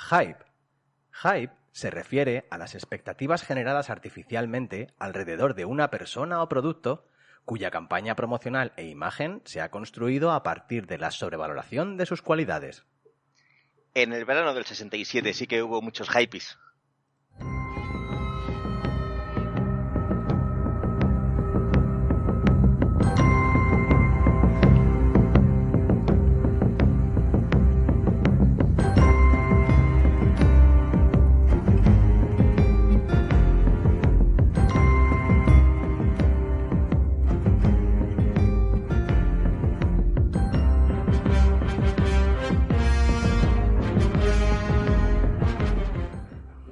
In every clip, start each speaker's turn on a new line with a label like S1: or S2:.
S1: Hype. Hype se refiere a las expectativas generadas artificialmente alrededor de una persona o producto cuya campaña promocional e imagen se ha construido a partir de la sobrevaloración de sus cualidades.
S2: En el verano del 67 sí que hubo muchos hypes.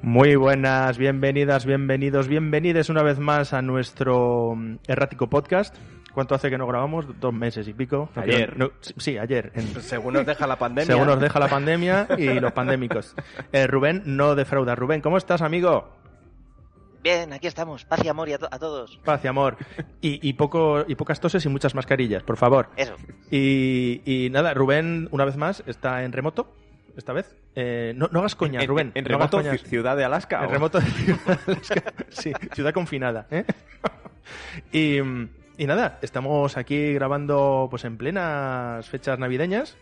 S3: Muy buenas, bienvenidas, bienvenidos, bienvenides una vez más a nuestro mm, errático podcast. ¿Cuánto hace que no grabamos? Dos meses y pico. No
S1: Ayer.
S3: quiero- no, sí, ayer. en-
S1: Según nos deja la pandemia.
S3: según nos deja la pandemia y los pandémicos. Eh, Rubén no defrauda. Rubén, ¿cómo estás, amigo?
S2: Bien, aquí estamos. Paz y amor y a, to- a todos.
S3: Paz y amor. Y, y poco, y pocas toses y muchas mascarillas, por favor.
S2: Eso.
S3: Y, y nada, Rubén, una vez más, está en remoto. Esta vez. Eh, no, no hagas coñas,
S4: En-
S3: Rubén.
S4: En, en
S3: no hagas
S4: remoto,
S3: coñas.
S4: ci- ciudad de Alaska.
S3: El
S4: o-
S3: remoto de Ciudad Alaska. Sí, ciudad confinada. ¿eh? Y, mm, y nada, estamos aquí grabando pues en plenas fechas navideñas.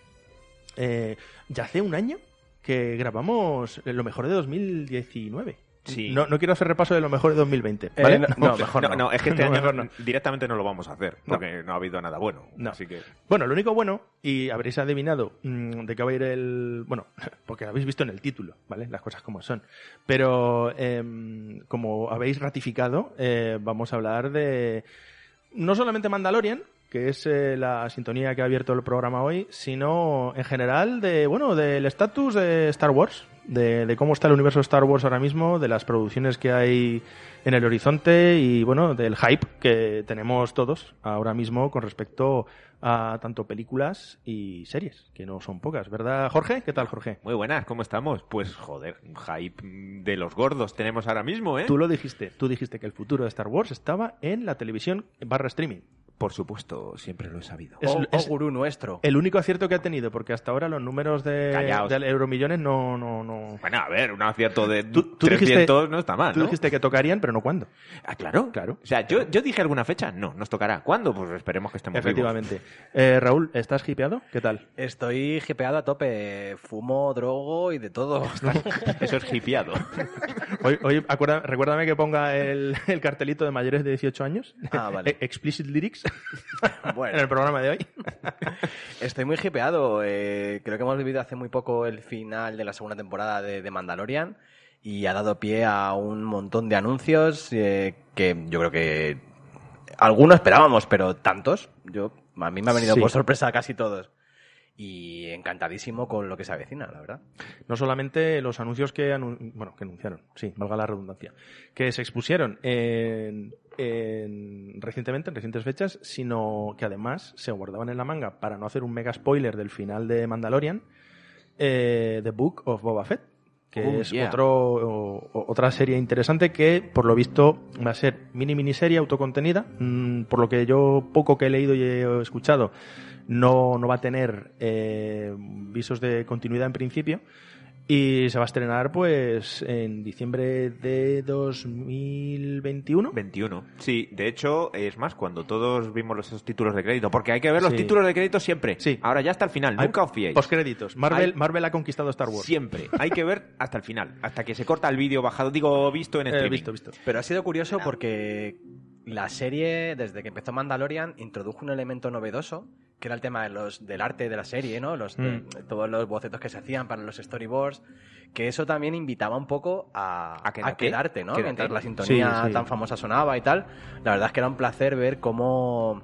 S3: Eh, ya hace un año que grabamos lo mejor de 2019.
S4: Sí.
S3: No, no quiero hacer repaso de lo mejor de 2020.
S1: Eh,
S3: ¿vale?
S1: no, no, mejor
S4: no, no, es que este
S3: No,
S4: año
S3: mejor no.
S4: directamente no lo vamos a hacer, porque no, ha habido nada bueno.
S3: No.
S4: Así que
S3: Bueno, lo único bueno, y habréis adivinado mm, de qué va a ir el. Bueno, porque lo habéis visto en el título, ¿vale? Las cosas como son. Pero em, como habéis ratificado, eh, vamos a hablar de. No solamente Mandalorian, que es eh, la sintonía que ha abierto el programa hoy, sino en general de. Bueno, del estatus de Star Wars. De, de cómo está el universo Star Wars ahora mismo, de las producciones que hay en el horizonte y bueno, del hype que tenemos todos ahora mismo con respecto a tanto películas y series, que no son pocas, ¿verdad, Jorge? ¿Qué tal, Jorge?
S4: muy buenas, ¿cómo estamos? Pues joder, un hype de los gordos tenemos ahora mismo, ¿eh?
S3: Tú lo dijiste, tú dijiste que el futuro de Star Wars estaba en la televisión barra streaming.
S4: Por supuesto, siempre lo he sabido.
S3: Es-
S1: O, o
S3: es-
S1: Oh, gurú nuestro.
S3: El único acierto que ha tenido, porque hasta ahora los números de,
S4: Callaos.
S3: del Euromillones no... no, no
S4: Bueno, a ver, un acierto de
S3: Tú- tú
S4: 300
S3: dijiste-
S4: no está mal,
S3: Tú
S4: ¿no?
S3: dijiste que tocarían, pero no cuándo.
S4: Ah, claro,
S3: Claro.
S4: O sea, yo, yo dije alguna fecha, no, nos tocará. ¿Cuándo? Pues esperemos que estemos
S3: Efectivamente. Eh, Raúl, ¿estás hipeado? ¿Qué tal?
S1: Estoy hipeado a tope. Fumo, drogo y de todo.
S4: vivos. Eso es hipiado.
S3: Hoy, hoy acuerda- recuérdame que ponga el, el cartelito de mayores de 18 años.
S1: Ah, vale.
S3: Eh, Explicit lyrics en el
S1: Bueno,
S3: programa de hoy.
S1: estoy muy hipeado. eh, creo que hemos vivido hace muy poco el final de la segunda temporada de, de Mandalorian y ha dado pie a un montón de anuncios eh, que yo creo que algunos esperábamos, pero tantos. Yo, a mí me ha venido
S3: Sí.
S1: por sorpresa casi todos. Y encantadísimo con lo que se avecina, la verdad.
S3: No solamente los anuncios que, anun- bueno, que anunciaron, sí, valga la redundancia, que se expusieron en- en- recientemente, en recientes fechas, sino que además se guardaban en la manga para no hacer un mega spoiler del final de Mandalorian, eh, The Book of Boba Fett, que
S1: Oh,
S3: es
S1: yeah.
S3: otro, o- o- otra serie interesante que, por lo visto, va a ser mini miniserie autocontenida, mm, por lo que yo poco que he leído y he escuchado, no, no va a tener eh, visos de continuidad en principio. Y se va a estrenar pues en diciembre de 2021.
S4: 21. Sí, de hecho, es más, cuando todos vimos los- esos títulos de crédito, porque hay que ver los
S3: Sí.
S4: títulos de crédito siempre.
S3: Sí.
S4: Ahora ya hasta el final, nunca os fiéis.
S3: Postcréditos. Marvel,
S4: Hay-
S3: Marvel ha conquistado Star Wars.
S4: Siempre. Hay que ver hasta el final. Hasta que se corta el vídeo bajado. Digo, visto en
S3: Eh,
S4: streaming.
S3: visto, visto.
S1: Pero ha sido curioso porque la serie, desde que empezó Mandalorian, introdujo un elemento novedoso, que era el tema de los, del arte de la serie, ¿no? Los, de-
S3: Mm.
S1: todos los bocetos que se hacían para los storyboards, que eso también invitaba un poco a,
S4: A quedarte,
S1: quedarte, ¿no?
S4: quédate.
S1: Mientras la sintonía
S3: Sí, sí.
S1: tan famosa sonaba y tal. La verdad es que era un placer ver cómo...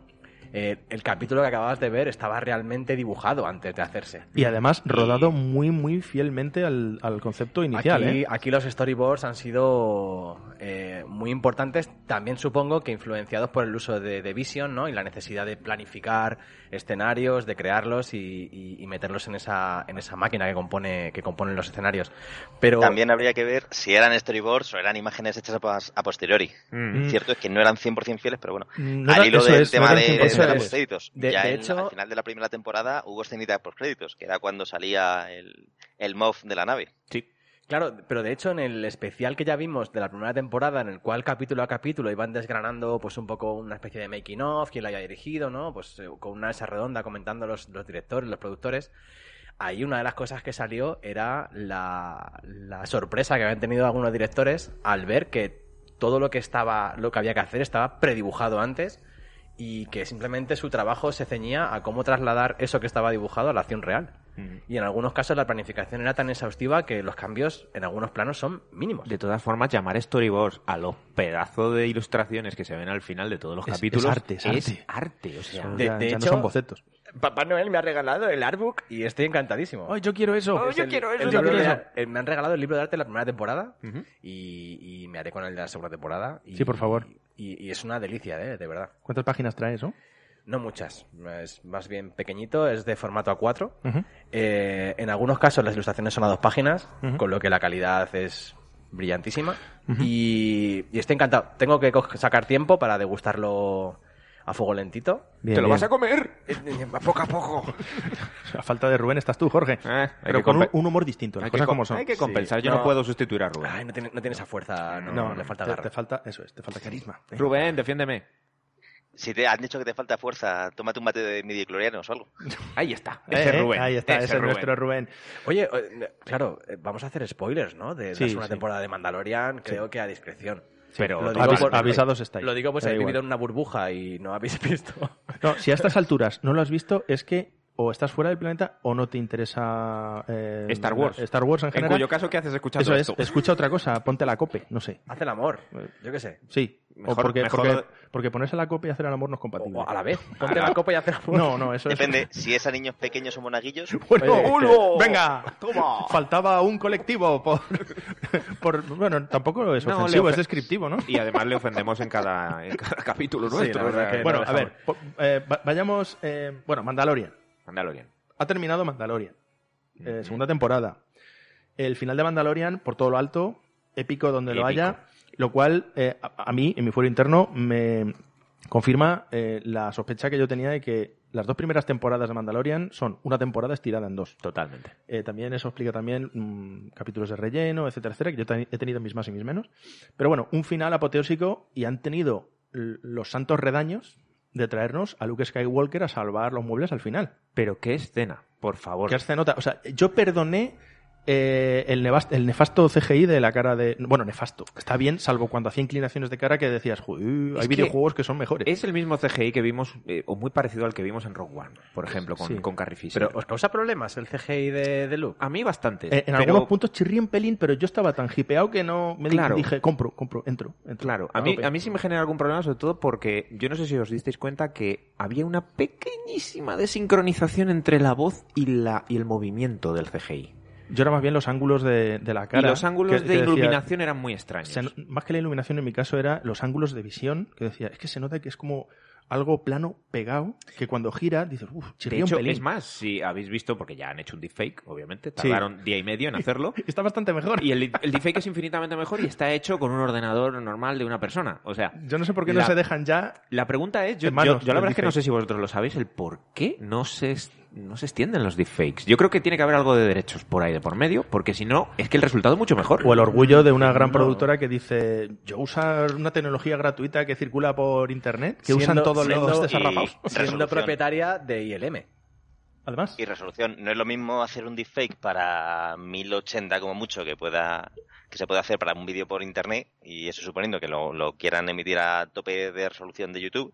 S1: eh, el capítulo que acababas de ver estaba realmente dibujado antes de hacerse.
S3: Y además rodado muy, muy fielmente al, al concepto inicial.
S1: aquí,
S3: ¿eh?
S1: aquí los storyboards han sido eh, muy importantes, también supongo que influenciados por el uso de, de Vision ¿no? y la necesidad de planificar escenarios, de crearlos y, y- y meterlos en esa, en esa máquina que compone que componen los escenarios. Pero
S2: También habría que ver si eran storyboards o eran imágenes hechas a pas- a posteriori.
S4: Mm.
S2: Cierto es que no eran 100% fieles, pero bueno.
S3: No
S2: Al
S3: era-
S2: hilo
S3: eso
S2: del
S3: es, no
S2: tema de,
S3: era un
S1: eso
S2: de
S3: concepto.
S2: los
S1: es.
S2: postcréditos.
S1: De-
S2: ya
S1: de
S2: en-
S1: hecho-
S2: al final de la primera temporada hubo escenitas postcréditos, que era cuando salía el, el MOF de la nave.
S4: Sí.
S1: Claro, pero de hecho en el especial que ya vimos de la primera temporada, en el cual capítulo a capítulo iban desgranando pues un poco una especie de making of, quién la haya dirigido, ¿no? Pues eh, con una mesa redonda comentando los, los directores, los productores. Ahí una de las cosas que salió era la, la sorpresa que habían tenido algunos directores al ver que todo lo que estaba, lo que había que hacer estaba predibujado antes y que simplemente su trabajo se ceñía a cómo trasladar eso que estaba dibujado a la acción real. Y en algunos casos la planificación era tan exhaustiva que los cambios en algunos planos son mínimos.
S4: De todas formas, llamar storyboards a los pedazos de ilustraciones que se ven al final de todos los
S3: Es-
S4: capítulos
S3: es arte, es arte.
S4: arte, o sea,
S3: Son-
S1: de-
S3: ya-
S1: de
S3: ya no
S1: hecho-
S3: son bocetos.
S1: Papá Noel me ha regalado el artbook y estoy encantadísimo.
S3: ¡Ay, yo quiero eso!
S1: Es el- el
S3: yo
S1: libro
S3: quiero
S1: de
S3: eso.
S1: ar- eh, me han regalado el libro de arte de la primera temporada
S4: Ujú.
S1: y, y me haré con el de la segunda temporada. y-
S3: Sí, por favor.
S1: Y, y es una delicia, eh, de verdad.
S3: ¿Cuántas páginas trae eso?
S1: No muchas, es más bien pequeñito, es de formato A4.
S3: Ujú.
S1: Eh, en algunos casos las ilustraciones son a dos páginas,
S3: Ujú.
S1: con lo que la calidad es brillantísima. y, y estoy encantado. Tengo que co- sacar tiempo para degustarlo a fuego lentito. Eh,
S3: Bien,
S4: ¡Te lo
S3: bien.
S4: vas a comer! poco a poco.
S3: A falta de Rubén estás tú, Jorge.
S4: Ah, eh, hay
S3: Pero
S4: que
S3: con un,
S4: compe-
S3: un humor distinto, las
S4: Hay que,
S3: cosas
S4: com-
S3: como son.
S4: hay que compensar.
S1: Sí.
S4: Yo no,
S1: No.
S4: puedo sustituir a Rubén.
S3: Ah,
S1: Ay, no tiene, no tiene esa fuerza, no,
S3: No,
S1: le falta
S3: te,
S1: garra.
S3: te falta, eso es, te falta carisma.
S4: Rubén, defiéndeme.
S2: Si te han dicho que te falta fuerza, tómate un mate de midiclorianos o algo.
S4: Ahí está.
S3: Eh,
S4: Ese
S3: eh,
S4: Rubén.
S3: Ahí está, ese, es
S4: Rubén.
S3: nuestro Rubén.
S1: Oye, eh, claro, eh, vamos a hacer spoilers, ¿no? De, de
S3: Sí,
S1: la segunda
S3: sí.
S1: temporada de Mandalorian, creo que a discreción.
S4: Pero
S1: Lo digo
S3: Avis-
S1: por-
S3: avisados estáis.
S1: Lo digo pues
S3: Da
S1: he
S3: igual.
S1: vivido en una burbuja y no habéis visto.
S3: No, si a estas alturas no lo has visto, es que o estás fuera del planeta o no te interesa eh,
S4: Star Wars.
S3: Star Wars en
S4: En
S3: general.
S4: cuyo caso, ¿qué haces escuchando
S3: eso es,
S4: esto?
S3: escucha otra cosa, ponte la cope, no sé.
S1: Haz el amor, yo qué sé.
S3: Sí, o
S4: Mejor-
S3: porque,
S4: mejor
S3: porque,
S4: lo de-
S3: porque ponerse la cope y hacer el amor no es
S1: O,
S3: compatible.
S1: o a la vez. Ponte la copa y haz el amor.
S3: No, no, eso
S2: Depende si es a niños pequeños o monaguillos.
S3: es. Bueno,
S1: Oye,
S3: ¡Ulvo! venga,
S2: Toma.
S3: faltaba un colectivo por, por- bueno, tampoco es
S4: No, le
S3: ofensivo, es
S4: ofe-
S3: descriptivo, ¿no?
S4: Y además le ofendemos en cada, en cada capítulo
S1: Sí,
S4: nuestro.
S1: la verdad
S4: o sea,
S1: que-
S3: Bueno,
S1: no,
S3: a ver, po- eh, va- vayamos, eh, bueno, Mandalorian.
S4: Mandalorian.
S3: ha terminado Mandalorian. Eh, segunda temporada. El final de Mandalorian, por todo lo alto, épico donde lo
S4: Épico.
S3: haya, lo cual eh, a, a mí, en mi fuero interno, me confirma eh, la sospecha que yo tenía de que las dos primeras temporadas de Mandalorian son una temporada estirada en dos.
S4: Totalmente.
S3: Eh, también eso explica también mm, capítulos de relleno, etcétera, etcétera, que yo te- he tenido mis más y mis menos. Pero bueno, un final apoteósico y han tenido l- los santos redaños de traernos a Luke Skywalker a salvar los muebles al final.
S4: Pero qué escena, por favor.
S3: Qué escenota. O sea, yo perdoné eh, el, nevas- el nefasto CGI de la cara de. Bueno, nefasto. Está bien, salvo cuando hacía inclinaciones de cara que decías, "Uy, hay
S4: Es que
S3: videojuegos que son mejores.
S4: Es el mismo CGI que vimos, eh, o muy parecido al que vimos en Rogue One, por ejemplo, con,
S3: Sí.
S4: con Carrie Fisher.
S1: Pero ¿os causa problemas el CGI de, de Luke?
S4: a mí bastante.
S3: Eh, en
S4: pero-
S3: algunos puntos chirrí un pelín, pero yo estaba tan hipeado que no me di-
S4: Claro.
S3: dije, compro, compro, entro. entro".
S4: Claro, a mí, a mí sí me genera algún problema, sobre todo porque yo no sé si os disteis cuenta que había una pequeñísima desincronización entre la voz y, la, y el movimiento del CGI.
S3: Yo era más bien los ángulos de, de la
S4: Y
S3: cara.
S4: los ángulos
S3: que-
S4: de
S3: que decía-
S4: iluminación eran muy extraños.
S3: se- más que la iluminación en mi caso era los ángulos de visión, que decía, es que se nota que es como algo plano pegado, que cuando gira dices, uff,
S4: De
S3: chirría un
S4: hecho,
S3: pelín.
S4: es más, si habéis visto, porque ya han hecho un deepfake, obviamente,
S3: Sí.
S4: tardaron día y medio en hacerlo.
S3: Está bastante mejor.
S4: Y el, el deepfake es infinitamente mejor y está hecho con un ordenador normal de una persona. O sea,
S3: Yo no sé por qué no
S4: La-
S3: se dejan ya
S4: la pregunta es, yo,
S3: En manos,
S4: yo- yo la
S3: el
S4: verdad es que
S3: deepfake.
S4: no sé si vosotros lo sabéis, el por qué no se, es- no se extienden los deepfakes. Yo creo que tiene que haber algo de derechos por ahí de por medio, porque si no, es que el resultado es mucho mejor.
S3: O el orgullo de una gran productora que dice, yo usar una tecnología gratuita que circula por internet, que usan
S1: Siendo-
S3: todos los
S1: siendo-
S3: desarrapados.
S2: y-
S1: Siendo
S2: Resolución.
S1: propietaria de ILM.
S3: Además,
S2: Y resolución, no es lo mismo hacer un deepfake para 1080 como mucho que pueda que se puede hacer para un vídeo por internet y eso suponiendo que lo, lo quieran emitir a tope de resolución de YouTube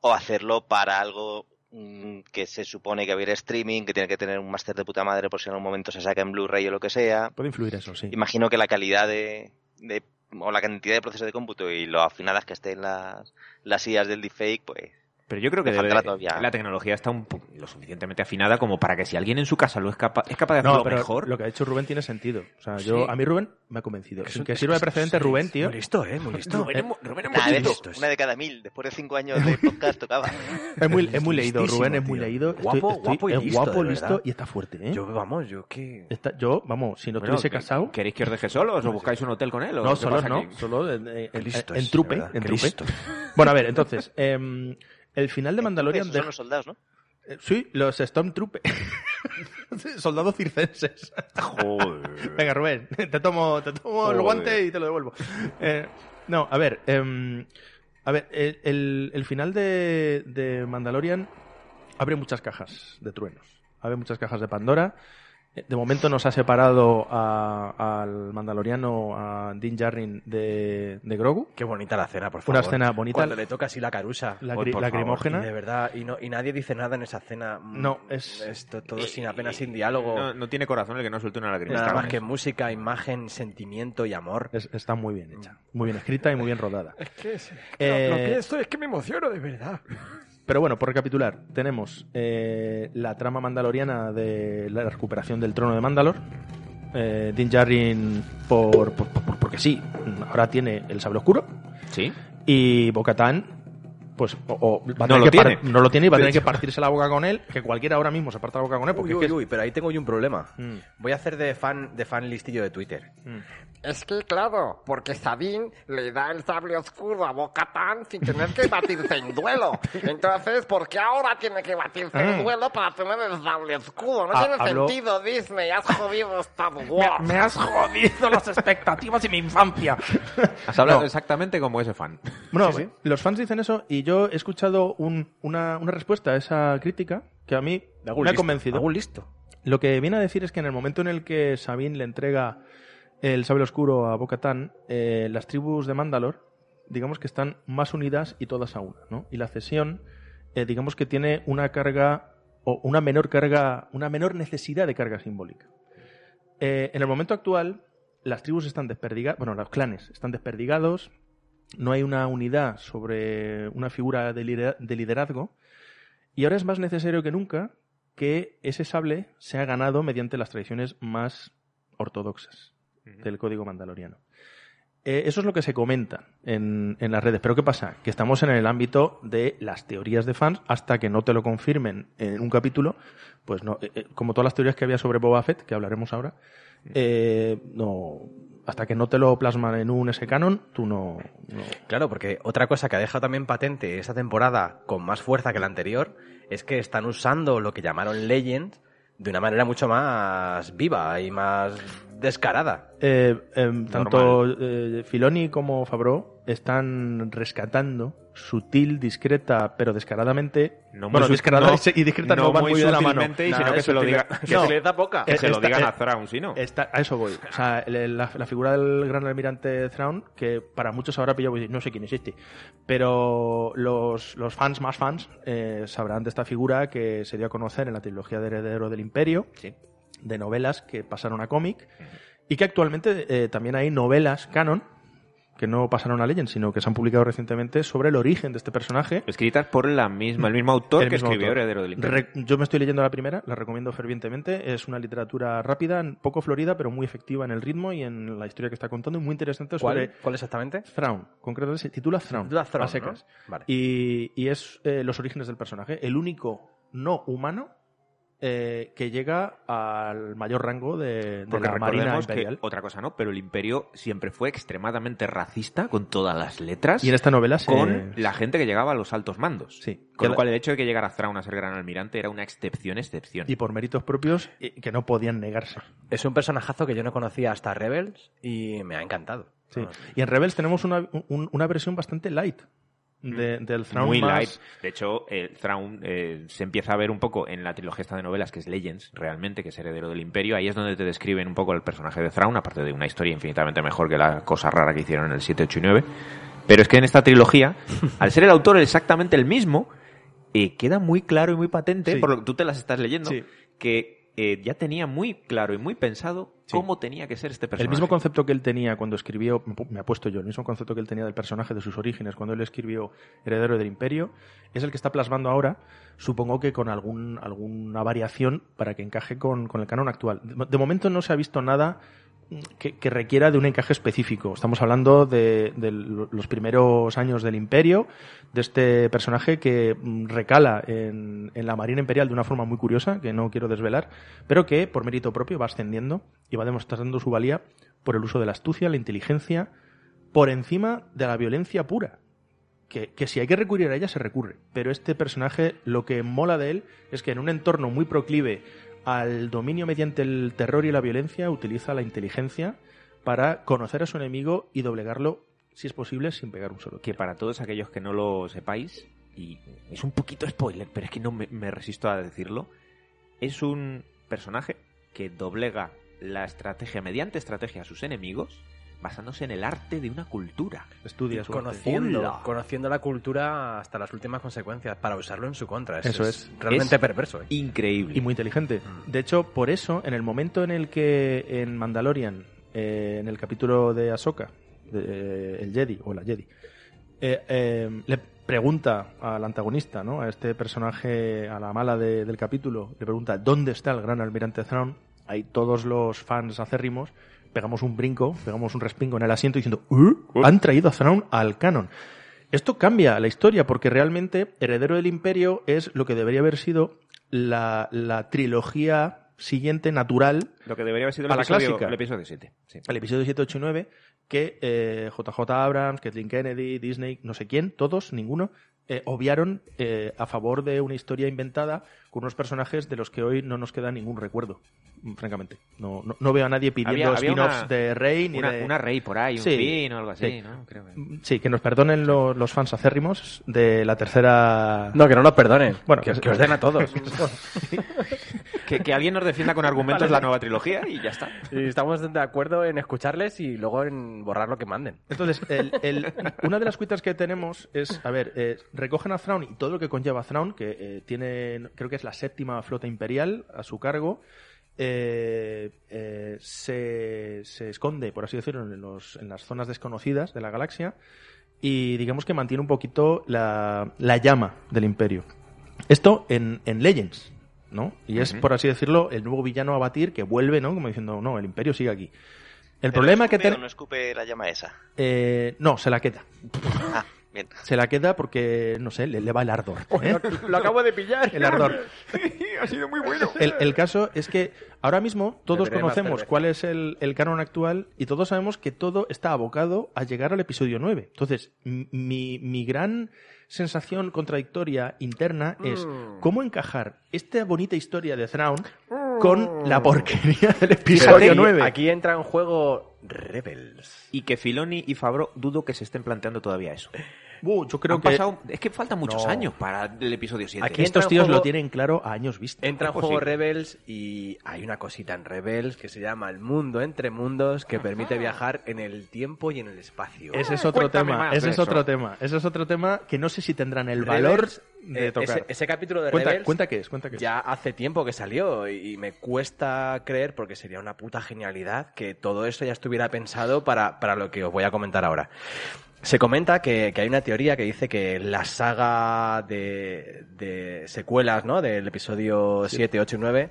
S2: o hacerlo para algo mm, que se supone que va a haber streaming, que tiene que tener un máster de puta madre por si en algún momento se saca en Blu-ray o lo que sea.
S3: puede influir eso, sí.
S2: Imagino que la calidad de, de- o la cantidad de procesos de cómputo y lo afinadas que estén las, las ideas del deepfake, pues
S4: Pero yo creo que
S2: Le
S4: debe-
S2: faltará todavía.
S4: la tecnología está un po- lo suficientemente afinada como para que si alguien en su casa lo es, capa- es capaz de hacerlo
S3: No, pero
S4: mejor.
S3: lo que ha hecho Rubén tiene sentido. O sea,
S4: Sí.
S3: yo, a mí Rubén me ha convencido.
S4: Es
S3: Sin
S4: un-
S3: que
S4: es-
S3: sirva de
S4: es-
S3: precedente,
S4: es-
S3: Rubén, tío.
S1: Muy listo, ¿eh? Muy listo.
S4: Rubén, es mu- Rubén es muy
S2: nada,
S4: listo.
S2: ¿ves? una de cada mil, después de cinco años de podcast tocaba.
S3: Es muy, es muy leído,
S1: listísimo,
S3: Rubén es muy
S1: tío.
S3: leído. Estoy-
S1: Guapo,
S3: estoy-
S1: guapo y
S3: es
S1: listo,
S3: guapo,
S1: de
S3: listo
S1: verdad.
S3: y está fuerte, ¿eh?
S1: Yo, vamos, yo qué...
S3: Está- yo, vamos, si no
S4: Bueno,
S3: estuviese
S4: ¿que-
S3: casado...
S4: ¿Queréis que os deje solos o buscáis un hotel con él? o
S3: No,
S4: qué
S3: solo
S4: pasa
S3: no,
S4: aquí?
S3: solo en, en- en-
S1: listos,
S3: en
S1: de
S3: trupe.
S1: verdad,
S3: En
S1: qué
S3: trupe.
S1: listos.
S3: Bueno, a ver, entonces, em, el final de Mandalorian...
S2: Esos
S3: deja-
S2: son los soldados, ¿no?
S3: Eh, Sí, los Stormtroopers. Soldados circenses.
S4: Joder.
S3: Venga, Rubén, te tomo, te tomo el
S4: Joder.
S3: guante y te lo devuelvo. Eh, no, a ver. em, a ver, el, el- el final de, de Mandalorian abre muchas cajas de truenos. Abre muchas cajas de Pandora. Eh, De momento nos ha separado a- al mandaloriano, a Din Djarin de, de Grogu.
S1: Qué bonita la cena, por favor.
S3: Una escena bonita.
S1: Cuando le toca así la carusa.
S3: La
S1: Por-
S3: gri-
S1: por favor.
S3: lacrimógena.
S1: Y de verdad, y, no, y nadie dice nada en esa cena. Mm,
S3: No, es-
S1: Esto todo sin apenas sin diálogo.
S4: No, no tiene corazón el que no suelte una lágrima.
S1: nada
S4: Está
S1: más
S4: bien.
S1: que música, imagen, sentimiento y amor.
S3: Es- está muy bien hecha. Muy bien escrita y muy bien rodada.
S1: Es que es,
S3: Eh, lo pienso,
S1: es que me emociono de verdad.
S3: Pero bueno, por recapitular, tenemos eh, la trama mandaloriana de la recuperación del trono de Mandalor. Eh, Din Djarin, por, por- por- porque sí, ahora tiene el sable oscuro.
S4: Sí.
S3: Y Bocatán, pues, o- o va a
S4: No
S3: tener
S4: lo
S3: que par-
S4: tiene.
S3: no lo tiene y va a
S4: De
S3: tener que
S4: hecho.
S3: partirse la boca con él. Que cualquiera ahora mismo se parta la boca con él,
S1: Uy,
S3: porque es
S1: uy,
S3: que es-
S1: uy, pero ahí tengo yo un problema.
S3: Mm.
S1: Voy a hacer de fan, de fan listillo de Twitter.
S5: Es que claro, porque Sabine le da el sable oscuro a Bocatán sin tener que batirse en duelo. Entonces, ¿por qué ahora tiene que batirse en duelo para tener el sable oscuro? No
S3: Ah,
S5: tiene
S3: habló-
S5: sentido, Disney. Has jodido Star Wars.
S3: has jodido las expectativas de mi infancia.
S4: Has hablado
S3: No.
S4: exactamente como ese fan.
S3: Bueno, los fans dicen eso y yo he escuchado un- una, una respuesta a esa crítica que a mí me ha convencido.
S1: Algún listo.
S3: Lo que viene a decir es que en el momento en el que Sabine le entrega el sable oscuro a Bo-Katan, eh, las tribus de Mandalor, digamos que están más unidas y todas a una, ¿no? Y la cesión, eh, digamos que tiene una carga o una menor carga, una menor necesidad de carga simbólica. Eh, en el momento actual, las tribus están desperdigadas, bueno, los clanes están desperdigados, no hay una unidad sobre una figura de lidera- de liderazgo, y ahora es más necesario que nunca que ese sable se ha ganado mediante las tradiciones más ortodoxas del código mandaloriano. Eh, eso es lo que se comenta en, en las redes. Pero ¿qué pasa? Que estamos en el ámbito de las teorías de fans hasta que no te lo confirmen en un capítulo. Pues no, eh, eh, como todas las teorías que había sobre Boba Fett, que hablaremos ahora, eh, no, hasta que no te lo plasman en un S-Canon, tú no- no,
S1: Claro, porque otra cosa que ha dejado también patente esta temporada con más fuerza que la anterior es que están usando lo que llamaron Legends de una manera mucho más viva y más descarada.
S3: Eh, em, tanto eh, Filoni como Fabro están rescatando sutil, discreta, pero descaradamente.
S4: No muy
S3: bueno,
S4: sut-
S3: descarada
S4: no-
S3: y se- y discreta no, van muy, de la mano.
S4: sutilmente, y
S3: Nada
S4: sino que
S3: de
S4: se lo
S3: sutileza.
S4: diga. Que
S3: No,
S4: se le da poca.
S3: eh,
S4: Que se lo
S3: esta-
S4: digan a
S3: eh,
S4: Thrawn, si no.
S3: Está- a eso voy. O sea, el- la, la figura del gran almirante Thrawn, que para muchos ahora pillado, no sé quién es este, pero los, los fans más fans eh, sabrán de esta figura que se dio a conocer en la trilogía de Heredero del Imperio,
S4: Sí.
S3: de novelas que pasaron a cómic, y que actualmente eh, también hay novelas canon que no pasaron a Legend, sino que se han publicado recientemente sobre el origen de este personaje.
S4: Escritas por la misma, el mismo autor
S3: El
S4: que
S3: mismo
S4: escribió
S3: autor.
S4: Heredero del Imperio.
S3: Re- yo me estoy leyendo la primera, la recomiendo fervientemente. Es una literatura rápida, n- poco florida, pero muy efectiva en el ritmo y en la historia que está contando, y muy interesante sobre
S1: ¿Cuál, ¿Cuál exactamente?
S3: Thrawn. Concretamente se titula Thrawn.
S1: La Thrawn,
S3: a secas.
S1: ¿no? Vale.
S3: Y, y es eh, los orígenes del personaje. El único no humano eh, que llega al mayor rango de, de
S4: Porque
S3: la Marina
S4: recordemos que
S3: Imperial.
S4: otra cosa no, pero el Imperio siempre fue extremadamente racista con todas las letras.
S3: Y en esta novela se-
S4: con la gente que llegaba a los altos mandos.
S3: Sí.
S4: Con lo cual, el hecho de que llegara Thrawn a ser gran almirante era una excepción, excepción.
S3: Y por méritos propios eh, que no podían negarse.
S1: Es un personajazo que yo no conocía hasta Rebels y me ha encantado.
S3: Sí.
S1: Ah.
S3: Y en Rebels tenemos una, un- una versión bastante light de- del Thrawn
S4: Mm. muy
S3: más-
S4: light. De hecho, eh, Thrawn eh, se empieza a ver un poco en la trilogía esta de novelas, que es Legends, realmente, que es Heredero del Imperio. Ahí es donde te describen un poco el personaje de Thrawn, aparte de una historia infinitamente mejor que la cosa rara que hicieron en el 7, 8 y 9. Pero es que en esta trilogía, al ser el autor exactamente el mismo, eh, queda muy claro y muy patente,
S3: Sí.
S4: por lo que tú te las estás leyendo,
S3: Sí.
S4: que eh, ya tenía muy claro y muy pensado
S3: Sí.
S4: cómo tenía que ser este personaje.
S3: El mismo concepto que él tenía cuando escribió, me pu- me apuesto yo, el mismo concepto que él tenía del personaje de sus orígenes cuando él escribió Heredero del Imperio, es el que está plasmando ahora, supongo que con algún, alguna variación para que encaje con, con el canon actual. De, de momento no se ha visto nada mm, que, que requiera de un encaje específico. Estamos hablando de, de lo- los primeros años del Imperio, de este personaje que mm, recala en, en la Marina Imperial de una forma muy curiosa, que no quiero desvelar, pero que por mérito propio va ascendiendo y va demostrando su valía por el uso de la astucia, la inteligencia, por encima de la violencia pura. que, que si hay que recurrir a ella, se recurre. Pero este personaje, lo que mola de él es que en un entorno muy proclive al dominio mediante el terror y la violencia, utiliza la inteligencia para conocer a su enemigo y doblegarlo, si es posible, sin pegar un solo
S4: que
S3: tiro.
S4: para todos aquellos que no lo sepáis, y es un poquito spoiler, pero es que no me, me resisto a decirlo, es un personaje que doblega la estrategia mediante estrategia a sus enemigos basándose en el arte de una cultura.
S3: Estudia su arte.
S1: Conociendo,
S4: Hola.
S1: conociendo la cultura hasta las últimas consecuencias para usarlo en su contra.
S3: Eso es.
S1: realmente
S4: Es-
S1: perverso. ¿eh?
S4: Increíble.
S3: y muy inteligente.
S1: Mm.
S3: De hecho, por eso, en el momento en el que en Mandalorian, eh, en el capítulo de Ahsoka, de- el Jedi o la Jedi, eh, eh, le pregunta al antagonista, ¿no? a este personaje, a la mala de- del capítulo, le pregunta dónde está el gran almirante Thrawn. Ahí todos los fans acérrimos pegamos un brinco, pegamos un respingo en el asiento diciendo "¿Eh? han traído a Thrawn al canon. Esto cambia la historia porque realmente Heredero del Imperio es lo que debería haber sido la, la trilogía siguiente natural
S4: Lo que debería haber sido el
S3: A la
S4: episodio-
S3: clásica.
S4: el episodio 7. sí.
S3: el episodio 7, 8 y 9, que eh, JJ Abrams, Kathleen Kennedy, Disney, no sé quién, todos, ninguno, eh, obviaron eh, a favor de una historia inventada con unos personajes de los que hoy no nos queda ningún recuerdo, mm, francamente. No, no, no veo a nadie pidiendo
S4: Había- había
S3: spin-offs
S4: una-
S3: de Rey ni
S4: Una,
S3: de...
S4: una rey por ahí, un
S3: Sí.
S4: fin o algo así,
S3: Sí.
S4: ¿no? Creo que-
S3: Sí, que nos perdonen lo- los fans acérrimos de la tercera...
S1: No, que no nos perdonen.
S3: Bueno,
S1: que,
S3: que-
S1: que os den a todos.
S4: Que, que alguien nos defienda con argumentos la nueva trilogía y ya está.
S1: y estamos de acuerdo en escucharles y luego en borrar lo que manden.
S3: Entonces, el- el- una de las cuitas que tenemos es, a ver, eh, recogen a Thrawn y todo lo que conlleva Thrawn, que eh, tiene, creo que es la séptima flota imperial a su cargo, eh, eh, se, se esconde, por así decirlo, en, los- en las zonas desconocidas de la galaxia y digamos que mantiene un poquito la, la llama del imperio. Esto en, en Legends, ¿no? Y es,
S4: Ujú.
S3: por así decirlo, el nuevo villano a batir que vuelve, ¿no? Como diciendo, no, el imperio sigue aquí. El problema
S2: escupe
S3: que
S2: o
S3: tenemos...
S2: No escupe la llama esa.
S3: Eh, no, se la queda.
S2: Ah, bien.
S3: Se la queda porque, no sé, le, le va el ardor. ¿eh?
S1: Lo acabo de pillar.
S3: El ardor.
S4: ha sido muy bueno.
S3: El, el caso es que ahora mismo todos
S1: Beberé más
S3: conocemos
S1: cerveza.
S3: cuál es el, el canon actual y todos sabemos que todo está abocado a llegar al episodio 9. Entonces, m- mi, mi gran sensación contradictoria interna es
S1: Mm.
S3: cómo encajar esta bonita historia de Thrawn con la porquería del
S1: Fíjate,
S3: episodio 9.
S1: Aquí entra en juego Rebels.
S4: Y que Filoni y Fabro dudo que se estén planteando todavía eso.
S3: Uh, yo creo
S4: Han
S3: que
S4: pasado- es que faltan muchos
S3: No.
S4: años para el episodio 7.
S1: Aquí entra
S3: estos
S1: en
S3: tíos
S1: juego-
S3: lo tienen claro a años vista.
S1: Entra en
S4: Pues
S1: juego
S4: sí.
S1: Rebels y hay una cosita en Rebels que se llama el mundo entre mundos que permite viajar en el tiempo y en el espacio.
S3: Ese es otro
S4: cuéntame
S3: tema,
S4: más
S3: ese
S4: de
S3: es
S4: eso.
S3: otro tema, ese es otro tema que no sé si tendrán el valor
S1: Rebels,
S3: de
S1: eh,
S3: tocar.
S1: Ese, ese capítulo de
S3: cuenta,
S1: Rebels
S3: cuenta qué es, cuenta qué es.
S1: ya hace tiempo que salió y, y me cuesta creer porque sería una puta genialidad que todo eso ya estuviera pensado para, para lo que os voy a comentar ahora. Se comenta que, que hay una teoría que dice que la saga de, de secuelas, ¿no? Del episodio 7, 8 y 9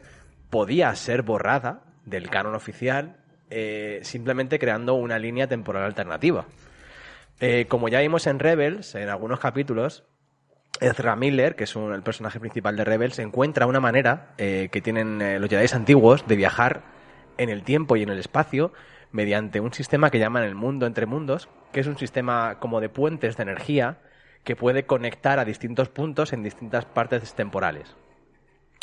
S1: podía ser borrada del canon oficial eh, simplemente creando una línea temporal alternativa. Eh, como ya vimos en Rebels, en algunos capítulos, Ezra Miller, que es un- el personaje principal de Rebels, encuentra una manera eh, que tienen eh, los Jedi antiguos de viajar en el tiempo y en el espacio mediante un sistema que llaman el mundo entre mundos, que es un sistema como de puentes de energía que puede conectar a distintos puntos en distintas partes temporales.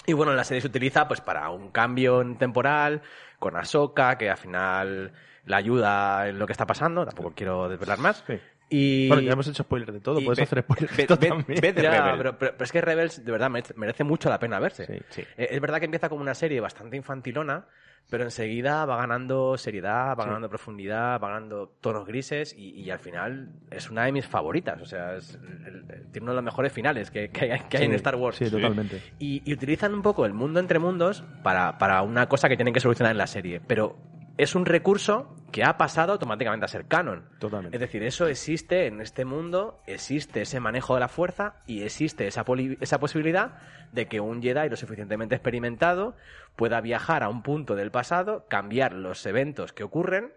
S1: Y bueno, la serie se utiliza pues para un cambio en temporal, con Ahsoka, que al final la ayuda en lo que está pasando, tampoco quiero desvelar más.
S3: Sí.
S1: Y...
S3: Bueno, ya hemos hecho spoilers de todo,
S1: y
S3: puedes
S1: ve-
S3: hacer spoilers de
S4: ve-
S3: todo
S4: ve-
S3: también.
S4: ve de
S1: Ya,
S4: Rebel.
S1: pero, pero- pero es que Rebels, de verdad, merece, merece mucho la pena verse.
S3: Sí, sí.
S1: Eh, Es verdad que empieza como una serie bastante infantilona, pero enseguida va ganando seriedad, va ganando profundidad, va ganando tonos grises y, y al final es una de mis favoritas. O sea, es el- el- tiene uno de los mejores finales que, que hay, que hay en
S3: Sí,
S1: Star Wars.
S3: Sí, totalmente.
S1: Y, y utilizan un poco el mundo entre mundos para, para una cosa que tienen que solucionar en la serie. Pero es un recurso que ha pasado automáticamente a ser canon.
S3: Totalmente.
S1: Es decir, eso existe en este mundo, existe ese manejo de la fuerza y existe esa, poli- esa posibilidad de que un Jedi lo suficientemente experimentado pueda viajar a un punto del pasado, cambiar los eventos que ocurren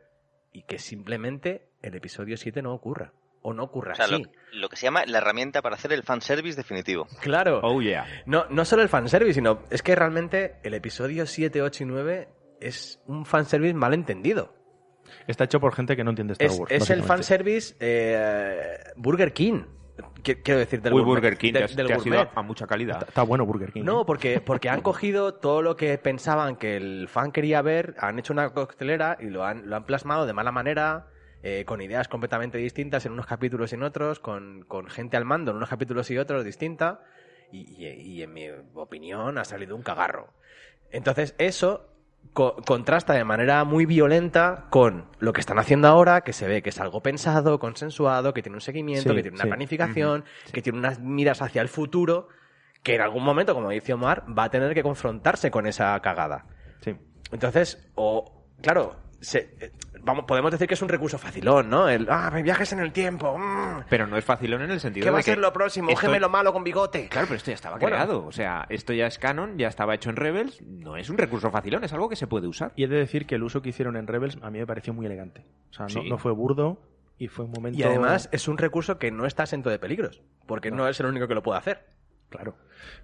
S1: y que simplemente el episodio 7 no ocurra. O no ocurra
S3: Ah,
S2: O sea, lo,
S1: así.
S2: lo que se llama la herramienta para hacer el fanservice definitivo.
S1: Claro.
S4: Oh, yeah.
S1: No, no solo el fanservice, sino es que realmente el episodio 7, 8 y 9 es un fanservice malentendido.
S3: Está hecho por gente que no entiende Star
S1: es
S3: Wars.
S1: es el
S3: básicamente.
S1: fanservice eh, Burger King. qui- quiero decir, del
S4: Uy,
S1: gourmet-
S4: Burger King,
S1: de-
S4: te has,
S1: del
S4: te has ido
S1: gourmet.
S4: a, a mucha calidad.
S3: Está bueno Burger King.
S1: No,
S3: ¿eh?
S1: porque, porque han cogido todo lo que pensaban que el fan quería ver, han hecho una coctelera y lo han, lo han plasmado de mala manera, eh, con ideas completamente distintas en unos capítulos y en otros, con, con gente al mando en unos capítulos y otros distinta, y, y- y en mi opinión ha salido un cagarro. Entonces, eso co- contrasta de manera muy violenta con lo que están haciendo ahora, que se ve que es algo pensado, consensuado, que tiene un seguimiento,
S3: Sí,
S1: que tiene una
S3: sí.
S1: planificación, que tiene unas miras hacia el futuro, que en algún momento, como dice Omar, va a tener que confrontarse con esa cagada.
S3: Sí.
S1: Entonces, o claro, se- eh, vamos, podemos decir que es un recurso facilón, ¿no? El, ah, viajes en el tiempo. mm,
S4: Pero no es facilón en el sentido
S1: ¿Qué
S4: de
S1: va a
S4: que
S1: ser lo próximo? Un
S4: esto-
S1: gemelo malo con bigote.
S4: Claro, pero esto ya estaba
S1: Bueno.
S4: creado. O sea, esto ya es canon, ya estaba hecho en Rebels. No es un recurso facilón, es algo que se puede usar.
S3: Y he de decir que el uso que hicieron en Rebels a mí me pareció muy elegante. O sea, no,
S4: Sí.
S3: no fue burdo y fue un momento.
S1: Y además es un recurso que no está exento de peligros,
S4: Ah.
S1: porque no es el único que lo puede hacer.
S3: Claro,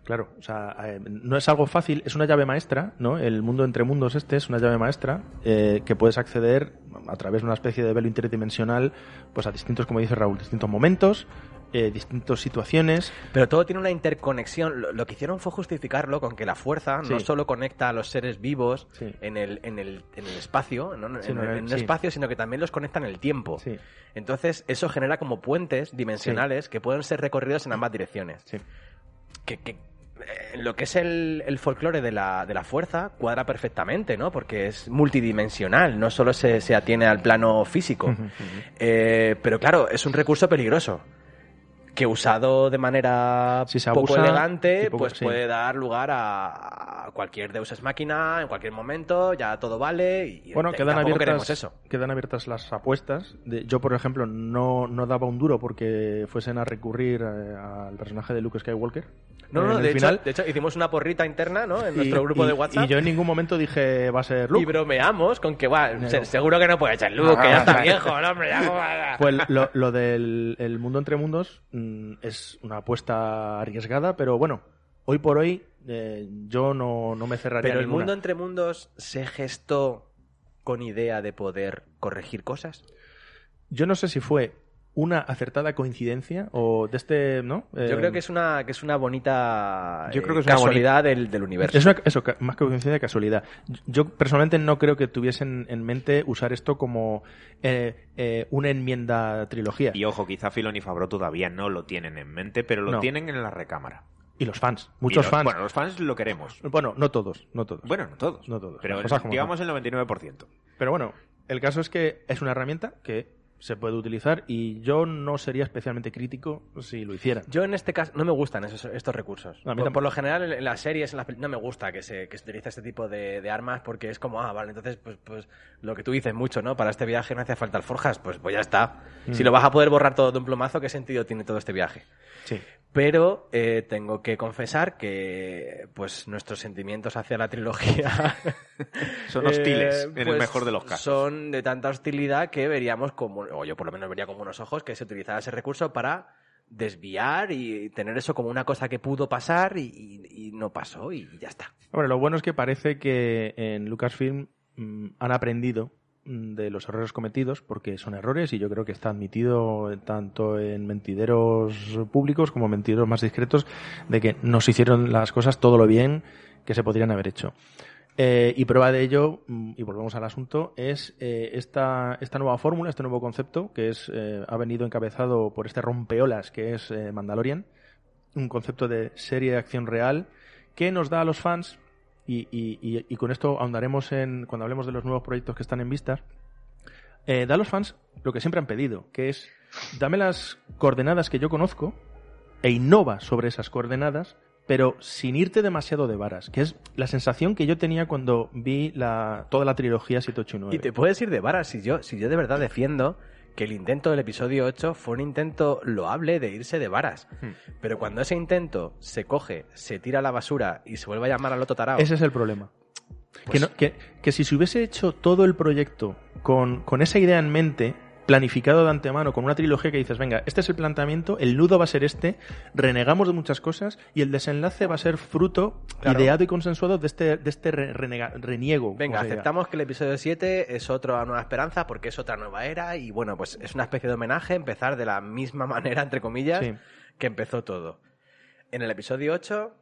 S3: claro. O sea, eh, no es algo fácil, es una llave maestra, ¿no? El mundo entre mundos este es una llave maestra eh, que puedes acceder a través de una especie de velo interdimensional, pues a distintos, como dice Raúl, distintos momentos, eh, distintas situaciones.
S1: Pero todo tiene una interconexión. Lo, lo que hicieron fue justificarlo con que la fuerza no
S3: Sí.
S1: solo conecta a los seres vivos
S3: Sí.
S1: en, el, en, el, en el espacio, ¿no? en,
S3: Sí, no,
S1: en
S3: en el-
S1: un
S3: sí.
S1: espacio, sino que también los conecta en el tiempo.
S3: Sí,
S1: Entonces, eso genera como puentes dimensionales que pueden ser recorridos en ambas direcciones.
S3: sí.
S1: Que, que, eh, lo que es el, el folclore de la, de la fuerza cuadra perfectamente, ¿no? Porque es multidimensional, no solo se, se atiene al plano físico. Eh, pero claro, es un recurso peligroso. Que usado de manera
S3: Si se
S1: poco
S3: abusa,
S1: elegante,
S3: y poco-
S1: pues
S3: sí.
S1: puede dar lugar a, a cualquier Deus Ex Máquina, en cualquier momento, ya todo vale. Y
S3: Bueno,
S1: y
S3: quedan
S1: tampoco
S3: abiertas,
S1: queremos eso.
S3: quedan abiertas las apuestas. De- yo, por ejemplo, no, no daba un duro porque fuesen a recurrir eh, al personaje de Luke Skywalker.
S1: No,
S3: eh,
S1: no,
S3: en
S1: de
S3: el
S1: hecho,
S3: final.
S1: de hecho hicimos una porrita interna, ¿no? En
S3: Y-
S1: nuestro grupo de
S3: y-
S1: WhatsApp.
S3: Y yo en ningún momento dije va a ser
S1: Y
S3: Luke. Ah,
S1: bromeamos con que, va,
S3: No.
S1: se- seguro que no puede ser Luke, que ya está viejo, ¿no, hombre, ya como-
S3: Pues lo, lo del el mundo entre mundos mm, es una apuesta arriesgada, pero bueno, hoy por hoy eh, yo no, no me cerraría
S1: Pero el
S3: ninguna.
S1: mundo entre mundos se gestó con idea de poder corregir cosas.
S3: Yo no sé si fue una acertada coincidencia o de este, ¿no?
S1: Yo
S3: Eh,
S1: creo que es una, que es una bonita
S4: Yo
S1: eh,
S4: creo que es una
S1: casualidad del, del universo.
S3: Es una- eso, ca- más que coincidencia, casualidad. Yo personalmente no creo que tuviesen en mente usar esto como eh, eh, una enmienda trilogía.
S4: Y ojo, quizá Filón y Fabro todavía no lo tienen en mente, pero lo
S3: No.
S4: tienen en la recámara.
S3: Y los fans,
S4: Y
S3: muchos
S4: los-
S3: fans.
S4: Bueno, los fans lo queremos.
S3: Bueno, no todos, no todos.
S4: Bueno, no todos.
S3: No todos,
S4: Pero
S3: las cosas como
S4: digamos el 99%.
S3: Pero bueno, el caso es que es una herramienta que se puede utilizar y yo no sería especialmente crítico si lo hicieran.
S1: Yo en este caso no me gustan esos, estos recursos.
S3: A mí
S1: por,
S3: tampoco.
S1: por lo general en- en las series, en las peli- no me gusta que se, que se utilice este tipo de, de armas porque es como, ah, vale, entonces pues, pues lo que tú dices mucho, ¿no? Para este viaje no hace falta alforjas, pues, pues ya está.
S3: Mm.
S1: Si lo vas a poder borrar todo de un plomazo, ¿qué sentido tiene todo este viaje?
S3: Sí.
S1: Pero eh, tengo que confesar que pues nuestros sentimientos hacia la trilogía
S4: Son hostiles, en el
S1: pues,
S4: mejor de los casos.
S1: Son de tanta hostilidad que veríamos como, o yo por lo menos vería como unos ojos que se utilizara ese recurso para desviar y tener eso como una cosa que pudo pasar y, y- y no pasó y ya está.
S3: Hombre, lo bueno es que parece que en Lucasfilm mm, han aprendido mm, de los errores cometidos porque son errores y yo creo que está admitido tanto en mentideros públicos como en mentideros más discretos de que no se hicieron las cosas todo lo bien que se podrían haber hecho. Eh, y prueba de ello, mm, y volvemos al asunto, es eh, esta, esta nueva fórmula, este nuevo concepto que es, eh, ha venido encabezado por este rompeolas que es eh, Mandalorian, un concepto de serie de acción real que nos da a los fans, y, y- y- y con esto ahondaremos en cuando hablemos de los nuevos proyectos que están en vistas, eh, da a los fans lo que siempre han pedido, que es dame las coordenadas que yo conozco e innova sobre esas coordenadas, pero sin irte demasiado de varas, que es la sensación que yo tenía cuando vi la, toda la trilogía 789.
S1: Y te puedes ir de varas si yo, si yo de verdad defiendo que el intento del episodio 8 fue un intento loable de irse de varas.
S4: Hmm.
S1: Pero cuando ese intento se coge, se tira a la basura y se vuelve a llamar al otro tarao.
S3: Ese es el problema.
S1: Pues-
S3: que, no- que- que si se hubiese hecho todo el proyecto con, con esa idea en mente, planificado de antemano con una trilogía que dices, venga, este es el planteamiento, el nudo va a ser este, renegamos de muchas cosas y el desenlace va a ser fruto
S1: Claro.
S3: ideado y consensuado de este, de este re- renega- reniego. como
S1: Pues Venga,
S3: se diga.
S1: aceptamos que el episodio 7 es otra nueva esperanza porque es otra nueva era y bueno, pues es una especie de homenaje, empezar de la misma manera, entre comillas,
S3: Sí.
S1: que empezó todo. En el episodio 8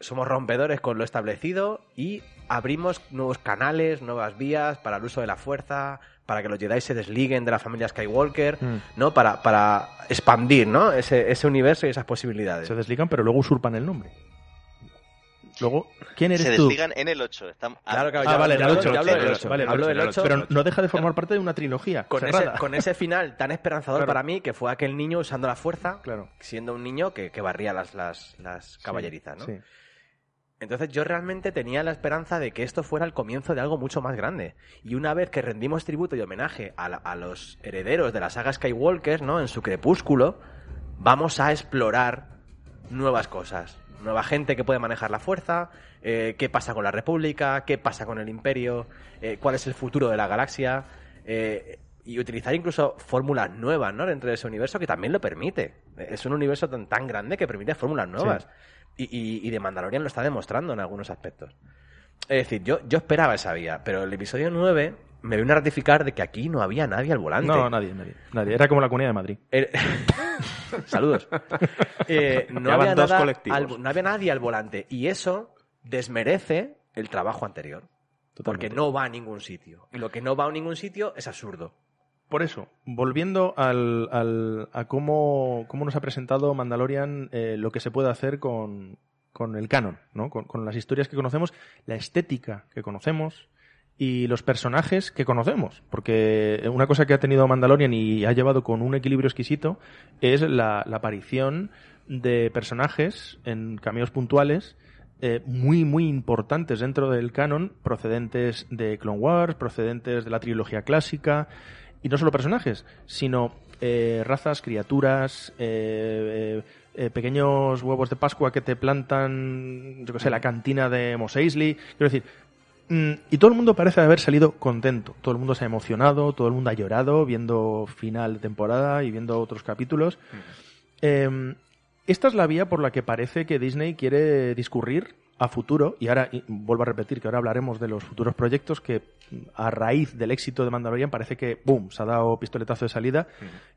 S1: somos rompedores con lo establecido y abrimos nuevos canales, nuevas vías para el uso de la fuerza, para que los Jedi se desliguen de la familia Skywalker, ¿no? Para, para expandir, ¿no? Ese, ese universo y esas posibilidades.
S3: Se desligan, pero luego usurpan el nombre. Luego, ¿quién eres
S2: Se
S3: tú?
S2: desligan en el 8. Están-
S1: Claro, claro,
S3: Ah,
S1: ya hablo-
S3: vale, en el
S1: ya
S3: ocho,
S1: hablo del
S3: vale,
S1: ocho,
S3: vale,
S1: hablo del
S4: vale,
S1: ocho.
S3: Pero no deja de formar parte de una trilogía.
S1: con ese,
S3: cerrada.
S1: con ese final tan esperanzador
S3: Claro.
S1: para mí, que fue aquel niño usando la fuerza,
S3: Claro.
S1: siendo un niño que, que barría las, las, las caballerizas, ¿no?
S3: Sí.
S1: Entonces yo realmente tenía la esperanza de que esto fuera el comienzo de algo mucho más grande. Y una vez que rendimos tributo y homenaje a, la- a los herederos de la saga Skywalker, ¿no? En su crepúsculo, vamos a explorar nuevas cosas. Nueva gente que puede manejar la fuerza, eh, qué pasa con la República, qué pasa con el Imperio, eh, cuál es el futuro de la galaxia. eh, y utilizar incluso fórmulas nuevas, ¿no? Dentro de ese universo que también lo permite. Es un universo tan, tan grande que permite fórmulas nuevas. Y, y, y de Mandalorian lo está demostrando en algunos aspectos. Es decir, yo, yo esperaba esa vía, pero el episodio 9 me vino a ratificar de que aquí no había nadie al volante.
S3: No, nadie, nadie, nadie. Era como la comunidad de Madrid.
S1: El- Saludos. Eh, no,
S4: Ya van
S1: había
S4: dos
S1: nada
S4: colectivos.
S1: al- no había nadie al volante. Y eso desmerece el trabajo anterior. Porque no va a ningún sitio. Y lo que no va a ningún sitio es absurdo.
S3: Por eso, volviendo al, al- a cómo, cómo nos ha presentado Mandalorian eh, lo que se puede hacer con, con el canon, ¿no? con, con las historias que conocemos, la estética que conocemos y los personajes que conocemos. Porque una cosa que ha tenido Mandalorian y ha llevado con un equilibrio exquisito es la, la aparición de personajes en cameos puntuales eh, muy, muy importantes dentro del canon, procedentes de Clone Wars, procedentes de la trilogía clásica, y no solo personajes, sino eh, razas, criaturas, eh, eh, eh, pequeños huevos de Pascua que te plantan, yo qué sé, la cantina de Mos Eisley. Quiero decir, mm, y todo el mundo parece haber salido contento. Todo el mundo se ha emocionado, todo el mundo ha llorado viendo final de temporada y viendo otros capítulos. Eh, esta es la vía por la que parece que Disney quiere discurrir a futuro, y ahora y vuelvo a repetir que ahora hablaremos de los futuros proyectos que mm, a raíz del éxito de Mandalorian parece que, boom, se ha dado pistoletazo de salida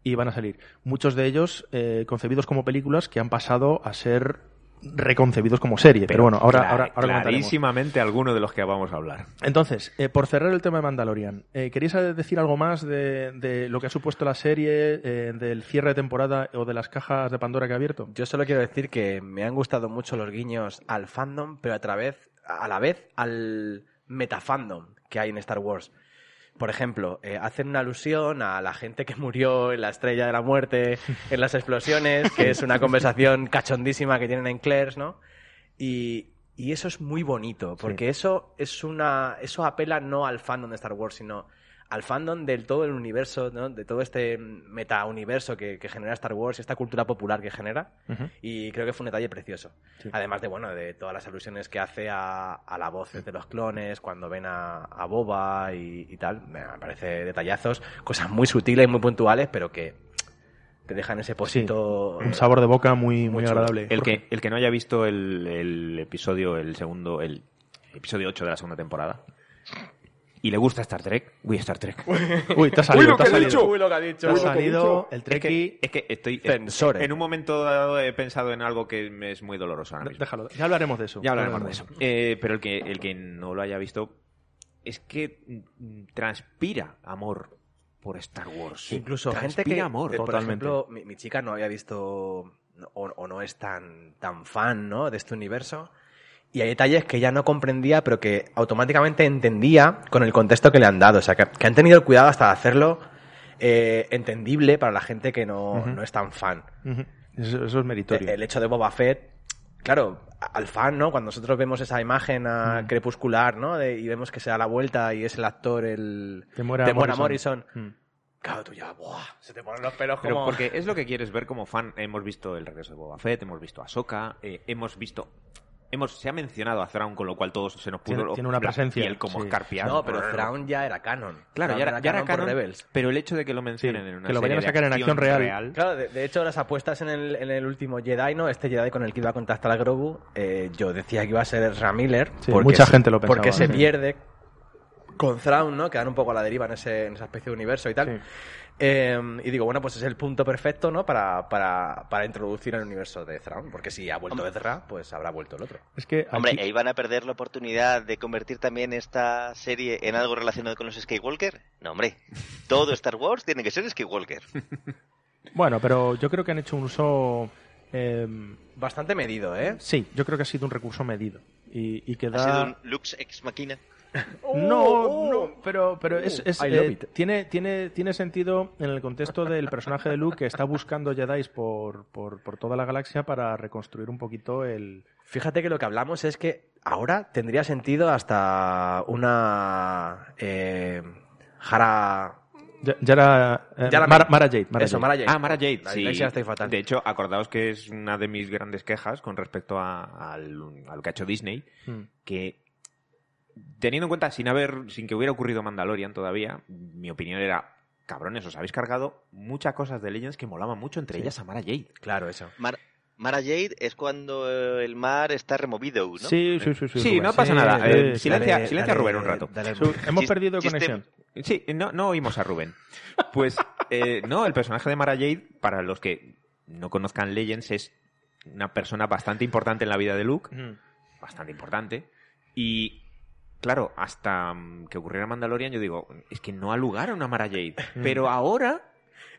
S3: y van a salir. Muchos de ellos eh, concebidos como películas que han pasado a ser reconcebidos como serie. Pero, bueno, ahora,
S4: cla-
S3: ahora, ahora comentaremos.
S4: clarísimamente alguno de los que vamos a hablar.
S3: Entonces, eh, por cerrar el tema de Mandalorian, eh, ¿queréis eh, decir algo más de, de lo que ha supuesto la serie, eh, del cierre de temporada o de las cajas de Pandora que ha abierto?
S1: Yo solo quiero decir que me han gustado mucho los guiños al fandom, pero a través, a la vez al metafandom que hay en Star Wars. Por ejemplo, eh, hacen una alusión a la gente que murió en la estrella de la muerte, en las explosiones, que es una conversación cachondísima que tienen en Claire's, ¿no? Y, y eso es muy bonito, porque eso es una. eso apela no al fandom de Star Wars, sino al fandom del todo el universo, ¿no? de todo este metauniverso que, que genera Star Wars y esta cultura popular que genera. Y creo que fue un detalle precioso. Además de, bueno, de todas las alusiones que hace a, a la voz de los clones, cuando ven a, a Boba y, y tal. Me parece detallazos, cosas muy sutiles, muy puntuales, pero que te dejan ese eh, posito.
S3: Un sabor de boca muy, muy,
S1: Muy chulo.
S3: agradable.
S4: El que, el que no haya visto el, el episodio, el segundo, el episodio 8 de la segunda temporada y le gusta Star Trek, uy, Star Trek.
S3: Uy, te ha salido, te ha salido.
S1: lo que ha dicho.
S3: Te ha salido el treki.
S4: Es que estoy.
S1: Censores.
S4: En un momento dado he pensado en algo que me es muy doloroso ahora mismo.
S3: Déjalo, ya hablaremos de eso.
S4: Ya hablaremos de eso. Eh, pero el que, el que no lo haya visto es que mm, transpira amor por Star Wars.
S1: Incluso gente
S4: Transpira
S1: que,
S4: amor.
S1: eh, por
S3: totalmente.
S1: ejemplo, mi, mi chica no había visto no- o, o no es tan, tan fan ¿no? de este universo. Y hay detalles que ella no comprendía, pero que automáticamente entendía con el contexto que le han dado. O sea, que, que han tenido el cuidado hasta de hacerlo eh, entendible para la gente que no, no es tan fan.
S3: Ujú. Eso, eso es meritorio.
S1: El, el hecho de Boba Fett, claro, a- al fan, ¿no? Cuando nosotros vemos esa imagen
S4: Mm.
S1: ah, crepuscular, ¿no? De- y vemos que se da la vuelta y es el actor, el...
S3: Te muera
S1: Temora
S3: Morrison. Mm.
S1: Claro, tú ya, ¡buah! Se te ponen los pelos
S4: Pero
S1: como...
S4: porque es lo que quieres ver como fan. Hemos visto el regreso de Boba Fett, hemos visto a Ahsoka, eh, hemos visto hemos, se ha mencionado a Thrawn, con lo cual todos se nos puso
S3: Tiene-
S4: lo-
S3: tiene una
S4: la
S3: presencia,
S4: piel como
S3: sí.
S4: escarpiada.
S1: No, pero Thrawn ya era canon.
S4: Claro,
S1: Thrawn
S4: ya era, ya era
S1: por
S4: canon,
S1: Rebels.
S4: pero el hecho de que lo mencionen
S3: Sí,
S4: en una
S3: que lo vayan
S4: serie
S3: a
S4: de
S3: sacar en acción real.
S1: Claro, de, de hecho, las apuestas en el, en el último Jedi, ¿no? Este Jedi con el que iba a contactar a Grogu, eh, yo decía que iba a ser Ramiller.
S3: Sí, mucha
S1: se-
S3: gente lo pensaba,
S1: Porque se
S3: sí.
S1: pierde con Thrawn, ¿no? Quedan un poco a la deriva en, ese, en esa especie de universo y tal.
S3: Sí.
S1: Eh, y digo, bueno, pues es el punto perfecto, ¿no? Para, para, para introducir el universo de Thrawn. Porque si ha vuelto Ezra, pues habrá vuelto el otro.
S3: Es que aquí-
S2: Hombre, ahí van a perder la oportunidad de convertir también esta serie en algo relacionado con los Skywalker. No, hombre. Todo Star Wars tiene que ser Skywalker.
S4: eh.
S3: bueno, pero yo creo que han hecho un uso. eh,
S1: Bastante medido, ¿eh?
S3: sí, yo creo que ha sido un recurso medido. Y, y que
S2: Ha
S3: da-
S2: sido un Lux ex machina.
S3: No,
S1: Oh, oh.
S3: no, pero, pero es, es,
S1: I love
S3: eh,
S1: it.
S3: tiene, tiene, tiene sentido en el contexto del personaje de Luke que está buscando Jedi por, por, por toda la galaxia para reconstruir un poquito el...
S1: Fíjate que lo que hablamos es que ahora tendría sentido hasta una eh, Jara.
S3: Ya, ya era... eh,
S1: Yara-
S3: Mara, Mara Jade. Mara
S1: Eso,
S3: Jade.
S1: Mara Jade.
S4: Ah, Mara Jade,
S1: La
S4: sí.
S1: dislexia estoy fatal.
S4: De hecho, acordaos que es una de mis grandes quejas con respecto a, al- a lo que ha hecho Disney,
S1: Hmm.
S3: Mm.
S4: que teniendo en cuenta, sin haber, sin que hubiera ocurrido Mandalorian todavía, mi opinión era, cabrones, os habéis cargado muchas cosas de Legends que molaban mucho, entre ellas a Mara Jade.
S1: Claro, eso.
S2: Mar- Mara Jade es cuando eh, el mar está removido, ¿no?
S3: Sí, sí, sí, sí.
S4: Sí,
S3: Rubén,
S4: no pasa nada.
S3: sí,
S4: Eh,
S3: sí.
S4: silencio. Silencia- silencia a Rubén un rato.
S1: dale,
S3: Su- Hemos
S2: Chis-
S3: perdido
S2: chiste-
S3: conexión.
S4: Sí, no, no oímos a Rubén. Pues, eh, no, el personaje de Mara Jade, para los que no conozcan Legends, es una persona bastante importante en la vida de Luke, bastante importante, y claro, hasta mm, que ocurriera Mandalorian, yo digo, es que no ha lugar a una Mara Jade,
S3: Mm.
S4: pero ahora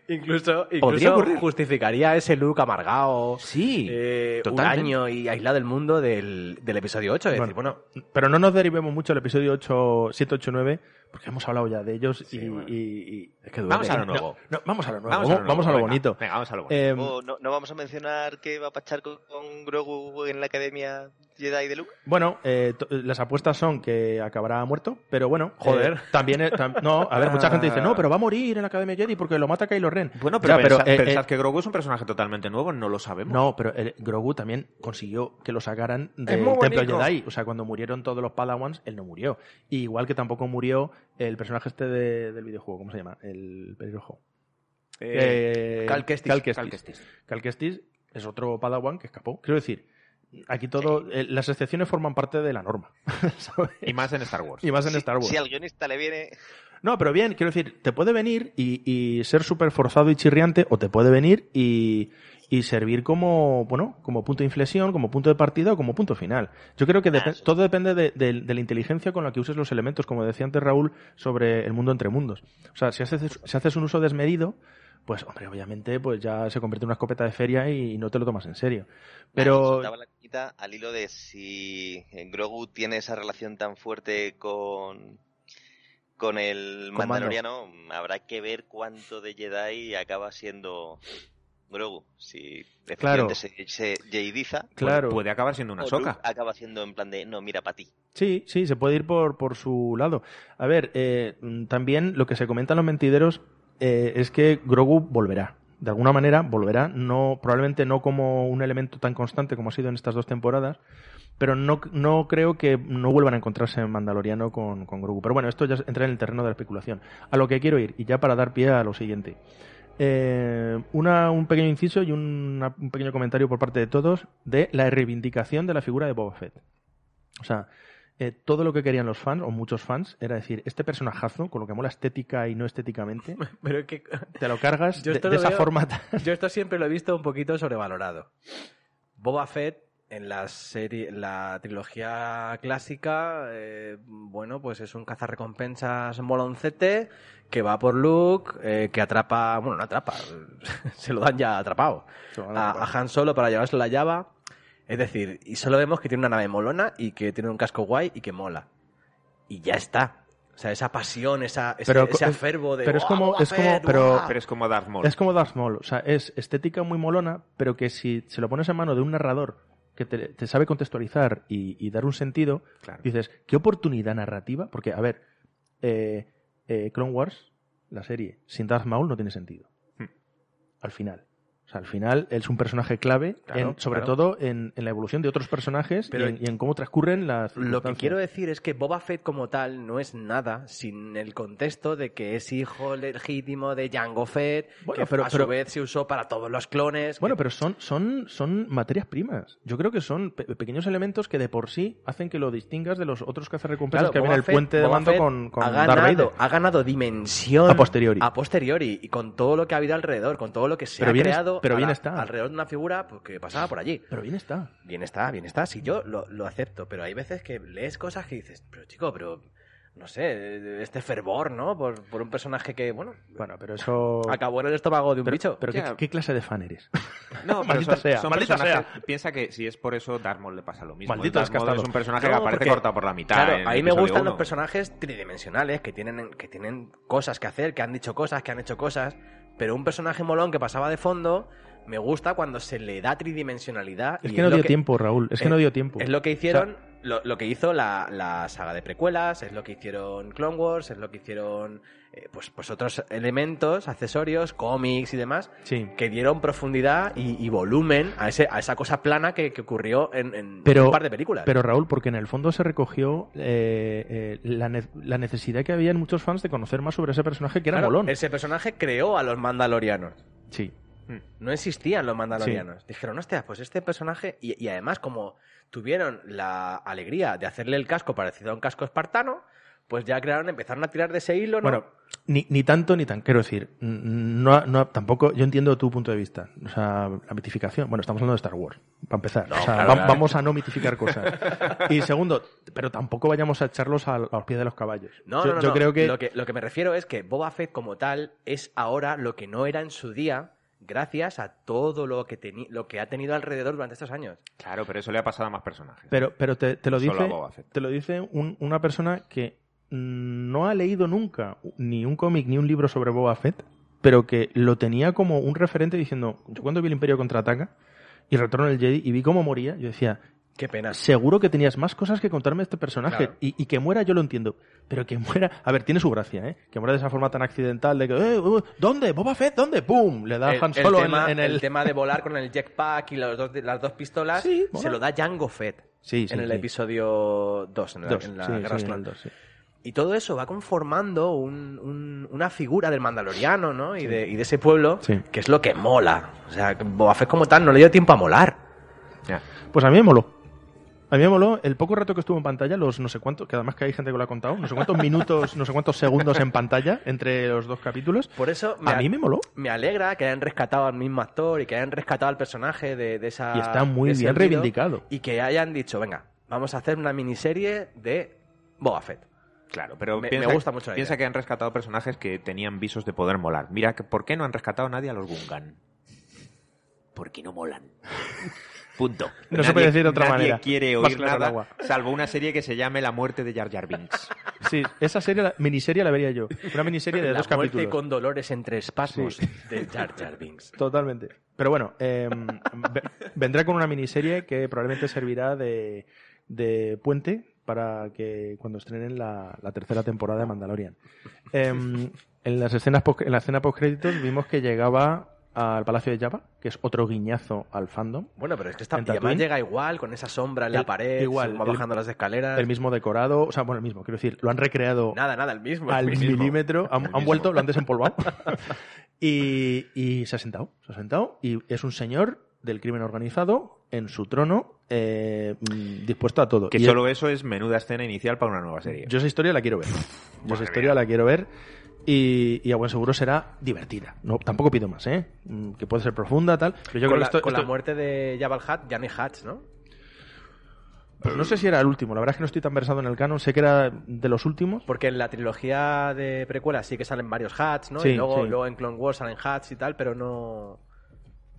S1: Incluso,
S4: Podría
S1: incluso
S4: ocurrir.
S1: justificaría ese look amargado,
S4: sí.
S1: eh, un
S4: totalmente.
S1: año y aislado del mundo del, del episodio 8. Es
S3: Bueno.
S1: decir, bueno,
S3: Pero no nos derivemos mucho al episodio 8, 7, 8, 9, porque hemos hablado ya de ellos y,
S1: bueno.
S3: y- y-
S1: es que duele.
S4: Vamos a lo nuevo.
S3: no, vamos a lo nuevo.
S4: Vamos
S3: Vamos,
S4: a lo, nuevo,
S3: a lo
S4: venga.
S3: bonito.
S4: Venga, vamos a lo bonito.
S3: Eh,
S2: ¿O Oh, no, no vamos a mencionar que va a pachar con, con Grogu en la Academia Jedi de Luke?
S3: Bueno, eh, to- las apuestas son que acabará muerto, pero bueno.
S1: Joder.
S3: eh, también, eh, tam- no, a ver, mucha gente dice, no, pero va a morir en la Academia Jedi porque lo mata Kylo Ren.
S4: bueno, pero,
S3: Ya,
S4: pensa-
S3: eh, eh,
S4: pensad que Grogu es un personaje totalmente nuevo, no lo sabemos.
S3: No, pero el Grogu también consiguió que lo sacaran del
S1: muy
S3: templo
S1: bonito.
S3: Jedi. O sea, cuando murieron todos los Padawans, él no murió. Y igual que tampoco murió el personaje este de- del videojuego, ¿cómo se llama? El pelirrojo.
S4: Eh,
S3: Eh,
S1: Cal Kestis.
S4: Cal
S3: Kestis.
S4: Kestis.
S3: Cal Kestis es otro Padawan que escapó. Quiero decir, aquí todo, eh, las excepciones forman parte de la norma. ¿sabes?
S4: Y más en Star Wars.
S3: Y más en Star Wars.
S2: Si al guionista le viene...
S3: No, pero bien, quiero decir, te puede venir y, y ser súper forzado y chirriante, o te puede venir y, y servir como, bueno, como punto de inflexión, como punto de partida o como punto final. Yo creo que depe-
S2: Ah, sí.
S3: todo depende de, de- de la inteligencia con la que uses los elementos, como decía antes Raúl, sobre el mundo entre mundos. O sea, si haces, si haces un uso desmedido, pues hombre, obviamente, pues ya se convierte en una escopeta de feria y no te lo tomas en serio.
S2: Ah,
S3: Pero
S2: soltaba la quita al hilo de si eh, Grogu tiene esa relación tan fuerte con con el
S3: Con Mando.
S2: mandaloriano, habrá que ver cuánto de Jedi acaba siendo Grogu. Si
S3: Claro.
S2: efectivamente se, se jediza,
S3: claro,
S4: Puede acabar siendo una
S2: o
S4: soca.
S2: Luke acaba siendo en plan de, no, mira, para ti.
S3: Sí, sí, se puede ir por, por su lado. A ver, eh, mm, también lo que se comentan los mentideros eh, es que Grogu volverá. De alguna manera volverá, no, probablemente no como un elemento tan constante como ha sido en estas dos temporadas, pero no, no creo que no vuelvan a encontrarse en Mandaloriano con, con Grogu. Pero bueno, esto ya entra en el terreno de la especulación. A lo que quiero ir, y ya para dar pie a lo siguiente. Eh, una- un pequeño inciso y una- un pequeño comentario por parte de todos de la reivindicación de la figura de Boba Fett. O sea, eh, todo lo que querían los fans, o muchos fans, era decir, este personajazo, con lo que mola estética y no estéticamente,
S1: Pero es que
S3: te lo cargas
S1: Yo
S3: de,
S1: esto
S3: de
S1: lo
S3: esa
S1: veo-
S3: forma. tan-
S1: Yo esto siempre lo he visto un poquito sobrevalorado. Boba Fett en la serie, la trilogía clásica, eh, bueno, pues es un cazarrecompensas moloncete que va por Luke, eh, que atrapa, bueno, no atrapa, se lo dan ya atrapado a,
S3: pues.
S1: a Han Solo para llevarse la llave. Es decir, y solo vemos que tiene una nave molona y que tiene un casco guay y que mola. Y ya está. O sea, esa pasión, esa, ese,
S3: Pero co-
S1: ese afervo de.
S3: pero es
S1: "Buah,
S3: como-
S1: Boba
S3: es como-
S1: Fett,
S3: pero-
S1: buah".
S4: Pero es como Darth Maul.
S3: Es como Darth Maul, o sea, es estética muy molona, pero que si se lo pones a mano de un narrador que te, te sabe contextualizar y, y dar un sentido,
S4: Claro.
S3: dices, ¿qué oportunidad narrativa? Porque, a ver, eh, eh, Clone Wars, la serie, sin Darth Maul no tiene sentido.
S4: Hmm.
S3: Al final. O O sea, al final él es un personaje clave,
S4: Claro,
S3: en- sobre
S4: claro.
S3: todo en, en la evolución de otros personajes
S1: Pero-
S3: y, en, y en cómo transcurren las.
S1: Lo que
S3: circunstancias.
S1: quiero decir es que Boba Fett como tal no es nada sin el contexto de que es hijo legítimo de Jango Fett,
S3: Bueno,
S1: que
S3: pero-
S1: a su
S3: pero-
S1: vez se usó para todos los clones.
S3: Bueno,
S1: que-
S3: pero son, son, son materias primas. Yo creo que son pe- pequeños elementos que de por sí hacen que lo distingas de los otros cazarrecompensas
S1: claro,
S3: que había en
S1: Boba
S3: el
S1: Fett-
S3: puente de
S1: Boba
S3: mando
S1: Fett
S3: con, con
S1: ha
S3: Darth Vader.
S1: ganado, ha ganado dimensión
S3: A posteriori.
S1: a posteriori y con todo lo que ha habido alrededor, con todo lo que se
S3: Pero
S1: ha
S3: bien es-
S1: creado
S3: pero
S1: a
S3: bien
S1: la-
S3: está.
S1: alrededor de una figura pues, que pasaba por allí.
S3: Pero bien está.
S1: Bien está, bien está, sí, yo lo, lo acepto, pero hay veces que lees cosas que dices, pero chico, pero no sé, este fervor, ¿no? Por, por un personaje que, bueno,
S3: Bueno, pero eso.
S1: acabó en el estómago de un
S3: Pero,
S1: bicho.
S3: pero ¿qué,
S4: Ya.
S3: qué clase de fan eres?
S4: No, pero
S3: Maldita
S4: son,
S3: sea,
S4: son
S3: maldita
S4: personajes- Piensa que si es por eso, Darth Maul le pasa lo mismo.
S3: Maldito
S4: Darth Maul
S3: descastado.
S4: es un personaje
S1: No,
S4: que aparece
S1: porque-
S4: cortado por la mitad.
S1: Claro,
S4: en
S1: a mí me
S4: episodio
S1: gustan
S4: uno.
S1: los personajes tridimensionales, que tienen, que tienen cosas que hacer, que han dicho cosas, que han hecho cosas, pero un personaje molón que pasaba de fondo, me gusta cuando se le da tridimensionalidad.
S3: Es
S1: y
S3: que no
S1: lo
S3: dio tiempo, Raúl. Es que
S1: eh,
S3: no dio tiempo.
S1: Es lo que hicieron, lo, lo que hizo la, la saga de precuelas, es lo que hicieron Clone Wars, es lo que hicieron eh, pues, pues otros elementos, accesorios, cómics y demás,
S3: Sí.
S1: que dieron profundidad y, y volumen a, ese, a esa cosa plana que, que ocurrió en, en
S3: Pero-
S1: un par de películas.
S3: Pero Raúl, porque en el fondo se recogió eh, eh, la, ne- la necesidad que había en muchos fans de conocer más sobre ese personaje que era
S1: Claro,
S3: molón.
S1: Ese personaje creó a los mandalorianos.
S3: Sí.
S1: No existían los mandalorianos. Dijeron, hostia, pues este personaje... Y, y además, como tuvieron la alegría de hacerle el casco parecido a un casco espartano, pues ya crearon, empezaron a tirar de ese hilo, ¿no?
S3: Bueno, ni, ni tanto ni tan. Quiero decir, n- no, no, tampoco. Yo entiendo tu punto de vista. O sea, la mitificación. Bueno, estamos hablando de Star Wars, para empezar. o sea,
S1: claro,
S3: va-
S1: claro.
S3: vamos a no mitificar cosas. y segundo, pero tampoco vayamos a echarlos a, a los pies de los caballos.
S1: No,
S3: yo,
S1: no, no,
S3: yo
S1: no.
S3: creo que.
S1: Lo, que... lo que me refiero es que Boba Fett como tal es ahora lo que no era en su día gracias a todo lo que, teni- lo que ha tenido alrededor durante estos años.
S4: Claro, pero eso le ha pasado a más personajes.
S3: Pero, pero te, te lo
S4: Solo a
S3: dice,
S4: Boba Fett.
S3: te lo dice un- una persona que no ha leído nunca ni un cómic ni un libro sobre Boba Fett, pero que lo tenía como un referente diciendo, yo cuando vi el Imperio contraataca y Retorno del Jedi y vi cómo moría, yo decía,
S1: Qué pena.
S3: seguro que tenías más cosas que contarme de este personaje
S1: Claro.
S3: y, y que muera yo lo entiendo, pero que muera, a ver, tiene su gracia, ¿eh? Que muera de esa forma tan accidental de que, "Eh, eh, ¿dónde? Boba Fett, ¿dónde? ¡Pum! Le da
S1: El,
S3: Han
S1: el
S3: Solo en-
S1: tema,
S3: en, el...
S1: el tema de volar con el jetpack y los dos- las dos pistolas
S3: Sí, mola.
S1: se lo da Jango Fett
S3: Sí, sí,
S1: en el
S3: sí.
S1: episodio 2, en la,
S3: Dos,
S1: en la
S3: sí,
S1: Guerra
S3: sí, en el
S1: Clon.
S3: dos, sí.
S1: Y todo eso va conformando un- un- una figura del mandaloriano ¿no? y, de, y de ese pueblo,
S3: Sí.
S1: que es lo que mola. O sea, que Boba Fett como tal no le dio tiempo a molar.
S4: Ya.
S3: Pues a mí me moló. A mí me moló el poco rato que estuvo en pantalla, los no sé cuántos, que además que hay gente que lo ha contado, no sé cuántos minutos, no sé cuántos segundos en pantalla entre los dos capítulos.
S1: Por eso
S3: A mí me moló.
S1: me alegra que hayan rescatado al mismo actor y que hayan rescatado al personaje de, de esa.
S3: Y está muy
S1: de ese
S3: bien
S1: olvido
S3: reivindicado.
S1: Y que hayan dicho, venga, vamos a hacer una miniserie de Boba Fett.
S4: Claro, pero
S1: Me-
S4: piensa,
S1: me gusta mucho la
S4: piensa
S1: idea.
S4: que han rescatado personajes que tenían visos de poder molar. Mira, que- ¿por qué no han rescatado a nadie a los Gungan? Porque no molan. Punto.
S3: No se puede decir de otra
S4: nadie
S3: manera.
S4: quiere
S3: Más
S4: oír
S3: claro el
S4: nada,
S3: agua.
S4: salvo una serie que se llame La muerte de Jar Jar Binks.
S3: Sí, esa serie, la, miniserie la vería yo. Una miniserie de
S1: la
S3: dos
S1: muerte
S3: capítulos.
S1: con dolores entre espasmos de Jar Jar Binks.
S3: Totalmente. Pero bueno, eh, ve- vendrá con una miniserie que probablemente servirá de, de puente para que cuando estrenen la, la tercera temporada de Mandalorian. Em, en las escenas post- en la escena post créditos vimos que llegaba al Palacio de Java, que es otro guiñazo al fandom.
S1: Bueno, pero es que está,
S3: En
S1: y además
S3: Tatooine.
S1: llega igual, con esa sombra en la
S3: El-
S1: pared,
S3: igual,
S1: va
S3: el-
S1: bajando las escaleras.
S3: El mismo decorado, o sea, bueno, el mismo, quiero decir, lo han recreado
S1: nada, nada, el mismo.
S3: al
S1: el mismo.
S3: milímetro, han, han
S4: mismo.
S3: vuelto, lo han desempolvado. y, y se ha sentado, se ha sentado. Y es un señor del crimen organizado en su trono, eh, mm, dispuesto a todo.
S4: Que
S3: Y
S4: solo eso es menuda escena inicial para una nueva serie.
S3: yo esa historia la quiero ver. Yo esa historia la quiero ver. Y, y a buen seguro será divertida. No, tampoco pido más, ¿eh? Mm, Que puede ser profunda, tal. Pero yo creo
S1: con
S3: que
S1: la,
S3: esto-
S1: con la
S3: esto-
S1: muerte de Jabal Hat, ya no hay Hats, ¿no?
S3: pues no sé si era el último. La verdad es que no estoy tan versado en el canon. Sé que era de los últimos.
S1: Porque en la trilogía de precuelas sí que salen varios hats, ¿no?
S3: Sí,
S1: y luego,
S3: sí.
S1: luego en Clone Wars salen hats y tal, pero no.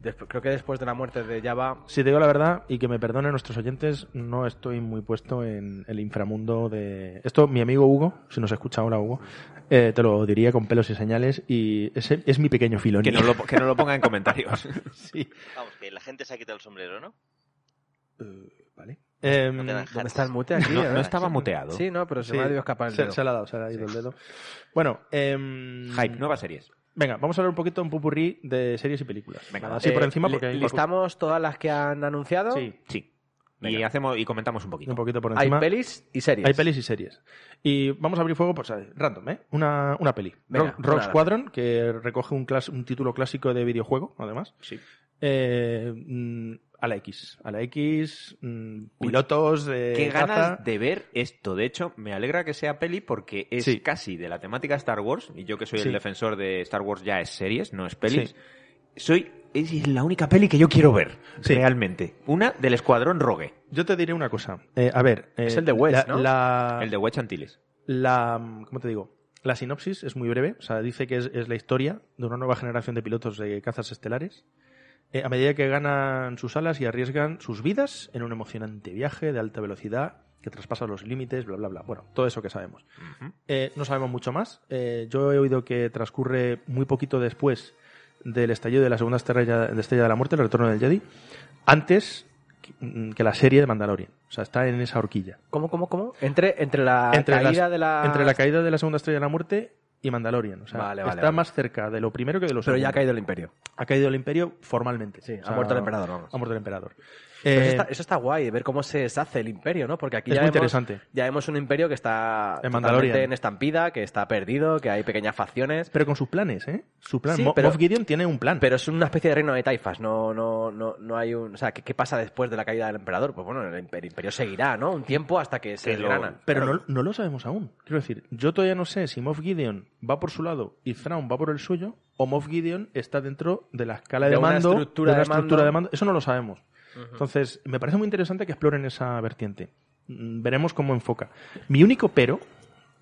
S1: despu- creo que después de la muerte de Java.
S3: Si te digo la verdad, y que me perdonen nuestros oyentes, no estoy muy puesto en el inframundo de... Esto, mi amigo Hugo, si nos escucha ahora Hugo, eh, te lo diría con pelos y señales, y ese es mi pequeño filón.
S4: Que no lo, que no lo ponga en comentarios.
S3: Sí.
S2: Vamos, que la gente se ha quitado el sombrero, ¿no?
S1: Eh,
S3: Vale. Em,
S2: No te dan
S1: ¿Dónde
S2: hats.
S1: está el mute aquí?
S4: No,
S1: eh?
S4: no estaba muteado.
S1: Sí, no, pero se
S3: sí,
S1: me ha debido escapar el
S3: se-
S1: dedo.
S3: se le ha dado, se le ha ido el dedo. Bueno, em,
S4: Hype, nuevas series.
S3: Venga, vamos a hablar un poquito de un pupurrí de series y películas.
S4: Venga,
S3: Nada, así por
S1: Eh,
S3: encima
S1: li-
S3: porque hay
S1: ¿Listamos todas las que han anunciado?
S3: Sí,
S4: Sí. Y, hacemos, y comentamos un poquito.
S3: un poquito por
S1: Hay
S3: encima.
S1: pelis y series.
S3: Hay pelis y series. Y vamos a abrir fuego, pues, ¿sabes? random, ¿eh? Una, una peli.
S1: Venga, pues
S3: Rock,
S1: una
S3: Rock
S1: random.
S3: Squadron, que recoge un, clas- un título clásico de videojuego, además.
S4: Sí.
S3: Eh, mm, a la X. A la X, mm, pilotos, eh,
S4: Qué
S3: caza.
S4: ganas de ver esto. De hecho, me alegra que sea peli porque es
S3: Sí.
S4: casi de la temática Star Wars. Y yo que soy
S3: Sí.
S4: el defensor de Star Wars ya es series, no es pelis.
S3: Sí.
S4: Soy es la única peli que yo quiero ver.
S3: Sí.
S4: Realmente. Una del Escuadrón Rogue.
S3: Yo te diré una cosa. Eh, a ver. eh,
S1: Es el de Wes,
S3: la-
S1: ¿no?
S3: la-
S4: El de Wedge Antilles.
S3: la mm, ¿cómo te digo? La sinopsis es muy breve, o sea, dice que es, es la historia de una nueva generación de pilotos de cazas estelares. eh, a medida que ganan sus alas y arriesgan sus vidas en un emocionante viaje de alta velocidad que traspasa los límites, bla, bla, bla. Bueno, todo eso que sabemos. Eh, no sabemos mucho más. Eh, yo he oído que transcurre muy poquito después del estallido de la segunda estrella, de estrella de la muerte, el retorno del Jedi, antes que- mm, que la serie de Mandalorian. O sea, está en esa horquilla
S1: ¿Cómo, cómo, cómo? Entre, entre la
S3: entre
S1: caída
S3: las-
S1: de la...
S3: entre la caída de la segunda estrella de la muerte y Mandalorian. O sea,
S1: Vale, vale,
S3: está
S1: vale.
S3: más cerca de lo primero que de lo
S1: Pero
S3: segundo.
S1: ya ha caído el imperio.
S3: Ha caído el imperio formalmente.
S1: Sí,
S3: O
S1: ha
S3: sea,
S1: muerto el emperador, vamos.
S3: Ha muerto el emperador.
S1: Pero
S3: Eh,
S1: eso, Pues está, eso está guay, ver cómo se deshace el imperio, ¿no? Porque aquí
S3: Es
S1: ya
S3: muy
S1: vemos,
S3: interesante.
S1: ya vemos un imperio que está totalmente
S3: En Mandalorian.
S1: en estampida, que está perdido, que hay pequeñas facciones.
S3: Pero con sus planes, ¿eh? Su plan.
S1: Sí,
S3: Mo-
S1: pero-
S3: Moff Gideon tiene un plan.
S1: Pero es una especie de reino de taifas, no, no, no, no hay un... O sea, ¿qué, qué pasa después de la caída del emperador? Pues bueno, el imper- el imperio seguirá, ¿no? Un tiempo hasta que se
S4: Que lo-
S1: desgrana.
S3: Pero no, no lo sabemos aún. Quiero decir, yo todavía no sé si Moff Gideon va por su lado y Thrawn va por el suyo o Moff Gideon está dentro de la escala de,
S1: De una
S3: mando,
S1: estructura
S3: de una
S1: de mando.
S3: estructura de mando. Eso no lo sabemos. Entonces, me parece muy interesante que exploren esa vertiente. Mm, Veremos cómo enfoca. Mi único pero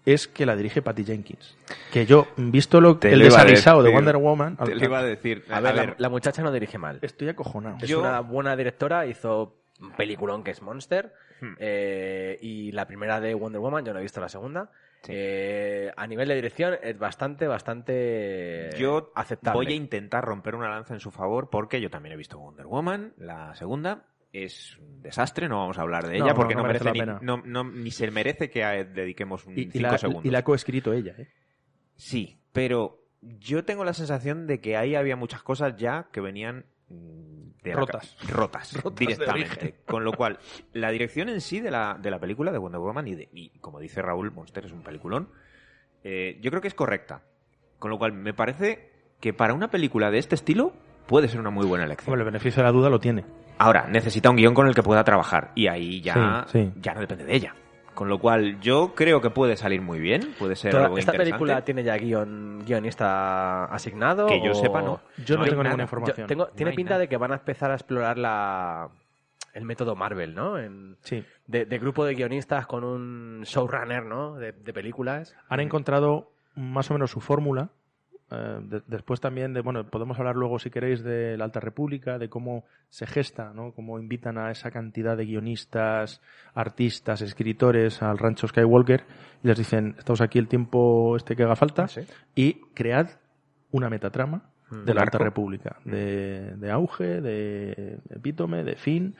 S3: es que la dirige Patty Jenkins. Que yo, visto lo,
S4: Te
S3: el
S4: lo iba a
S3: desaguisado de
S4: decir.
S3: Wonder Woman,
S4: Te lo iba a decir.
S1: A ver, la, la muchacha no dirige mal.
S3: estoy acojonado.
S1: Es
S4: Yo-
S1: una buena directora, hizo un peliculón que es Monster.
S4: Hmm.
S1: eh, y la primera de Wonder Woman, yo no he visto la segunda.
S4: Sí.
S1: Eh, a nivel de dirección es bastante, bastante
S4: Yo
S1: aceptable.
S4: voy a intentar romper una lanza en su favor porque yo también he visto Wonder Woman, la segunda. Es un desastre, no vamos a hablar de
S3: No,
S4: ella
S3: no,
S4: porque
S3: no
S4: no,
S3: merece
S4: merece
S3: la
S4: ni,
S3: pena.
S4: no- no- ni se merece que eh, dediquemos un
S3: Y, y
S4: cinco
S3: la,
S4: segundos.
S3: y la ha coescrito ella. ¿eh?
S4: Sí, pero yo tengo la sensación de que ahí había muchas cosas ya que venían mm, de la ca-
S3: Rotas.
S4: rotas,
S3: Rotas de origen.
S4: directamente. Con lo cual, la dirección en sí de la, de la película de Wonder Woman y, de, y como dice Raúl, Monster es un peliculón, eh, yo creo que es correcta. Con lo cual, me parece que para una película de este estilo puede ser una muy buena elección.
S3: Bueno, el beneficio de la duda lo tiene.
S4: Ahora, necesita un guión con el que pueda trabajar y ahí ya,
S3: Sí, sí.
S4: ya no depende de ella. Con lo cual, yo creo que puede salir muy bien, puede ser
S1: Toda-
S4: algo
S1: ¿Esta
S4: interesante.
S1: película tiene ya guion, guionista asignado?
S4: Que yo
S1: o-
S4: sepa, no.
S3: Yo no,
S4: hay
S3: tengo ninguna
S4: nada.
S1: Yo-
S3: información.
S1: tengo- tiene
S4: hay
S1: pinta
S4: nada.
S1: de que van a empezar a explorar la, el método Marvel, ¿no? En-
S3: Sí.
S1: de, de grupo de guionistas con un showrunner, ¿no? De, de películas.
S3: han encontrado más o menos su fórmula. Eh, de- después también de, bueno, podemos hablar luego, si queréis, de la Alta República, de cómo se gesta, ¿no? Cómo invitan a esa cantidad de guionistas, artistas, escritores al rancho Skywalker y les dicen, estamos aquí el tiempo este que haga falta
S1: Sí.
S3: y cread una metatrama
S1: Mm.
S3: de
S4: Un
S3: la Alta
S4: arco.
S3: República, de, de auge, de epítome, de fin.